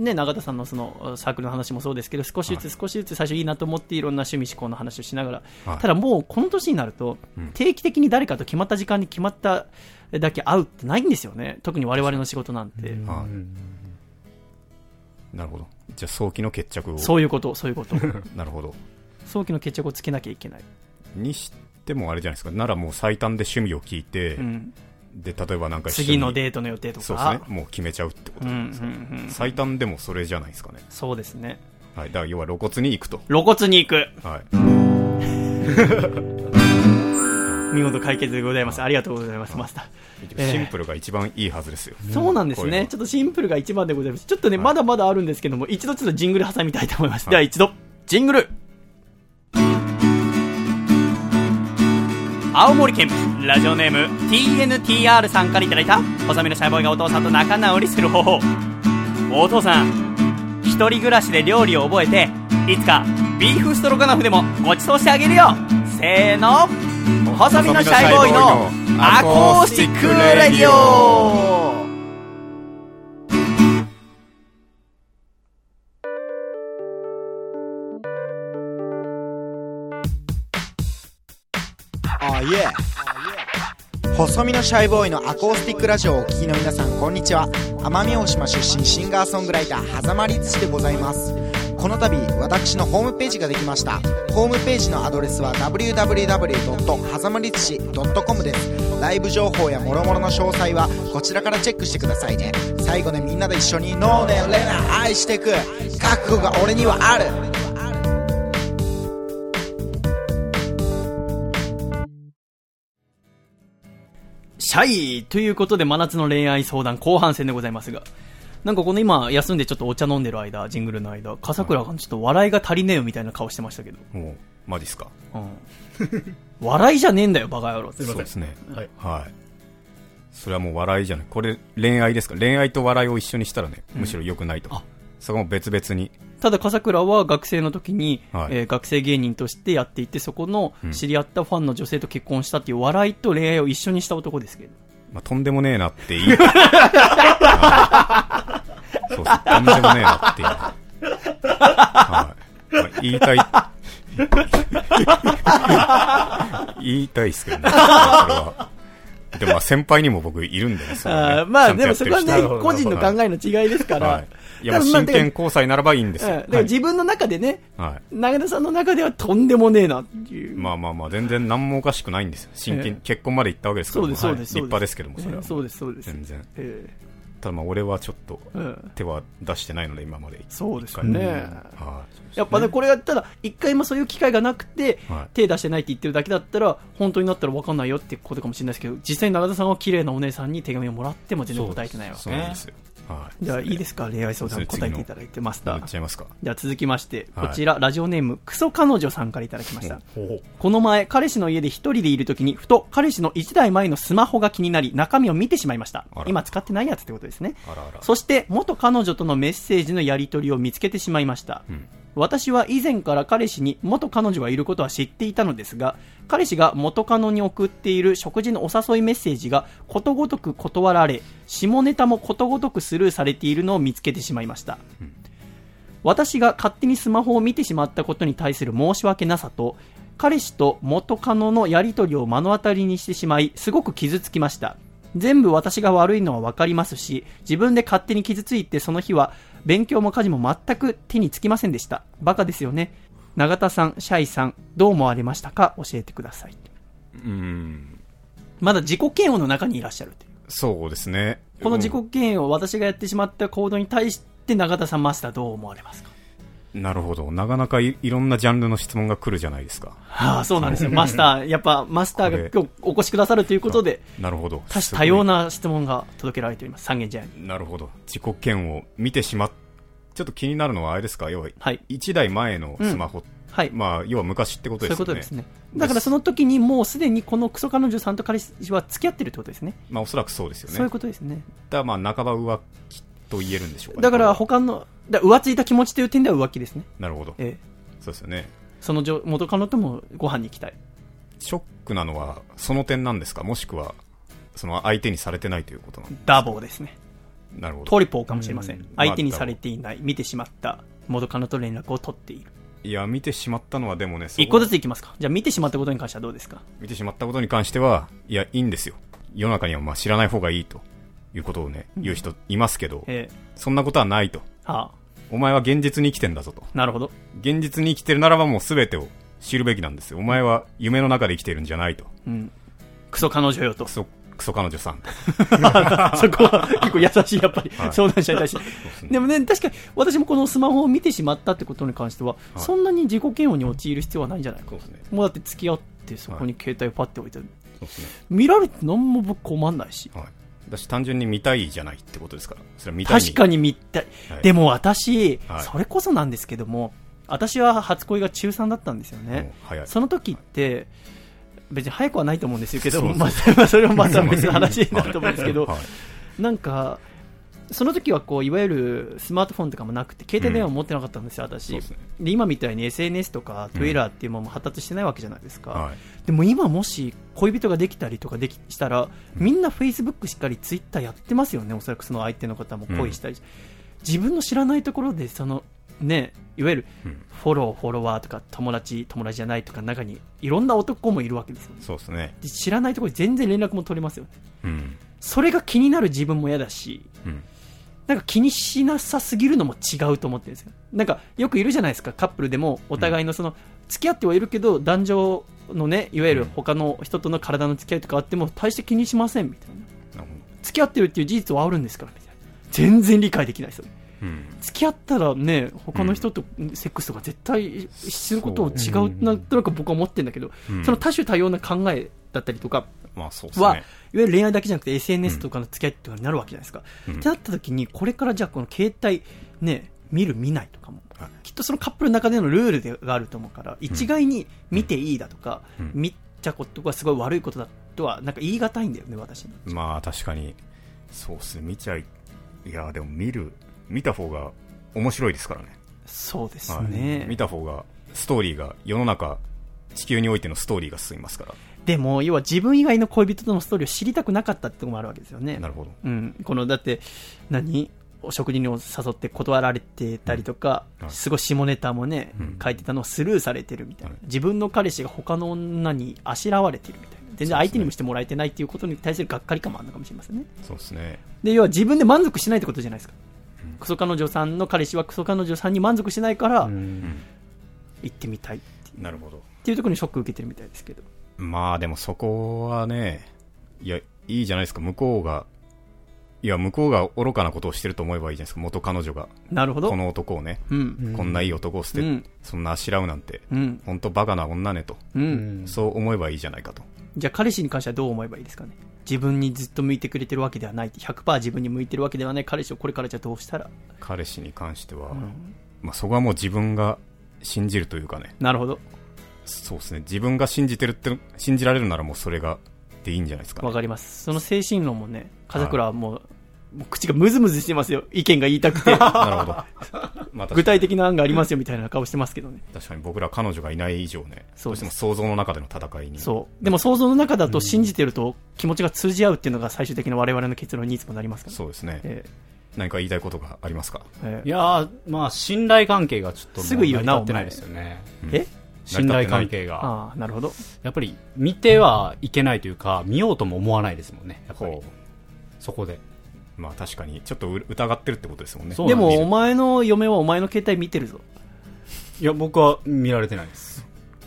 A: ね、永田さんのそのサークルの話もそうですけど少しずつ少しずつ最初いいなと思っていろんな趣味思考の話をしながら、
C: はい
A: ただもうこの年になると
C: うん
A: 定期的に誰かと決まった時間に決まっただけ会うってないんですよね特に我々の仕事なんて、
B: うん
C: はいなるほどじゃあ早期の決着を
A: そういうことそういうこと
C: なるほど
A: 早期の決着をつけなきゃいけない、
C: にしてもあれじゃないですかならもう最短で趣味を聞いて、
A: うん、
C: で例えばなんか一緒に
A: 次のデートの予定とか
C: そうですねもう決めちゃうってこと
A: う
C: じ
A: ん
C: ゃ
A: う
C: ないですか、
A: んうん、
C: 最短でもそれじゃないですかね、
A: そうですね
C: はい、だから要は露骨に行くと、
A: 露骨に行く
C: はい、
A: 見事解決でございますありがとうございますマスター
C: いけど、
A: ええ
C: シンプルが一番いいはずですよ。
A: そうなんです
C: こういう
A: ね。
C: の
A: ちょっとシンプルが一番でございます。ちょっとね、
C: はい
A: まだまだあるんですけども、一度ちょっとジングル挟みたいと思います。
C: はい
A: では一度、ジングル青森県ラジオネーム TNTR さんからいただいた小雨のシャイボーイがお父さんと仲直りする方法お父さん一人暮らしで料理を覚えていつかビーフストロガノフでもごちそうしてあげるよせーの細身のシャイボーイのアコースティックレディオ
E: あいえ細身のシャイボーイのアコースティックラジオをお聞きの皆さんこんにちは奄美大島出身シンガーソングライター狭間律師でございますこの度私のホームページができましたホームページのアドレスは www. 狭間律師 .com ですライブ情報や諸々の詳細はこちらからチェックしてくださいね最後でみんなで一緒にノーネレナ愛してく覚悟が俺にはある
A: シャイということで、真夏の恋愛相談後半戦でございますが、なんかこの今、休んでちょっとお茶飲んでる間、ジングルの間、笠倉がちょっと笑いが足りねえよみたいな顔してましたけど、
C: もう、マジっすか。
A: うん。笑いじゃねえんだよ、バカ野郎。
C: そうですね。
B: はい
C: はい。それはもう笑いじゃない。これ、恋愛ですか恋愛と笑いを一緒にしたらね、むしろ良くないと。そこも別々に。
A: ただ、笠倉は学生の時に、
C: はい
A: えー学生芸人としてやっていて、そこの知り合ったファンの女性と結婚したっていう笑いと恋愛を一緒にした男ですけど。
C: まあ、とんでもねえなっ て言い。はいそうそう、とんでもねえなって言い。はいまあ、言い たい。言いたいっすけどね。それはでもまあ先輩にも僕いるんでね。それね
A: あーま
C: ち
A: あ、
C: ゃんと
A: で
C: や
A: も
C: って
A: そ
C: る
A: こはね
C: 人
B: なるほ、ど
A: 個人の考えの違いですから。
C: はい。いや、まあ
A: 多分まあ
C: 真剣交際ならばいいんです
A: うんだ
C: よ
A: か。
C: は
A: ら
C: い
A: 自分の中でね、
C: はい。
A: 長田さんの中ではとんでもねえなっていう。
C: まあまあまあ、全然何もおかしくないんですよ。真剣、
A: ええ
C: 結婚まで行ったわけですか
A: そ
C: ら。
A: うです、そうです。
C: はい立派ですけども、それ
A: え
C: は。
A: えそうです、そうです。
C: 全然。
A: え
C: ただまあ、俺はちょっと、
A: えうん
C: 手は出してないので、今まで。
A: そうです
C: 一回も
A: ね。
C: はい。
A: やっぱね、これが、ただ、一回もそういう機会がなくて
C: はい、
A: 手出してないって言ってるだけだったら、本当になったら分かんないよってことかもしれないですけど、実際に長田さんは綺麗なお姉さんに手紙をもらっても全然答えてないわけ。
C: そうなんですよ。はい。
A: じゃあ、いいですか恋愛相談
C: そうです
A: 答
C: ね
A: えていただいてまし
C: 言
A: た
C: っ。ちゃいますか。
A: じゃあ続きまして、
C: は
A: こ
C: い
A: ちら、ラジオネーム、クソ彼女さんからいただきました。
B: ほうほう
A: この前、彼氏の家で一人でいるときに、ふと彼氏の一台前のスマホが気になり、中身を見てしまいました
C: あら。
A: 今使ってないやつってことですね。
C: あらあら。
A: そして、元彼女とのメッセージのやり取りを見つけてしまいました。
C: ん
A: 私は以前から彼氏に元彼女がいることは知っていたのですが、彼氏が元彼女に送っている食事のお誘いメッセージがことごとく断られ、下ネタもことごとくスルーされているのを見つけてしまいました。私が勝手にスマホを見てしまったことに対する申し訳なさと、彼氏と元カノのやり取りを目の当たりにしてしまい、すごく傷つきました。全部私が悪いのはわかりますし、自分で勝手に傷ついてその日は勉強も家事も全く手につきませんでした。バカですよね。永田さん、シャイさん、どう思われましたか教えてください。
C: うん。
A: まだ自己嫌悪の中にいらっしゃるという
C: そうですね。
A: この自
C: うん
A: 己嫌悪を私がやってしまった行動に対して永田さん、マスターどう思われますか
C: なるほど。なかなかいいろんなジャンルの質問が来るじゃないですか。
A: はあ、そうなんですよ。マスター、やっぱマスターが今日お越しくださるということで、
C: なるほど。
A: 多種多様
C: な。
A: な質問が届けられております。三軒茶屋に。
C: なるほど。自己嫌悪を見てしまっ、ちょっと気になるのはあれですか要は、
A: はい。
C: 一台前のスマホ、
A: はい。
C: まあ、要は昔ってこ
A: そ
C: と
A: う
C: で
A: いう
C: すよ
A: こと
C: ね。
A: ですね。だからその時にもうすでにこのクソ彼女さんと彼氏は付き合ってるってことですね。
C: まあ、おそらくそうですよね。
A: そういうことですね。
C: だまあ、半ば浮気と言えるんでしょうかね、
A: だか
C: これ
A: ら
C: は
A: 他の、だ浮ついた気持ちという点では浮気ですね。
C: なるほど。
A: ええ。
C: そうですよね。
A: その女元カノともご飯に行きたい。
C: ショックなのは、その点なんですかもしくは、その相手にされてないということなの
A: ダボーですね。
C: なるほど
A: ト。リポーかもしれません。相手にされていない、見てしまった元カノと連絡を取っている。
C: いや、見てしまったのはでもね、そう
A: 一個ずついきますか。じゃあ見てしまったことに関してはどうですか
C: 見てしまったことに関しては、いや、いいんですよ。世の中にはまあ知らない方がいいということをね、言う人いますけど、
A: ええ。
C: そんなことはないと。
A: はあ、
C: お前は現実に生きてんだぞと。
A: なるほど。
C: 現実に生きてるならばもう全てを知るべきなんですよ。お前は夢の中で生きてるんじゃないと。
A: うん。クソ彼女よ と
C: ク。ソ、クソ彼女さん。
A: そこは結構優しい、やっぱり、
C: はい
A: 相談者に対して。でもね、確かに私もこのスマホを見てしまったってことに関しては、
C: い
A: そんなに自己嫌悪に陥る必要はないんじゃないか。
C: そうですね。
A: もうだって付き合って、そこに携帯をパッて置いて、
C: そうですね。
A: 見られて何も僕困んないし。
C: はい。私単純に見たいじゃないってことですから。それは見たい
A: 確かに見たい。
C: はい
A: でも私、
C: はい
A: それこそなんですけども、私は初恋が中3だったんですよ
C: もう
A: ね。
C: 早い。
A: その時って、別に早くはないと思うんですけど、
C: そうそう
A: まあそれはそれはまた 別の話になると思うんですけど、
C: はい。
A: なんか、その時はこういわゆるスマートフォンとかもなくて、携帯電話も持ってなかったんですよ、私
C: そうですね
A: で。今みたいに SNS とか
C: うん
A: Twitter っていうものも発達してないわけじゃないですか。
C: はい。
A: でも今もし恋人ができたりとかできしたら、みんな Facebook しっかり Twitter やってますよね、おそらくその相手の方も恋したり、自分の知らないところで、そのね、いわゆる
C: うん
A: フォロー、フォロワーとか友達、友達じゃないとか中にいろんな男もいるわけですよね。
C: そうですね。
A: で知らないところで全然連絡も取れますよね。
C: うん。
A: それが気になる自分も嫌だし、
C: うん。
A: なんか気にしなさすぎるのも違うと思ってるんですよ。なんかよくいるじゃないですか、カップルでもお互いのその、付き合ってはいるけど、男女のね、いわゆる他の人との体の付き合いとかあっても、大して気にしませんみたいな。
C: なるほ
A: 付き合ってるっていう事実はあるんですからみたいな。全然理解できないですよ。
C: ど。うん。
A: 付き合ったらね、他の人とセックスとか絶対することを違
B: そう
A: う、なんとなく僕は思ってるんだけど、
C: うん
A: その多種多様な考えだったりとか、
C: まあそうです
A: は、いわ
C: ね。
A: ゆる恋愛だけじゃなくて SNS とかの付き合いとかになるわけじゃないですか。
C: うん
A: ってなった時に、これからじゃあこの携帯、ね、見る見ないとかも、
C: はい
A: きっとそのカップルの中でのルールでがあると思うから、一概に見ていいだとか、
C: うん
A: 見ちゃことがすごい悪いことだとは、なんか言い難いんだよね、私に。
C: まあ確かに、そうですね。見ちゃい、いやでも見る、見た方が面白いですからね。
A: そうです
C: はい
A: ね。
C: 見た方が、ストーリーが、世の中、地球においてのストーリーが進みますか
A: でも、要は自分以外の恋人とのストーリーを知りたくなかったってのもあるわけですよね。
C: ら。なるほど。
A: うん、このだって何お食事にお誘って断られてたりとか、
C: うんはい
A: すごい下ネタもね、
C: うん
A: 書いてたのをスルーされてるみたいな、
C: はい
A: 自分の彼氏が他の女にあしらわれてるみたいな全然相手にもしてもらえてないっていうことに対するがっかり感もあるのかもしれませんね
C: そうですね。
A: で要は自分で満足しないってことじゃないですか、
C: うん
A: クソ彼女さんの彼氏はクソ彼女さんに満足しないから
B: うん
A: 行ってみたいっていう
C: なるほど。
A: っていうところにショック受けてるみたいですけど
C: まあでもそこはね、いや、いいじゃないですか。向こうが、いや、向こうが愚かなことをしてると思えばいいじゃないですか。元彼女が。
A: なるほど
C: この男をね、
A: うん
C: こんないい男を捨て、
A: うん
C: そんなあしらうなんて、
A: うん
C: ほんとバカな女ねと。
A: う
B: うんん
C: そう思えばいいじゃないかと。
A: じゃあ彼氏に関してはどう思えばいいですかね自分にずっと向いてくれてるわけではないって100%自分に向いてるわけではない彼氏をこれからじゃあどうしたら、
C: 彼氏に関しては、
A: うん
C: まあそこはもう自分が信じるというかね、
A: なるほど
C: そうですね。自分が信じてるって、信じられるならもうそれが、でいいんじゃないですか、
A: わ
C: ね。
A: かりますその精神論もね風倉はもうもう口がムズムズしてますよ意見が言いた くて
C: なるほ ど。ま
A: 具
C: あ、確か
A: 体
C: に
A: 的な案がありますよみたいな顔してますけどね
C: 確かに僕ら彼女がいない以上ね、
A: そ
C: そうう
A: です
C: しても想像の中での戦いに。
A: そうでも想像の中だと信じてると気持ちが通じ合うっていうのが最終的な我々の結論にいつもなりますから
C: そうですね。
A: え
C: 何か言いたいことがありますか
A: ええ
B: いやーまあ信頼関係がちょっと
A: すぐ言うな
B: 成り立ってないですよね
A: え
C: うん
B: 信頼関係が
A: ああなるほど
B: やっぱり見てはいけないというか見ようとも思わないですもんねやっぱり
C: ほ
B: そこで
C: う。まあ確かに、ちょっとう疑ってるってことですもんね。
B: そう
A: で
B: なんですよ
A: もお前の嫁はお前の携帯見てるぞ
B: いや僕は見られてないです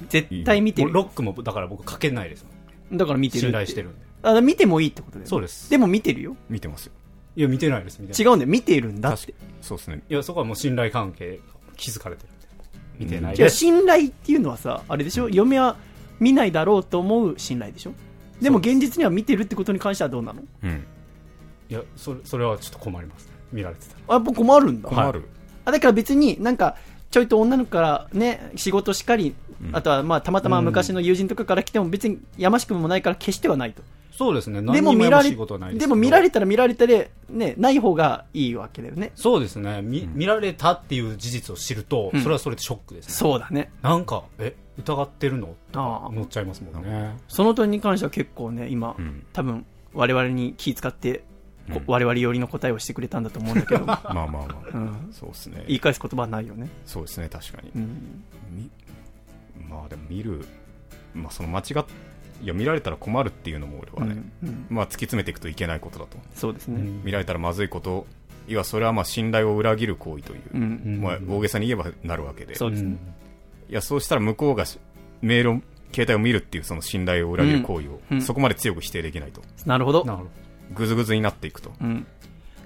A: 絶対見て
B: もうロ
A: る
B: ックもだから僕かけないですもん
A: だから見てるっ
B: 信頼してるんで
A: あ見てもいいってことだよね
B: そうです
A: でも見てるよ
C: 見てますよ。
B: いや見てないですみたい
A: 違
B: な
A: うんだよ見ているんだっ
C: 確
A: て
C: かそうですね。
B: いやそこはもう信頼関係気づかれてるみたいな見てない
A: じゃあ
B: です
A: 信頼っていうのはさあれでしょ嫁は見ないだろうと思う信頼でしょでも現実には見てるってことに関してはどうなの
C: うん。
B: いやそれそれはちょっと困ります見られてたら
A: あやっぱ困るんだ、
C: 困る。
A: あだから別になんかちょいと女の子からね仕事しかり、
C: うん
A: あとはまあたまたま昔の友人とかから来ても別にやましくもないから決してはないと
B: そうですね
A: で
B: 何
A: も
B: に
A: 見
B: もや
A: ら
B: ま
A: れ
B: しいことはないです
A: で
B: け
A: も
B: ど
A: 見られたら見られたで、ね、ない方がいいわけだよね
B: そうですね、み
C: うん
B: 見られたっていう事実を知ると、
A: うん
B: それはそれでショックですね、
A: そうだね
B: なんか、え、疑ってるのと
A: ああ
B: 思っちゃいますもんね。
A: その問いに関しては結構ね今、
C: うん。
A: 多分我々に気使って、こ
C: うん
A: 我々寄りの答えをしてくれたんだと思うんだけど、
C: まあまあま
A: う
C: あ。
A: ん、
C: そうですね。
A: 言い返す言葉はないよね、
C: そうですね、確かに
A: う。ん、
C: みまあでも見る、まあその間違っ、いや見られたら困るっていうのも俺はね、
A: うんうん
C: まあ突き詰めていくといけないことだと。
A: そうです
B: う
A: ね、
B: ん
C: 見られたらまずいこと、いやそれはまあ信頼を裏切る行為というう、
A: ん
B: うん
C: まあ大げさに言えばなるわけで。
A: そうですね、
C: いや、そうしたら向こうがしメールを、携帯を見るっていうその信頼を裏切る行為を、
A: うんうん
C: そこまで強く否定できないと。
A: なるほど
B: なるほど。
C: ぐずぐずになっていくと。
A: うん、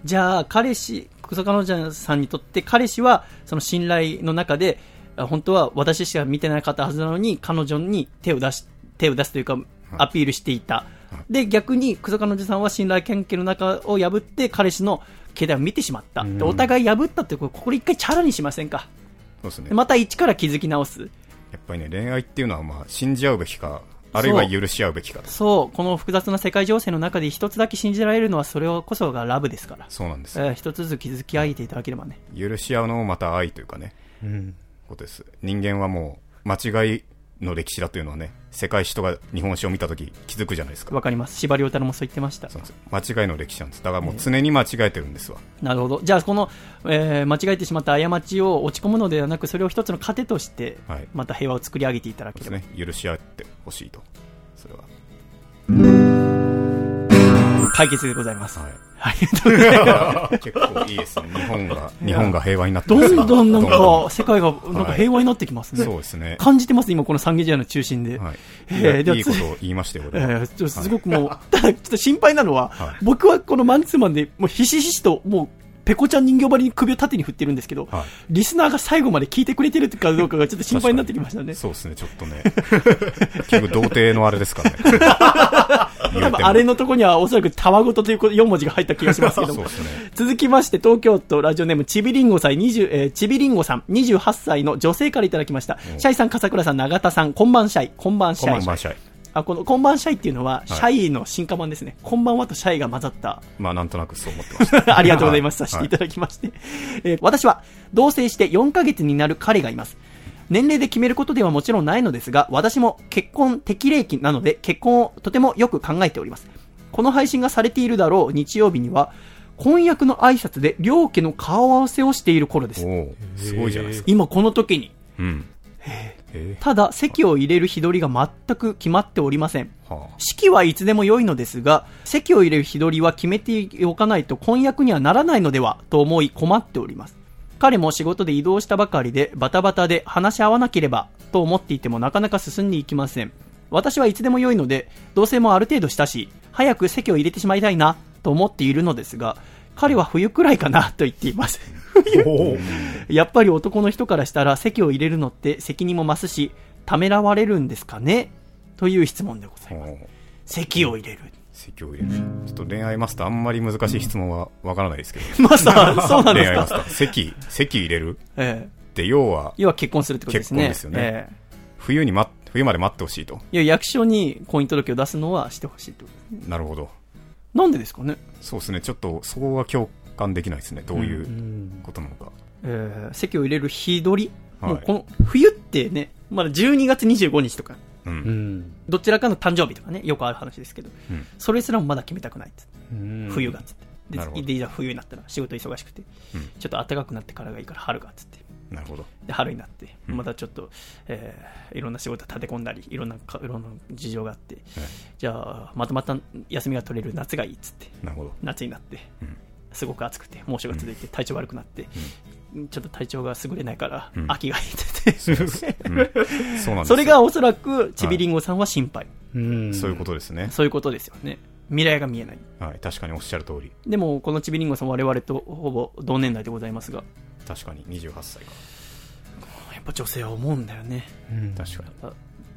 A: じゃあ彼氏クソ彼女さんにとって彼氏はその信頼の中であ本当は私しか見てなかったはずなのに彼女に手を出し手を出すというかアピールしていた。で、逆に、クソカのおじさんは信頼関係の中を破って、彼氏の携帯を見てしまった。で、お互い破ったって、これ、ここで一回チャラにしませんか。
C: そうですね
A: で。また一から気づき直す。
C: やっぱりね、恋愛っていうのは、まあ、信じ合うべきか、あるいは許し合うべきかです。
A: そう、この複雑な世界情勢の中で一つだけ信じられるのは、それこそがラブですから。
C: そうなんですよ。
A: えー一つずつ気づき合えていただければね。
C: 許し合うのもまた愛というかね、
B: うん
C: ことです。人間はもう、間違いの歴史だというのはね、世界史とか日本史を見たとき気づくじゃないですか。
A: わかります。司馬遼太郎もそう言ってました
C: そ。うなんですよ間違いの歴史なんです。だからもう常に間違えてるんですわ。
A: なるほど。じゃあ、この、えー間違えてしまった過ちを落ち込むのではなく、それを一つの糧として
C: はい、
A: また平和を作り上げていただ
C: そう
A: け
C: で
A: れ
C: す
A: ば。
C: ね。許し合ってほしいと。それは。
A: 解決でございます。
C: はい。
A: ありがとうございます。
C: 結構いいですね。日本が、日本が平和になってます
A: どんどんなん
C: ど
A: か、世界がなんか平和になってきますね。
C: そうですね。
A: 感じてます、今、この三軒茶屋の中心で。
C: はい。
A: えー
C: いや
A: ではい
C: いことを言いましたよ、俺
A: え
C: は。
A: ーちょすごくもう、 ただちょっと心配なのは、
C: はい
A: 僕はこのマンツーマンで、もうひしひしと、もう、ペコちゃん人形張りに首を縦に振ってるんですけど、
C: はい
A: リスナーが最後まで聞いてくれてるかどうかがちょっと心配になってきましたね。
C: そうですね、ちょっとね。結局、童貞のあれで すからね。言うても
A: 多分あれのとこにはおそらくたわごとという4文字が入った気がしますけど
C: そう
A: も
C: で。すね。
A: 続きまして、東京都ラジオネームちびりんごさん、20えーちびりんごさん、28歳の女性からいただきました。シャイさん、笠倉さん、永田さん、こんばんシャイ、こんばんシ
C: こんばん
A: ャ
C: は
A: イ。
C: シャイ。
A: あ、この、こんばんシャイっていうのは、シャイの進化版ですね。こんばんはとシャイが混ざった
C: まあ、なんとなくそう思ってま した。
A: ありがとうございます。
C: は
A: させていただきまして。えー私は、同棲して4ヶ月になる彼がいます。年齢で決めることではもちろんないのですが、私も結婚適齢期なので、結婚をとてもよく考えております。この配信がされているだろう日曜日には、婚約の挨拶で両家の顔合わせをしている頃で
C: お
A: す。
C: おーすごいじゃないですか。
A: 今この時に。
C: うん。へ
A: ただ、席を入れる日取りが全く決まっておりません。
C: え。は
A: 式はいつでも良いのですが、席を入れる日取りは決めておかないと婚約にはならないのではと思い困っております。彼も仕事で移動したばかりでバタバタで話し合わなければと思っていてもなかなか進んでいきません。私はいつでも良いので、同棲もある程度したし、早く席を入れてしまいたいなと思っているのですが、彼は冬くらいかなと言っています。 やっぱり男の人からしたら席を入れるのって責任も増すし、ためらわれるんですかねという質問でございます
C: あ。。はあ。
A: 席を入れる。
C: 席を入れる。ちょっと恋愛マスター、あんまり難しい質問はわからないで すけど。
A: マスター、そうなんで
C: 恋
A: す
C: 愛マスタ
A: か。
C: ー。席、席入れる
A: ええ
C: って、要は、
A: 要は結婚するってことですね。
C: 結婚ですよ
A: え
C: ね
A: え
C: 冬に待っ、冬まで待ってほしいと。
A: いや、役所に婚姻届を出すのはしてほしいってことですね。
C: なるほど。
A: なんでですかね。
C: そうですね、ちょっとそこは共感できないですね、どういうことなのか。
A: ええ席を入れる日取り。
C: はい
A: もうこの冬ってね、まだ12月25日とか、
C: うん
B: うん
A: どちらかの誕生日とかね、よくある話ですけど、
C: うん
A: それすらもまだ決めたくないっつって
B: うん
A: 冬がっつって。で
C: なるほど
A: で、じゃあ冬になったら仕事忙しくて、ちょっと暖かくなってからがいいから春がっつって。
C: なるほど。
A: で春になって、またちょっと、えーいろんな仕事立て込んだりいろんなかいろんな事情があって、じゃあまとまった休みが取れる夏がいいっつって
C: なるほど。
A: 夏になって、すごく暑くて猛暑が続いて体調悪くなって、ちょっと体調が優れないから、
C: ん
A: 秋がいいって 言って
C: うんそうなんですよ
A: それがおそらくちびりんごさんは心配、
B: うん
C: そういうことですね。
A: そういうことですよね未来が見えない
C: はい、確かにおっしゃる通り。
A: でもこのちびりんごさん我々とほぼ同年代でございますが
C: 確かに、28歳か。
A: やっぱ女性は思うんだよね
B: うん
C: 確かに。
A: あ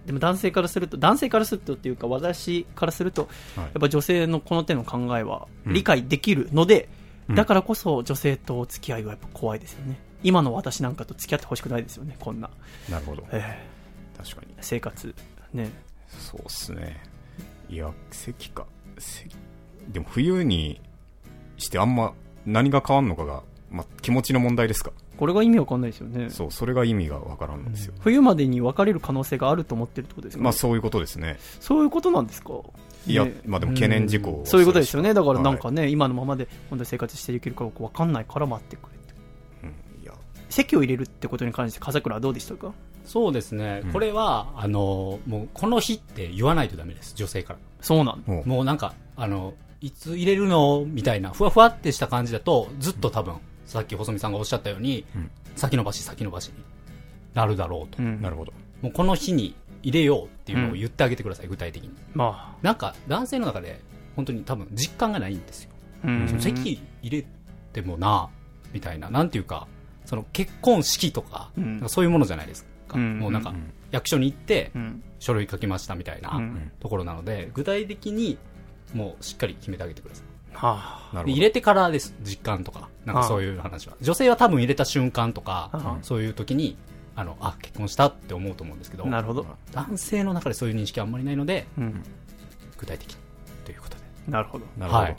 A: でも男性からすると男性からするとっていうか私からすると、
C: はい
A: やっぱ女性のこの手の考えは
C: うん
A: 理解できるので、
C: うん
A: だからこそ女性とお付き合いはやっぱ怖いですよね今の私なんかと付き合ってほしくないですよねこんな、
C: なるほど。
A: え
C: 確かに
A: ー。生活ね
C: そうっすね。いや、席か。席でも冬にしてあんま何が変わんのかが、ま、気持ちの問題ですか。
A: これが意味わかんないですよね
C: そう、それが意味がわからんんですよ。
A: 冬までに別れる可能性があると思ってるってことですか、ね
C: まあそういうことですね。
A: そういうことなんですか
C: いや
A: ね、
C: まあでも懸念事項を
A: そういうことですよねだからなん
C: は
A: かね、今のままで本当に生活していけるか分かんないから待ってくれって
C: いうんいや、
A: 席を入れるってことに関して笠倉はどうでしたか
B: そうですね、
C: うん
B: これはあのもうこの日って言わないとダメです女性から
A: そうなんだ
C: もう、
B: もうなんかあのいつ入れるのみたいなふわふわってした感じだとずっと多分さっき細見さんがおっしゃったように、
C: うん
B: 先延ばし先延ばしになるだろうと、
A: うん
C: なるほど。
B: もうこの日に入れようっていうのを言ってあげてください、具体的に
A: ま
B: なんか男性の中で本当に多分実感がないんですよ、
A: あ、うん
B: その席入れてもなみたいななんていうかその結婚式とか,、
A: うん
B: そういうものじゃないですか、
A: うん
B: もうなんか
C: うん
B: 役所に行って
A: うん。
B: 書類書きましたみたいな
A: うん
B: ところなので、具体的にもうしっかり決めてあげてください
A: は
C: なる
B: で入
C: ほど。
B: れてからです実感とかなんかそういう話は女性は多分入れた瞬間とか
A: あ
B: そういう時にあのあ結婚したって思うと思うんですけど
A: あ。なるほど。
B: 男性の中でそういう認識はあんまりないので
A: うん。
B: 具体的ということで
A: なるほど。
C: なるほど。
B: はい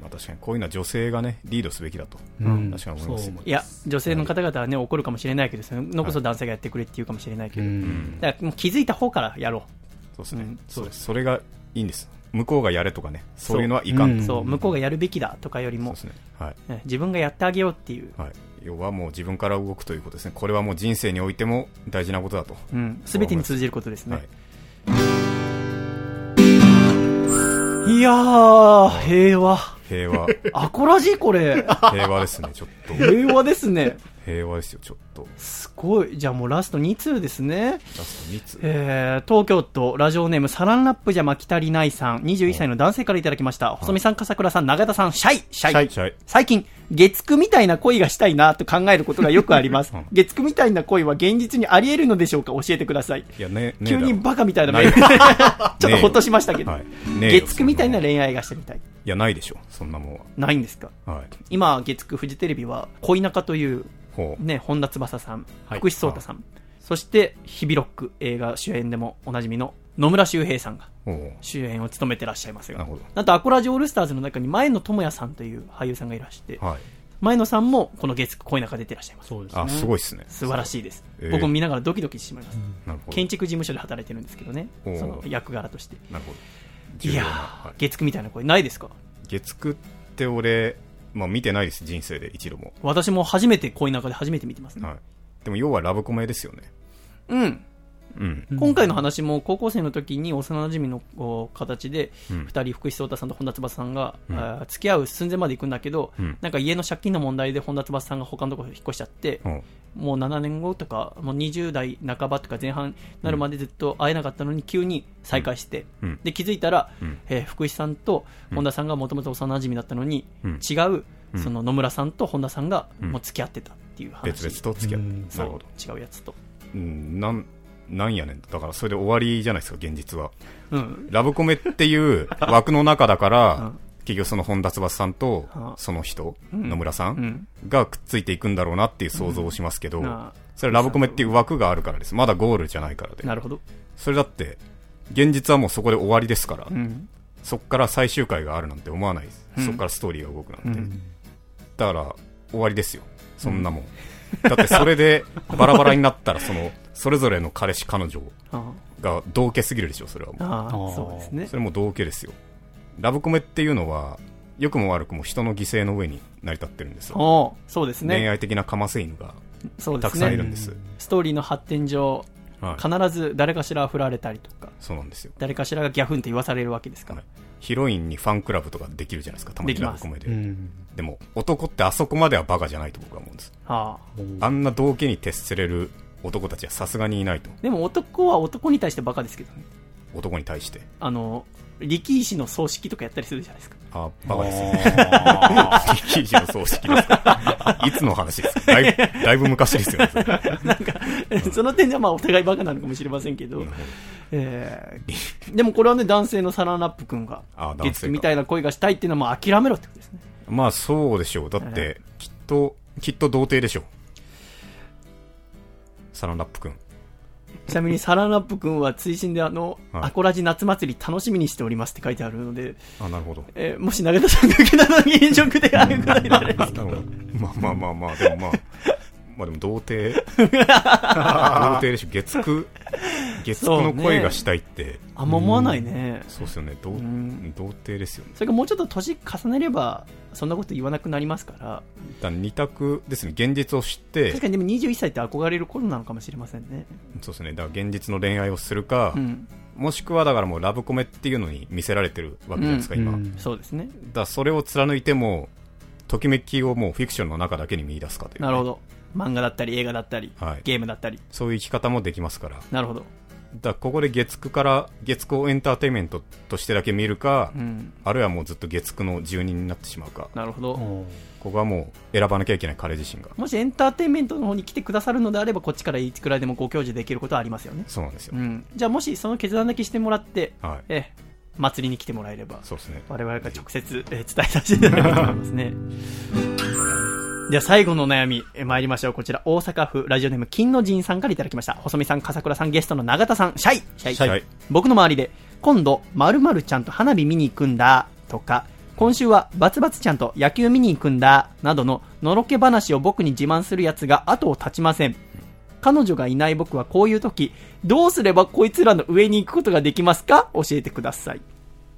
C: まあ確かにこういうのは女性がね、リードすべきだと。
A: うん
C: 確かに思います
B: そう思
A: いや、女性の方々はね、怒るかもしれないけど、そのこそ男性がやってくれって言うかもしれないけ
B: う
A: ど。
B: ん
A: だからもう気づいた方からやろ
C: そうですね。
A: うん
C: そうです。それがいいんです。向こうがやれとかね、そういうのはいかん
A: う。
B: ん
A: そう、向こうがやるべきだとかより
C: そう
A: も
C: で、すね。はい。
A: ね自分がやってあげようっていう。
C: はい。要はもう自分から動くということですね。これはもう人生においても大事なことだと。
A: うん。すべてに通じることですね。
C: はい。
A: い、やー、平和。
C: 平和。
A: アコラジーこれ。
C: 平和ですね、ちょっと。
A: 平和ですね。
C: 平和ですよ、ちょっと。
A: すごい。じゃあもうラスト2通ですね。
C: ラスト3つ。
A: えー、東京都ラジオネームサランラップじゃ巻き足りないさん21歳の男性からいただきました細見さん笠倉さん永田さんシャイシャイ、
C: シャイ。
A: 最近月9みたいな恋がしたいなと考えることがよくあります
C: うん
A: 月9みたいな恋は現実にあり得るのでしょうか教えてください
C: いや、ね、ねえ
A: 急
C: だろ
A: にバカみたいな
C: な
A: 恋
C: い
A: ちょっとほっとしましたけど、
C: はい。ねえ よ
A: 月9みたいな
C: そんもんい
A: 恋愛がしてみたい
C: や、ないでしょ、そんなもんは。
A: ないんですか
C: はい。
A: 今月9フジテレビは恋仲という
C: ほう。
A: ね、本田翼さん、
B: はい
A: 福士蒼太さん、そして日比ロック映画主演でもおなじみの野村修平さんが
C: ほう。
A: 主演を務めてらっしゃいます
C: なる
A: が、
C: ほど。
A: なんとアコラジオールスターズの中に前野智也さんという俳優さんがいらして、
C: はい。
A: 前野さんもこの月9恋中出てらっしゃいます。
B: そうですね
C: あ、すごいっすね。
A: 素晴らしいです。
C: えー
A: 僕も見ながらドキドキしてしまいます。
C: なるほど。
A: 建築事務所で働いてるんですけどね、
C: おー
A: その役柄として。
C: なるほど。重
A: い
C: 要
A: や
C: な
A: ー
C: は、い
A: 月9みたいな声ないですか
C: 月9って俺、まあ見てないです、人生で一度も。
A: 私も初めて恋中で初めて見てますね。
C: はい。でも要はラブコメですよね。
A: うん。
C: うん。
A: 今回の話も高校生の時に幼馴染のこう形で
C: うん
A: 2人福士蒼太さんと本田翼さんが、
C: うん
A: あー付き合う寸前まで行くんだけど、
C: うん
A: なんか家の借金の問題で本田翼さんが他のところ引っ越しちゃって、
C: ほう
A: もう7年後とかもう20代半ばとか前半になるまでずっと会えなかったのに急に再会して、
C: うん
A: で気づいたら、
C: うん
A: えー福士さんと本田さんがもともと幼馴染だったのに、
C: うん
A: 違う
C: うん
A: その野村さんと本田さんが
C: うん
A: もう付き合ってたっていう話、
C: 別々と付き合って。
B: うん
C: な
A: そ
C: るほ
A: う
C: ど。
A: 違うやつと、
C: うん、なん、なんやねん。だからそれで終わりじゃないですか、現実は。
A: うん、
C: ラブコメって いう枠の中だか
A: う
C: ら
A: ん、
C: 結局その本田翼さんと
A: はあ、
C: その人、
A: うん
C: 野村さ
A: うんん
C: がくっついていくんだろうなっていう想像をしますけど、
A: なあ
C: それはラブコメっていう枠があるからです。まだゴールじゃないからで。
A: なるほど、
C: それだって、現実はもうそこで終わりですから、
A: うん
C: そっから最終回があるなんて思わないです。
A: うん
C: そっからストーリーが動くなんて。
A: うん
C: だから、終わりですよ。そんなもん。だってそれで、バラバラになったら、その、それぞれの彼氏彼女
A: あ
C: が同家すぎるでしょ、それはも
A: あああ
B: ー
A: そうですね
C: う。それも同家ですよ。ラブコメっていうのは、良くも悪くも人の犠牲の上に成り立ってるんですよ。
A: おーそうです
C: 恋
A: ね
C: 愛的なカマセイヌが
A: そうで
C: たく
A: す
C: さんい
A: ね
C: るんです。
A: ストーリーの発展上
C: はい
A: 必ず誰かしら振られたりとか
C: そうなんですよ。
A: 誰かしらがギャフンって言わされるわけですから、
C: はいヒロインにファンクラブとかできるじゃないですか、たまにラブコメで。
B: うん
C: でも、男ってあそこまではバカじゃないと僕は思うんです。
A: ああ
C: あんな同家に徹せれる男たちはさすがにいないと。
A: でも男は男に対してバカですけどね
C: 男に対して。
A: あの力士の葬式とかやったりするじゃないですか
C: あ、バカですね。
B: あ
C: 力士の葬式ですかいつの話ですかだいぶ、だいぶ昔ですよね。それ
A: その点ではまあお互いバカなのかもしれませんけど、えーでもこれはね男性のサランラップ君が
C: あ男性が
A: 月9みたいな恋がしたいっていうのはもう諦めろってことですね
C: まあそうでしょう。だって、きっと、きっと童貞でしょう。サランラップくん。
A: ちなみにサランラップ君は追伸であの、
C: はい
A: アコラジ夏祭り楽しみにしておりますって書いてあるので、
C: あ、なるほど。
A: えーもし長田さんが受けたのに飲食であるくらいなら ですけど、
C: まあまあまあまあ、でもまあ、まあでも童 貞。童貞でしょ。月9、月9の恋がしたいって、
A: あんま思わないね。
C: そうですよね。童
A: ん
C: 童貞ですよね。
A: それがもうちょっと年重ねれば、そんなこと言わなくなりますから、
C: だから二択ですね。現実を知って、
A: 確かにでも21歳って憧れる頃なのかもしれませんね。
C: そうですね。だから現実の恋愛をするか、
A: うん。
C: もしくはだからもうラブコメっていうのに見せられてるわけじゃないですか、
B: ー
C: 今。
B: う
C: だか
B: ん
A: そうですね。
C: らそれを貫いても、ときめきをもうフィクションの中だけに見出すかというね、
A: なるほど。漫画だったり、映画だったり、
C: はい
A: ゲームだったり。
C: そういう生き方もできますから、
A: なるほど。
C: だからここで月9から月9をエンターテインメントとしてだけ見るか、
A: うん、
C: あるいはもうずっと月9の住人になってしまうか
A: なるほど、
B: おー
C: ここはもう選ばなきゃいけない彼自身が
A: もしエンターテインメントの方に来てくださるのであればこっちからいくらでもご教授できることはありますよね、
C: そうなんですよ、
A: うん、じゃあもしその決断だけしてもらって、
C: はい
A: ええ祭りに来てもらえれば
C: そうですね
A: 我々が直接、えー伝えさせていただきたいと思います ね。では最後のお悩み、えー参りましょう。こちら、大阪府ラジオネーム金の陣さんからいただきました。細見さん、笠倉さん、ゲストの永田さん、シャイシャイ
B: シャイ
C: はい
A: 僕の周りで、今度、〇〇ちゃんと花火見に行くんだ、とか、今週はバツバツちゃんと野球見に行くんだ、などの、のろけ話を僕に自慢する奴が後を絶ちません。彼女がいない僕はこういう時、どうすればこいつらの上に行くことができますか教えてください。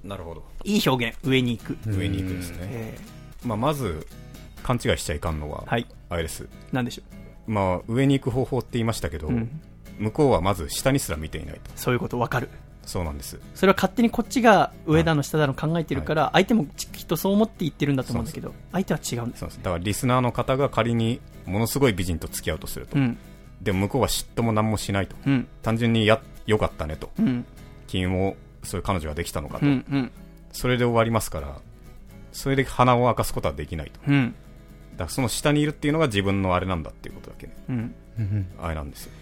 C: なるほど
A: いい表現、上に行く。
C: 上に行くですね、
A: え
C: まあ、まず勘違いしちゃいかんのは、
A: はい
C: あれです
A: ー、なんでしょ
C: まあ上に行く方法って言いましたけど、
A: う、うん、
C: 向こうはまず下にすら見ていないと
A: そういうことわかる
C: そうなんです
A: それは勝手にこっちが上だの下だの考えてるから、相手もきっとそう思って言ってるんだと思うんだけど相手は違うんです
C: そうなんですだからリスナーの方が仮にものすごい美人と付き合うとすると、
A: うん
C: でも向こうは嫉妬も何もしないと
A: うん
C: 単純にや良かったねと
A: うん
C: 君もそういう彼女ができたのかと、
A: うんうん
C: それで終わりますからそれで鼻を明かすことはできないと
A: うん
C: だからその下にいるっていうのが自分のあれなんだっていうことだけね
A: うん
C: あれなんですよ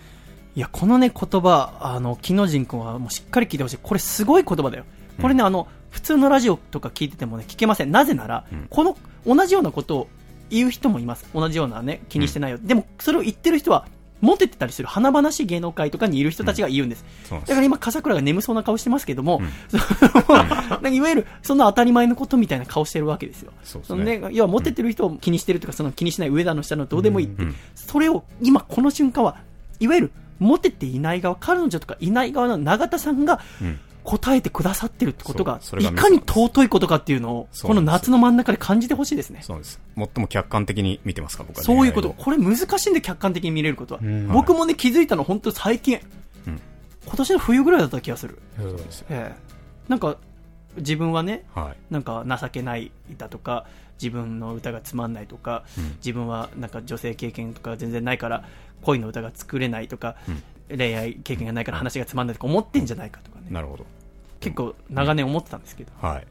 A: いやこのね言葉あの木の人君はもうしっかり聞いてほしいこれすごい言葉だよこれね、あの普通のラジオとか聞いててもね聞けませんなぜなら、
C: うん
A: この同じようなことを言う人もいます同じようなね気にしてないよ、でもそれを言ってる人はモテてたりする華々しい芸能界とかにいる人たちが言うんです、
C: そうなん
A: だ
C: です
A: から今、笠倉が眠そうな顔してますけども、そのなんかいわゆるそんな当たり前のことみたいな顔してるわけですよ。
C: そうです
A: そ
C: ね
A: のね、要はモテてる人を気にしてるとか、その気にしない上だの下だのどうでもいいって、
C: うん
A: それを今この瞬間はいわゆるモテていない側、彼女とかいない側の永田さんが
C: うん
A: 答えてくださってるってことが、
C: そうそれが
A: い
C: ミソ
A: かに尊いことかっていうのを、
C: そ
A: こ
C: うな
A: の
C: んです
A: 夏
C: よ
A: の真ん中で感じてほしいですね。
C: そうなんです最も客観的に見てますか僕は
A: そういうこと、
C: 恋愛を
A: これ難しいんで、客観的に見れることは。
B: うん
A: 僕もね、気づいたの、本当最近、
C: うん
A: 今年の冬ぐらいだった気がする。
B: うん
A: ええ、なんか自分はね
C: はい
A: なんか情けないだとか自分の歌がつまんないとか、
C: うん
A: 自分はなんか女性経験とか全然ないから恋の歌が作れないとか、恋愛経験がないから話がつまんないとか思ってんじゃないかとかね、
C: なるほど
A: 結構長年思ってたんですけど
C: はい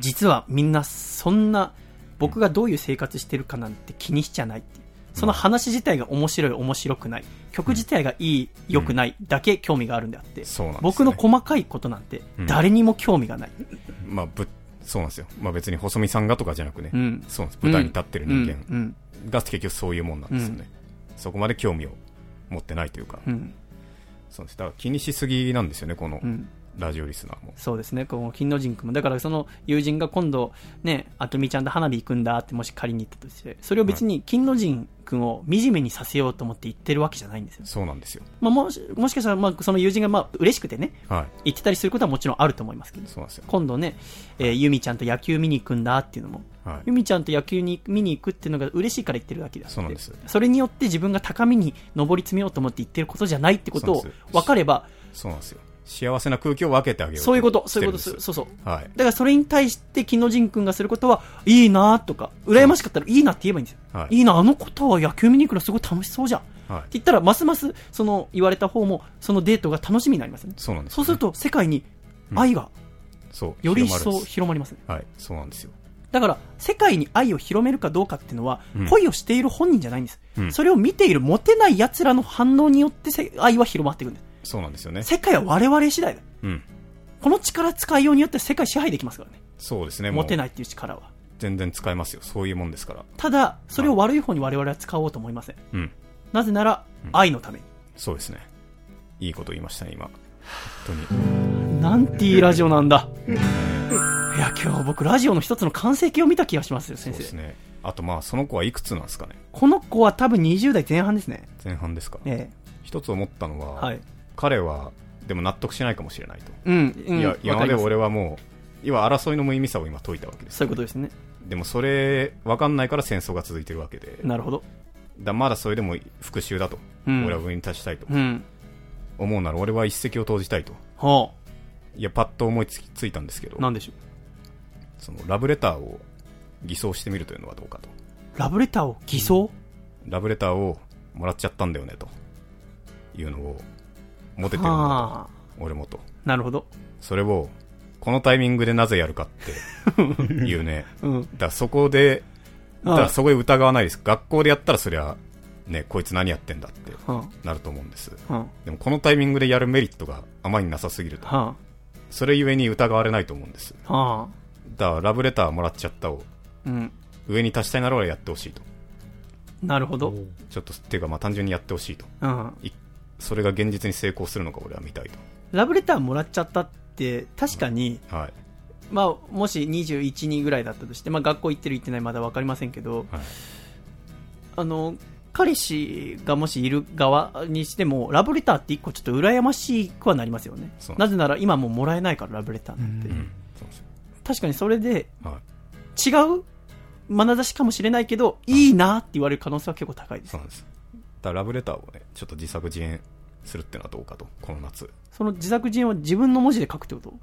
A: 実はみんなそんな僕がどういう生活してるかなんて気にしちゃないっていうその話自体が面白い面白くない曲自体がいい良くないだけ興味があるんであって、
C: そうなんですね
A: 僕の細かいことなんて誰にも興味がない、
C: まあぶそうなんですよまあ別に細見さんがとかじゃなくね、
A: うん
C: そうなんです舞台に立ってる人間
A: うん
C: が結局そういうもんなんですよね、そこまで興味を持ってないというか、
A: うんうん
C: そうですだから気にしすぎなんですよねこの
A: うん
C: ラジオリスナーも、
A: そうですね、この金の神君も、だからその友人が今度、ね、あとみちゃんと花火行くんだって、もし仮に言ったとして、それを別に金の神君を惨めにさせようと思って言ってるわけじゃないんですよ、
C: そうなんですよ
A: まあ、もしもしかしたら、まあ、その友人がまあ嬉しくてね、
C: は
A: 言ってたりすることはもちろんあると思いますけど
C: い、そうなんですよ
A: 今度ね、えーゆみちゃんと野球見に行くんだっていうのも、
C: はい
A: ゆみちゃんと野球に見に行くっていうのが嬉しいから言ってるだけだ
C: そうなんです
A: それによって自分が高みに上り詰めようと思って言ってることじゃないってこと
C: そ
A: を
C: うなんです
A: 分かれば
C: そうなんですよ幸せな空気を分けてあげよう
A: そういうことそういうこと
C: して
A: そうそ
C: るんです
A: うそう
C: はい
A: だからそれに対して木野仁君がすることはいいなとか羨ましかったらいいなって言えばいいんですよ、
C: はい
A: い、いなあのことは野球見に行くのすごい楽しそうじゃんって
C: はい
A: 言ったらますますその言われた方もそのデートが楽しみになりますね
C: そうなんです
A: そうすると世界に愛が
C: そう
A: より一
C: 広まるん
A: 層
C: です
A: 広まりますね
C: はいそうなんですよ
A: だから世界に愛を広めるかどうかっていうのは、
C: うん
A: 恋をしている本人じゃないんです、
C: うん
A: それを見ているモテない奴らの反応によってせ愛は広まっていくんで
C: そうなんですよね
A: す世界は我々次第だ
C: うん
A: この力使いようによって世界支配できますからね
C: そうですね
A: モテないいっていう力は
C: 全然使えますよそういうもんですから
A: ただそれを悪い方に我々は使おうと思いません
C: うん
A: なぜなら愛のために、
C: そうですねいいこと言いましたね今本
A: なんていいラジオなんだいや今日僕ラジオの一つの完成形を見た気がしますよ
C: 当
A: 先
C: にそうです
A: 生、
C: ねあとまあその子はいくつなんですかね
A: この子は多分20代前半ですね
C: 前半ですか、
A: え
C: 一つ思ったのは、
A: えはい
C: 彼はでも納得しないかもしれないと、
A: うん、うん、
C: いや今
A: わか
C: ま
A: り
C: で
A: ます
C: 俺はもう要は争いの無意味さを今解いたわけです
A: そういうことですね
C: でもそれ分かんないから戦争が続いてるわけで
A: なるほど
C: だまだそれでも復讐だと、
A: うん
C: 俺は上に立ちたいと
A: うん
C: 思うなら俺は一石を投じたいと
A: はい
C: やパッと思いつきついたんですけど
A: あなんでしょ
C: そのラブレターを偽装してみるというのはどうかと
A: うラブレターを偽装、
C: ラブレターをもらっちゃったんだよねというのをモテてるんだ
A: はあ
C: と。俺もと。
A: なるほど
C: それを、このタイミングでなぜやるかっていうね。
A: うん
C: だからそこで、だからそこで疑わないです。学校でやったらそりゃ、ね、こいつ何やってんだって
A: は
C: なると思うんです。
A: あは
C: でもこのタイミングでやるメリットがあまりなさすぎると
A: あ。は
C: それゆえに疑われないと思うんです。
A: あはあ
C: だからラブレターもらっちゃったを、
A: うん
C: 上に足したいならやってほしいと。
A: なるほど
C: ちょっと、っていうかまあ単純にやってほしいと。
A: うん
C: いそれが現実に成功するのか俺は見たい
A: ラブレターもらっちゃったって確かに、
C: と。はい。
A: まあ、もし21人ぐらいだったとして、まあ、学校行ってる行ってないまだ分かりませんけど、
C: はい
A: あの彼氏がもしいる側にしてもラブレターって一個ちょっと羨ましくはなりますよね
C: そう
A: なぜなら今もうもらえないからラブレターなんて、
C: うん。そうです
A: 確かにそれで
C: はい。
A: 違う眼差しかもしれないけどいいなって言われる可能性は結構高いです、
C: そうなんです。だからラブレターをね、ちょっと自作自演するっていうのはどうかと、この夏。
A: その自作自演を自分の文字で書くってこと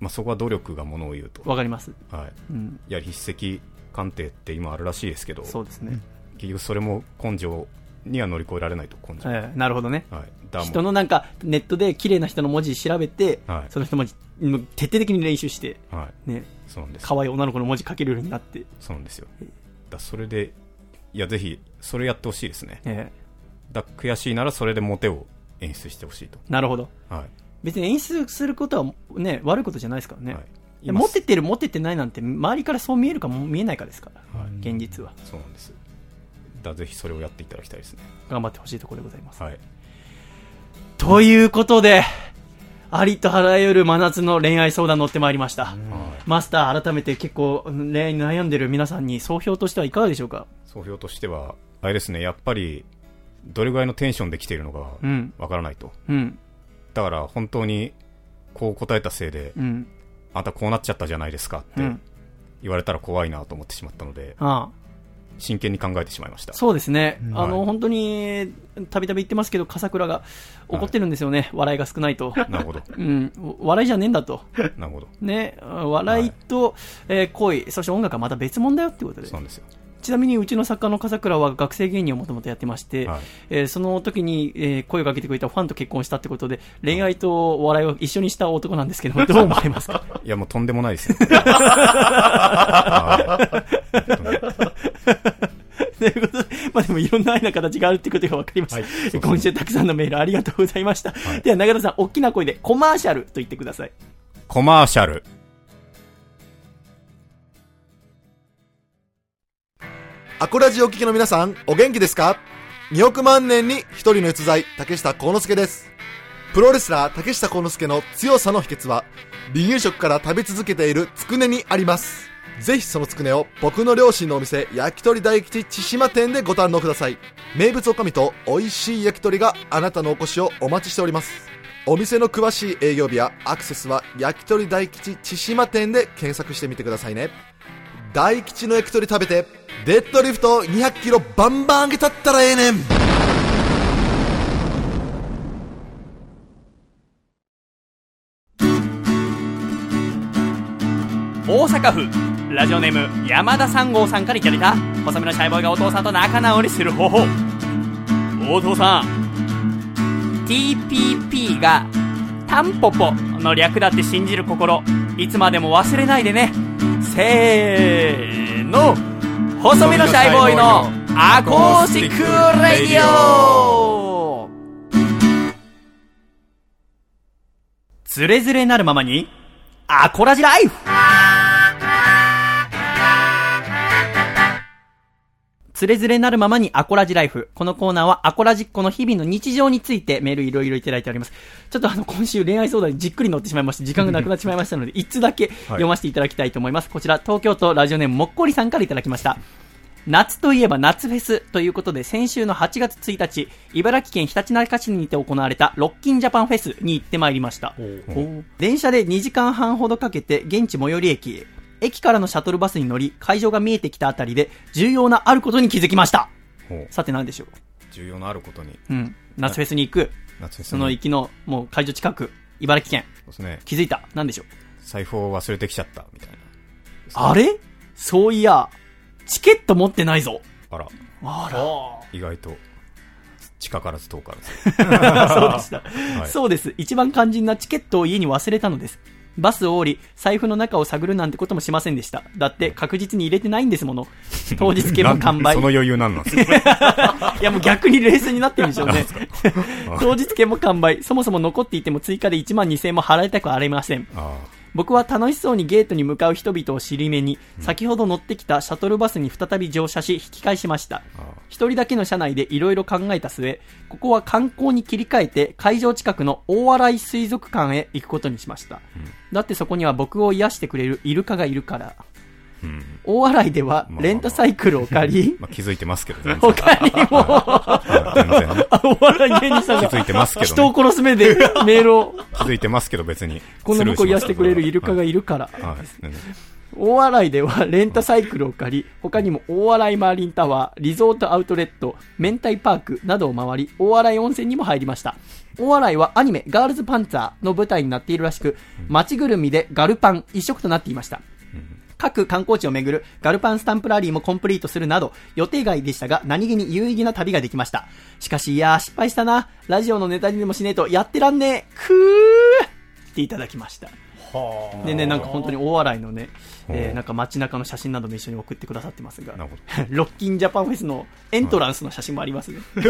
C: まあ、そこは努力がものを言うと。
A: 分かります、
C: はい。
A: うん、
C: いや、筆跡鑑定って今あるらしいですけど、
A: そうですね、
C: 結局それも根性には乗り越えられないと、根性。はい。
A: ええなるほどね
C: だからもう
A: 人のなんかネットで綺麗な人の文字調べて、
C: はい
A: その人文字もう徹底的に練習して、
C: はい。
A: ね、
C: そうなんです。
A: 可愛い女の子の文字書けるようになって、
C: そうなんですよ。だからそれで、いや、ぜひ、それやってほしいですね。
A: え
C: だから悔しいならそれでモテを演出してほしいと。
A: えなるほど
C: はい。
A: 別に演出することは、ね、悪いことじゃないですからね、
C: はい
A: でモテてるモテてないなんて周りからそう見えるかも見えないかですから、
C: はい
A: 現実は
C: そうなんです。だからぜひそれをやっていただきたいですね。
A: 頑張ってほしいところでございます、
C: はい。
A: ということでありとあらゆる真夏の恋愛相談乗ってまいりました、
C: はい
A: マスター改めて結構うん恋愛に悩んでる皆さんに総評としてはいかがでしょうか
C: 総評としては、あれですね、やっぱり、どれぐらいのテンションで来ているのか
A: うん、
C: わからないと。
A: うん
C: だから、本当に、こう答えたせいで、
A: うん
C: あんたこうなっちゃったじゃないですかっ
A: う
C: て
A: ん
C: 言われたら怖いなと思ってしまったので、
A: ああ
C: 真剣に考えてしまいました。
A: そうですね、
B: うん
A: あ
C: は
A: の
C: い
A: 本当にたびたび言ってますけど、笠倉が怒ってるんですよね、笑いが少ないと、
C: なるほど。
A: うん、笑いじゃねえんだと、
C: なるほど。
A: ね、笑いと、えー恋、そして音楽はまた別物だよってことで
C: そう、なんですよ。
A: ちなみにうちの作家の笠倉は学生芸人をもともとやってまして、
C: はい
A: えーその時に、えー声をかけてくれたファンと結婚したってことで、恋愛とお笑いを一緒にした男なんですけ ど、どう思われますか
C: いや、もうとんでもないですよ。 はい本当に
A: ということで、まあでもいろんな愛の形があるってことが分かりました。
C: そう
A: 今週たくさんのメールありがとうございました。
C: い
A: では中田さん、大きな声でコマーシャルと言ってください。
C: コマーシャル。
F: アコラジお聞きの皆さん、お元気ですか ?2 億万年に一人の逸材、竹下幸之助です。プロレスラー竹下幸之助の強さの秘訣は、離乳食から食べ続けているつくねにあります。ぜひそのつくねを僕の両親のお店、焼き鳥大吉千島店でご堪能ください。名物おかみと美味しい焼き鳥があなたのお越しをお待ちしております。お店の詳しい営業日やアクセスは焼き鳥大吉千島店で検索してみてくださいね。大吉のエクトリ食べてデッドリフト200キロバンバン上げたったらええねん
A: 大阪府ラジオネーム山田三号さんからいただいた細身のシャイボーイがお父さんと仲直りする方法お父さん TPP がタンポポの略だって信じる心いつまでも忘れないでねせーの細身のシャイボーイのアコースティックレディオつれづれなるままにアコラジライフつれづれなるままにアコラジライフ。このコーナーはアコラジっ子の日々の日常についてメールいろいろいただいております。ちょっとあの今週恋愛相談にじっくり乗ってしまいまして、時間がなくなってしまいましたので、一つだけ読ませていただきたいと思います。こちら東京都ラジオネームもっこりさんからいただきました。夏といえば夏フェスということで先週の8月1日、茨城県ひたちなか市にて行われたロッキンジャパンフェスに行ってまいりました。電車で2時間半ほどかけて現地最寄り駅へ。駅からのシャトルバスに乗り、会場が見えてきたあたりで重要なあることに気づきました。
C: ほう
A: さて何でしょう
C: 重要なあることに、
A: うん。夏フェスに行く。
C: 夏に
A: その行きの、もう会場近く、茨城県。
C: そうですね。
A: 気づいた。何でしょう
C: 財布を忘れてきちゃった、みたいな。
A: あれそういや、チケット持ってないぞ。
C: あら、
A: あら。
C: 意外と、近からず遠から ず。
A: そうでした。
C: はい
A: そうです。一番肝心なチケットを家に忘れたのです。バスを降り、財布の中を探るなんてこともしませんでした。だって確実に入れてないんですもの。当日券も完売
C: そ。の余裕なんなんです か
A: いやもう逆に冷静になってるんでしょうね。
C: あ
A: 当日券も完売。そもそも残っていても追加で1万2000円も払いたくありません。
C: あ
A: 僕は楽しそうにゲートに向かう人々を尻目に、先ほど乗ってきたシャトルバスに再び乗車し、引き返しました。
C: ああ
A: 一人だけの車内でいろいろ考えた末、ここは観光に切り替えて会場近くの大洗水族館へ行くことにしました。だってそこには僕を癒してくれるイルカがいるから。
C: あ。うん。
A: 大洗では
C: まあ
A: レンタサイクルを借り、
C: まあ気づいて ますけどね。
A: 他にも、
C: はい全然ね。
A: 大洗芸人 さん
C: 気
A: が
C: づいてますけど
A: 人
C: ね
A: を。殺す目でメールを、
C: 気づいてますけど別に。
A: こんな僕を癒してくれるイルカがい
C: る。
A: るから。
C: はい。 全然
A: 大洗ではレンタサイクルを借り、他にも大洗マーリンタワー、リゾートアウトレット、明太パークなどを回り、大洗温泉にも入りました。大洗はアニメ、ガールズパンツァーの舞台になっているらしく、街ぐるみでガルパン一色となっていました。各観光地を巡るガルパンスタンプラリーもコンプリートするなど予定外でしたが何気に有意義な旅ができました。しかしいやー失敗したな。ラジオのネタにでもしねえとやってらんねえ。くーっていただきました。でね、なんか本当に大洗のね、え
C: ほ
A: ー
C: う
A: なんか街中の写真なども一緒に送ってくださってますが
C: なるほど、
A: ロッキンジャパンフェスのエントランスの写真もありますね。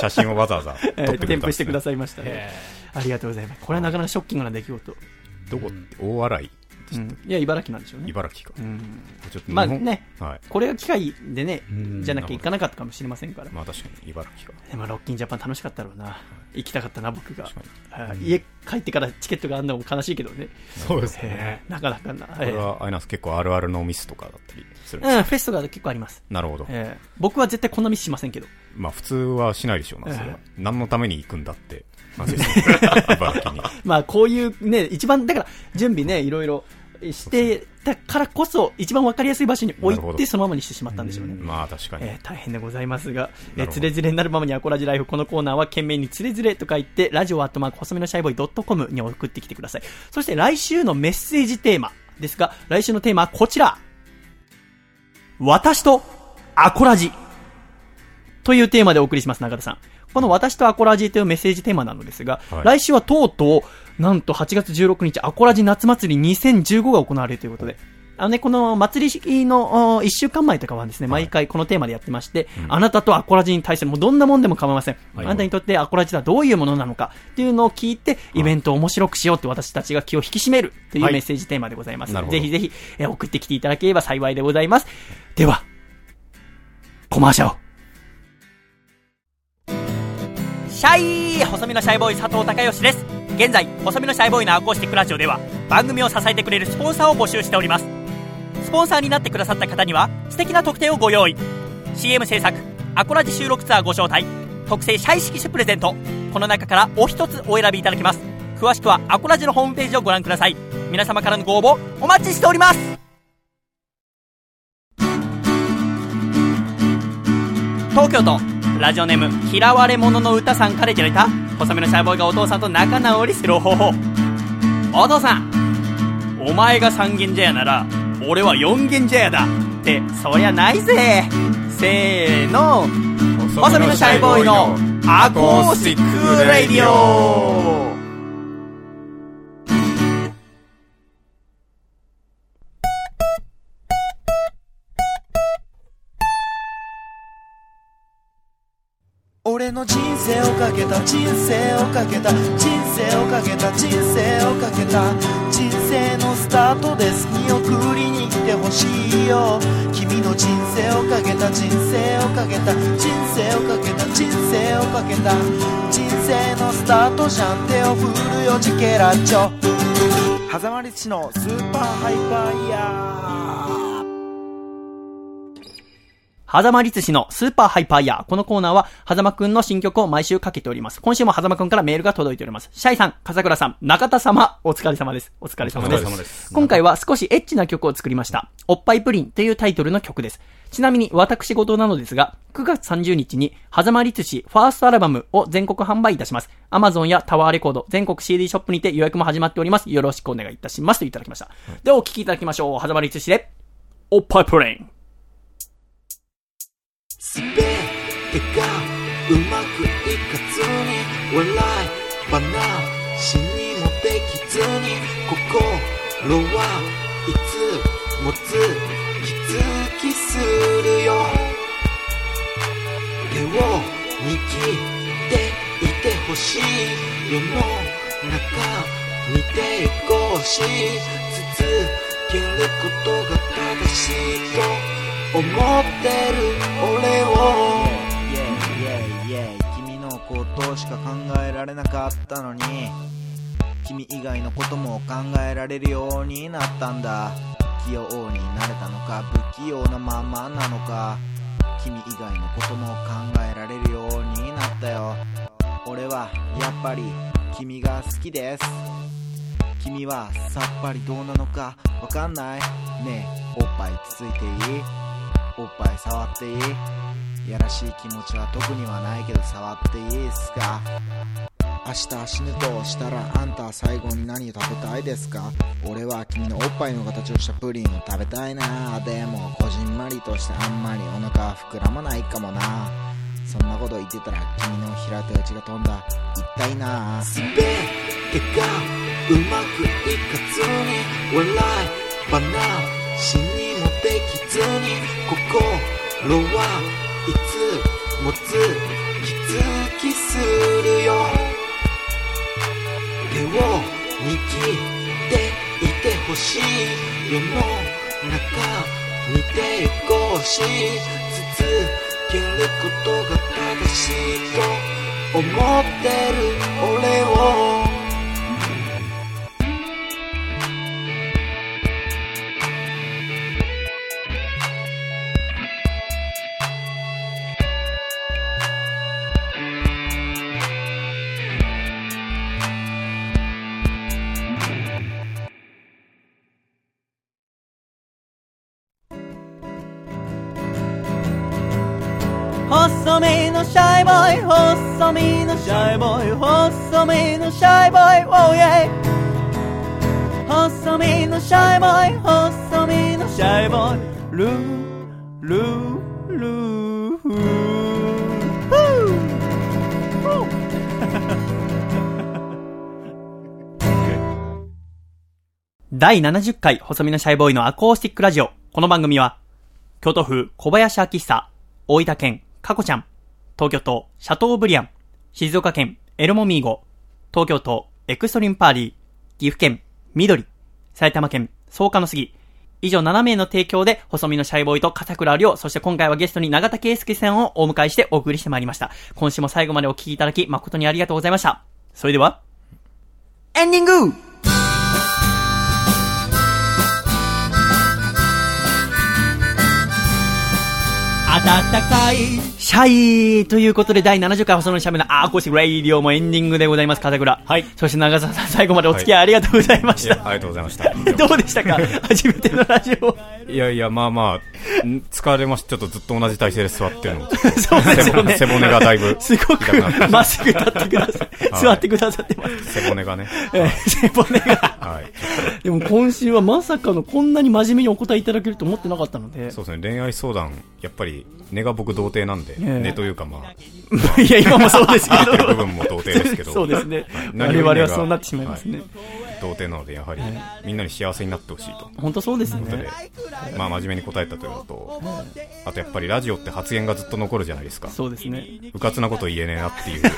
C: 写真をわざわざ 撮っ
A: え
C: て
A: ー
C: くれたんですね
A: 添付してくださいましたね。ありがとうございます。これはなかなかショッキングな出来事。
C: どこって大洗
A: うんいや、茨城なんでしょうね。
C: 茨城か。
A: うん
C: ちょっと日本
A: まあね、
C: はい。
A: これが機会でね
B: うん、
A: じゃなきゃいかなかったかもしれませんから。
C: まあ確かに茨城か。
A: でも、ロッキンジャパン楽しかったろうな。行きたかったな、僕が。
C: 確か
A: はい家帰ってからチケットがあんのも悲しいけどね。
B: そうです
A: え
B: ね。
A: ーなかなかな。
C: これは、あれなんです結構あるあるのミスとかだったりするん
A: えー
C: ですか
A: うん、フェスとか結構あります。
C: なるほど。
A: えー僕は絶対こんなミスしませんけど。
C: まあ普通はしないでしょうな、それは。何のために行くんだって 感じですね。茨城に。
A: まあこういうね、一番、だから準備ね、いろいろしてたからこそ、一番わかりやすい場所に置
C: なるほ
A: いて、
C: ど
A: そのままにしてしまったんでしょうね。
C: まあ確かに。
A: えー大変でございますが、え
C: な
A: ー、
C: るほど
A: つれづれになるままにアコラジライフ、このコーナーは懸命につれづれと書いて、ラジオアットマーク細めのシャイボーイドットコムに送ってきてください。そして来週のメッセージテーマですが、来週のテーマはこちら。私とアコラジ。というテーマでお送りします、中田さん。この私とアコラジというメッセージテーマなのですが、
C: はい
A: 来週はとうとう、なんと8月16日、アコラジ夏祭り2015が行われるということで、あのね、この祭り式の1週間前とかはですね、毎回このテーマでやってまして、あなたとアコラジに対する、もうどんなもんでも構いません。
B: はい
A: あなたにとってアコラジとはどういうものなのかっていうのを聞いて、イベントを面白くしようって私たちが気を引き締めるというメッセージテーマでございます。
C: なるほど
A: ぜひぜひ、えー送ってきていただければ幸いでございます。では、コマーシャル。シャイ細身のシャイボーイ佐藤孝義です現在細身のシャイボーイのアコースティックラジオでは番組を支えてくれるスポンサーを募集しておりますスポンサーになってくださった方には素敵な特典をご用意 CM 制作アコラジ収録ツアーご招待特製シャイ色紙プレゼントこの中からお一つお選びいただけます詳しくはアコラジのホームページをご覧ください皆様からのご応募お待ちしております東京都ラジオネーム嫌われ者の歌さんからいただいた細めのシャイボーイがお父さんと仲直りする方法お父さんお前が三軒茶屋なら俺は四軒茶屋だってそりゃないぜせーの細身のシャイボーイのアコースティックレディオ
G: 俺の人生をかけた人生をかけた人生をかけた人生をかけた人生のスタートです見送りに来てほしいよ君の人生をかけた人生をかけた人生をかけた人生をかけた人生のスタートじゃん手を振るよジケラッチョ狭間律師のスーパーハイパーイヤー
A: 狭間律師のスーパーハイパーイヤー。このコーナーは、狭間くんの新曲を毎週かけております。今週も狭間くんからメールが届いております。シャイさん、笠倉さん、中田様、お疲れ様です。お疲れ様です。
B: お疲れ様です
A: 今回は少しエッチな曲を作りました。おっぱいプリンというタイトルの曲です。ちなみに私事なのですが、9月30日に、狭間律師ファーストアルバムを全国販売いたします。Amazon やタワーレコード、全国 CD ショップにて予約も始まっております。よろしくお願いいたします。といただきました。ではお聴きいただきましょう。狭間律師で、おっぱいプリン。
G: スペーカーうまくいかずに笑い話にもできずに心はいつもズキズキするよ手を握っていてほしい世の中に抵抗し続けることが正しいと思ってる俺をイエイイエイイエイ君のことしか考えられなかったのに君以外のことも考えられるようになったんだ器用になれたのか不器用なままなのか君以外のことも考えられるようになったよ俺はやっぱり君が好きです君はさっぱりどうなのかわかんないねえおっぱいつついていいおっぱい触っていいやらしい気持ちは特にはないけど触っていいっすか明日死ぬとしたらあんたは最後に何を食べたいですか俺は君のおっぱいの形をしたプリンを食べたいなでもこじんまりとしてあんまりお腹は膨らまないかもなそんなこと言ってたら君の平手打ちが飛んだ一体なすべてがうまくいかずに笑い話にもできずに心はいつもズキズキするよ手を握っていてほしい世の中に抵抗し続けることが正しいと思ってる俺を
D: 細身のシャイボーイ細身のシャイボーイ細身のシャイボーイ oh yeah 細身のシャイボーイ細身 のシャイボーイルールールーフーフー
A: 第70回、細身のシャイボーイのアコースティックラジオ。この番組は、京都府小林明久、大分県かこちゃん、東京都シャトーブリアン、静岡県エルモミーゴ、東京都エクストリンパーリー、岐阜県緑、埼玉県草加の杉、以上7名の提供で、細身のシャイボーイと笠倉涼、そして今回はゲストに永田圭介さんをお迎えしてお送りしてまいりました。今週も最後までお聞きいただき、誠にありがとうございました。それでは、エンディング
D: 暖かい
A: シャイということで第70回細野のしゃべのアーコーシックレイディオもエンディングでございます、風倉。はい。そして長澤さん最後までお付き合いありがとうございまし
C: い
A: た。
C: やありがとうございました。
A: どうでしたか初めてのラジ オ。
C: いやいや、まあまあ、ん疲れました。ちょっとずっと同じ体勢で座ってるの。
A: そうですよね。
C: 背骨がだいぶ
A: すごく
C: 痛くなって、
A: まっすぐ立ってください。
C: はい
A: 座ってくださってます。
C: 背骨がね。
A: えー背骨が。
C: は い。
A: でも今週はまさかのこんなに真面目にお答えいただけると思ってなかったので。
C: そうですね、恋愛相談、やっぱり、根が僕童貞なんで、
A: え
C: 根というかまあ、
A: いや、今もそうです け
C: 言ってる部
A: ど。
C: 分も童貞ですけ ど。
A: そうですね
C: は
A: 我
C: い。
A: 々はそうなってしまいますね
C: は。童貞なので、やはり、みんなに幸せになってほしいと。
A: 本当そうです
C: という
A: ね。
C: ことで、まあ、真面目に答えたというのと、あとやっぱりラジオって発言がずっと残るじゃないですか。
A: そうですね。
C: うかつなこと言えねえ なっていう、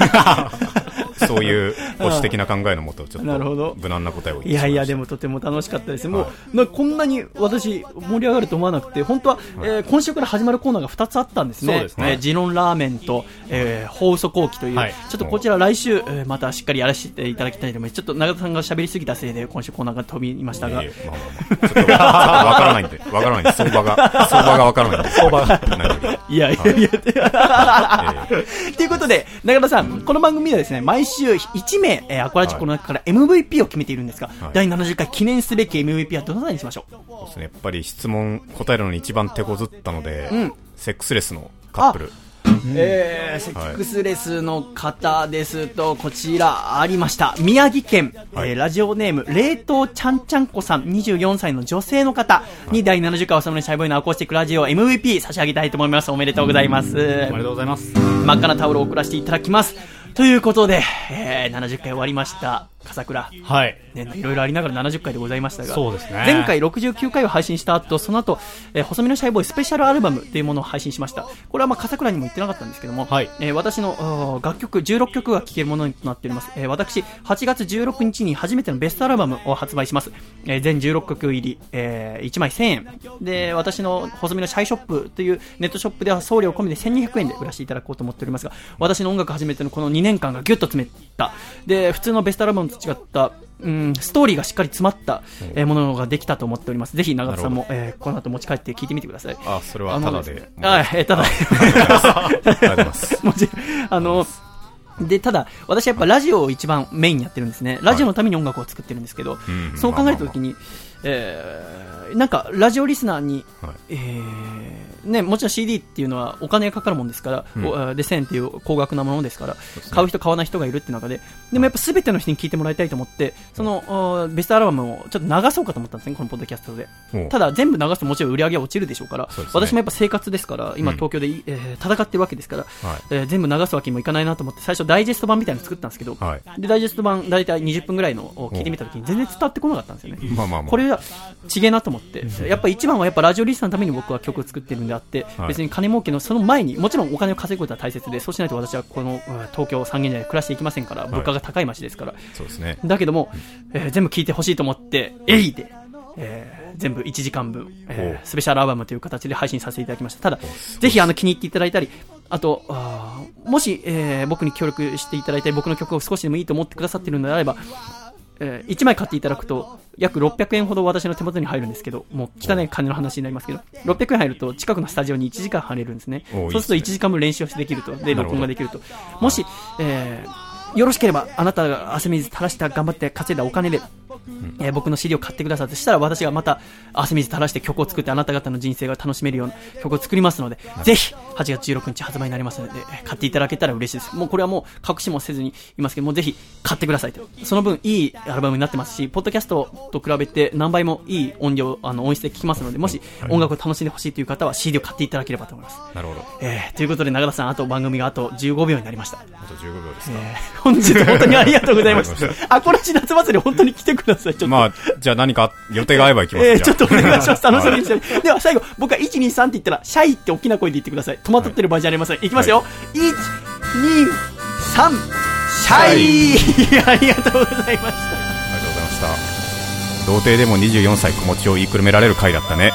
C: そういう保守的な考えのもと、ちょっ
A: なるほど
C: と無難な答えを言って
A: いやいや、で
C: も、
A: もとても楽しかったです。もう、
C: は
A: なこんなに私、盛り上がると思わなくて、本当は、えー今週から始まるコーナーが2つあったんですね。
B: そうですね
A: えージロンラーメンと、えー、放送後期という、
B: はい
A: ちょっとこちら来週、えーまたしっかりやらせていただきたいと思います。ちょっと長田さんが喋りすぎたせいで、今週コーナーが飛びました
C: い
A: が
C: やい、やまあまあまあちょっとちょっとわからないんで、わからないんで、相場が、 相場がわからないんで、相場が。
A: いやいやいや、
C: え え
A: ということで、中田さん、この番組ではですね、毎週1名、えーアコラジックの中から MVP を決めているんですが、
C: はい
A: 第70回記念すべき MVP はどなたにしましょう
C: そうですね、やっぱり質問答えるのに一番手こずったので、セックスレスのカップル。
A: えーセックスレスの方ですと、こちらありました。宮城県、
C: はい
A: えーラジオネーム、冷凍ちゃんちゃんこさん、24歳の女性の方に、第70回おさむのシャイボーイのアコースティックラジオ MVP 差し上げたいと思います。おめでとうございます。
B: りがとうございます。
A: 真っ赤なタオルを送らせていただきます。ということで、えー70回終わりました。笠倉。
B: はい。
A: ね、いろいろありながら70回でございましたが、
B: そうですね
A: 前回69回を配信した後、その後、えー細身のシャイボーイスペシャルアルバムというものを配信しました。これはまあ、笠倉にも言ってなかったんですけども、
B: はい
A: えー私のあー楽曲、16曲が聴けるものとなっております。えー私、8月16日に初めてのベストアルバムを発売します。えー全16曲入り、えー1枚1000円。で、私の細身のシャイショップというネットショップでは送料込みで1200円で売らせていただこうと思っておりますが、私の音楽始めてのこの2年間がギュッと詰めた。で、普通のベストアルバムと違った、うん、ストーリーがしっかり詰まった、えーものができたと思っております。ぜひ長田さんも、えーこの後持ち帰って聞いてみてください。
C: あ、それはただで。
A: あ、えーただで。
C: ありがとうございま す。
A: もちろんあの、で、ただ、私はやっぱラジオを一番メインにやってるんですね。ラジオのために音楽を作ってるんですけど、
C: うん
A: そう考えたときに、えーなんか、ラジオリスナーに、
C: はい
A: えーね、もちろん CD っていうのはお金がかかるもんですから、
C: うん
A: おえーで、1000円っていう高額なものですから、買う人買わない人がいるって中で、でもやっぱ全ての人に聞いてもらいたいと思って、その、おベストアルバムをちょっと流そうかと思ったんですね、このポッドキャストで。
C: もう
A: ただ全部流すともちろん売り上げは落ちるでしょうから、
C: そうですね
A: 私もやっぱ生活ですから、今
C: うん
A: 東京でい、えー戦ってるわけですから、
C: はい
A: えー全部流すわけにもいかないなと思って、最初ダイジェスト版みたいなの作ったんですけど、
C: はい
A: で、ダイジェスト版大体20分ぐらいのを聞いてみたときに全然伝わってこなかったんですよね。
C: まあまあまあ。
A: これはちげえなと思って、やっぱ一番はやっぱラジオリスナーのために僕は曲を作ってるんであって、
C: はい
A: 別に金儲けのその前に、もちろんお金を稼ぐことは大切で、そうしないと私はこのうん東京三軒茶屋で暮らしていきませんから、物価が高い街ですから、
C: そうですね。
A: だけども、えー全部聞いてほしいと思って、えいで、えー全部1時間分、えー
C: お
A: スペシャルアルバムという形で配信させていただきました。ただ、ぜひあの気に入っていただいたり、あと、あーもし、えー僕に協力していただいて、僕の曲を少しでもいいと思ってくださっているのであれば、え1枚買っていただくと、約600円ほど私の手元に入るんですけど、もう汚い金の話になりますけど、600円入ると近くのスタジオに1時間入れるんですね。
C: お
A: そうする
C: いい
A: と1
C: ですね
A: 時間分練習をできると、で、
C: な
A: 録
C: るほど
A: 音ができると。もし、えーよろしければ、あなたが汗水垂らした、頑張って稼いだお金で、えー僕の CD を買ってくださって、したら私がまた汗水垂らして曲を作って、あなた方の人生が楽しめるような曲を作りますので、ぜひ、8月16日発売になりますので、えー買っていただけたら嬉しいです。もうこれはもう隠しもせずに言いますけど、もうぜひ買ってくださいと。その分、いいアルバムになってますし、ポッドキャストと比べて何倍もいい音量、あの、音質で聴きますので、もし音楽を楽しんでほしいという方は CD を買っていただければと思います。
C: なるほど。
A: えーということで、永田さん、あと番組があと15秒になりました。
C: あと15秒です
A: え
C: か。
A: ー本日本当にありがとうございまし
C: ありがとうござ
A: た。アコラジ夏祭り本当に来てください。ちょっと。
C: まあ、じゃあ何か予定が合えば行きます。
A: えー
C: じゃあ
A: ちょっとお願いします。楽しみにしてる。では最後、僕は1、2、3って言ったら、シャイって大きな声で言ってください。戸惑ってる場合じゃありません。いきますよ。1、2、3、シャイ ありがとうございました。
C: ありがとうございました。童貞でも24歳子持ちを言いくるめられる回だったね。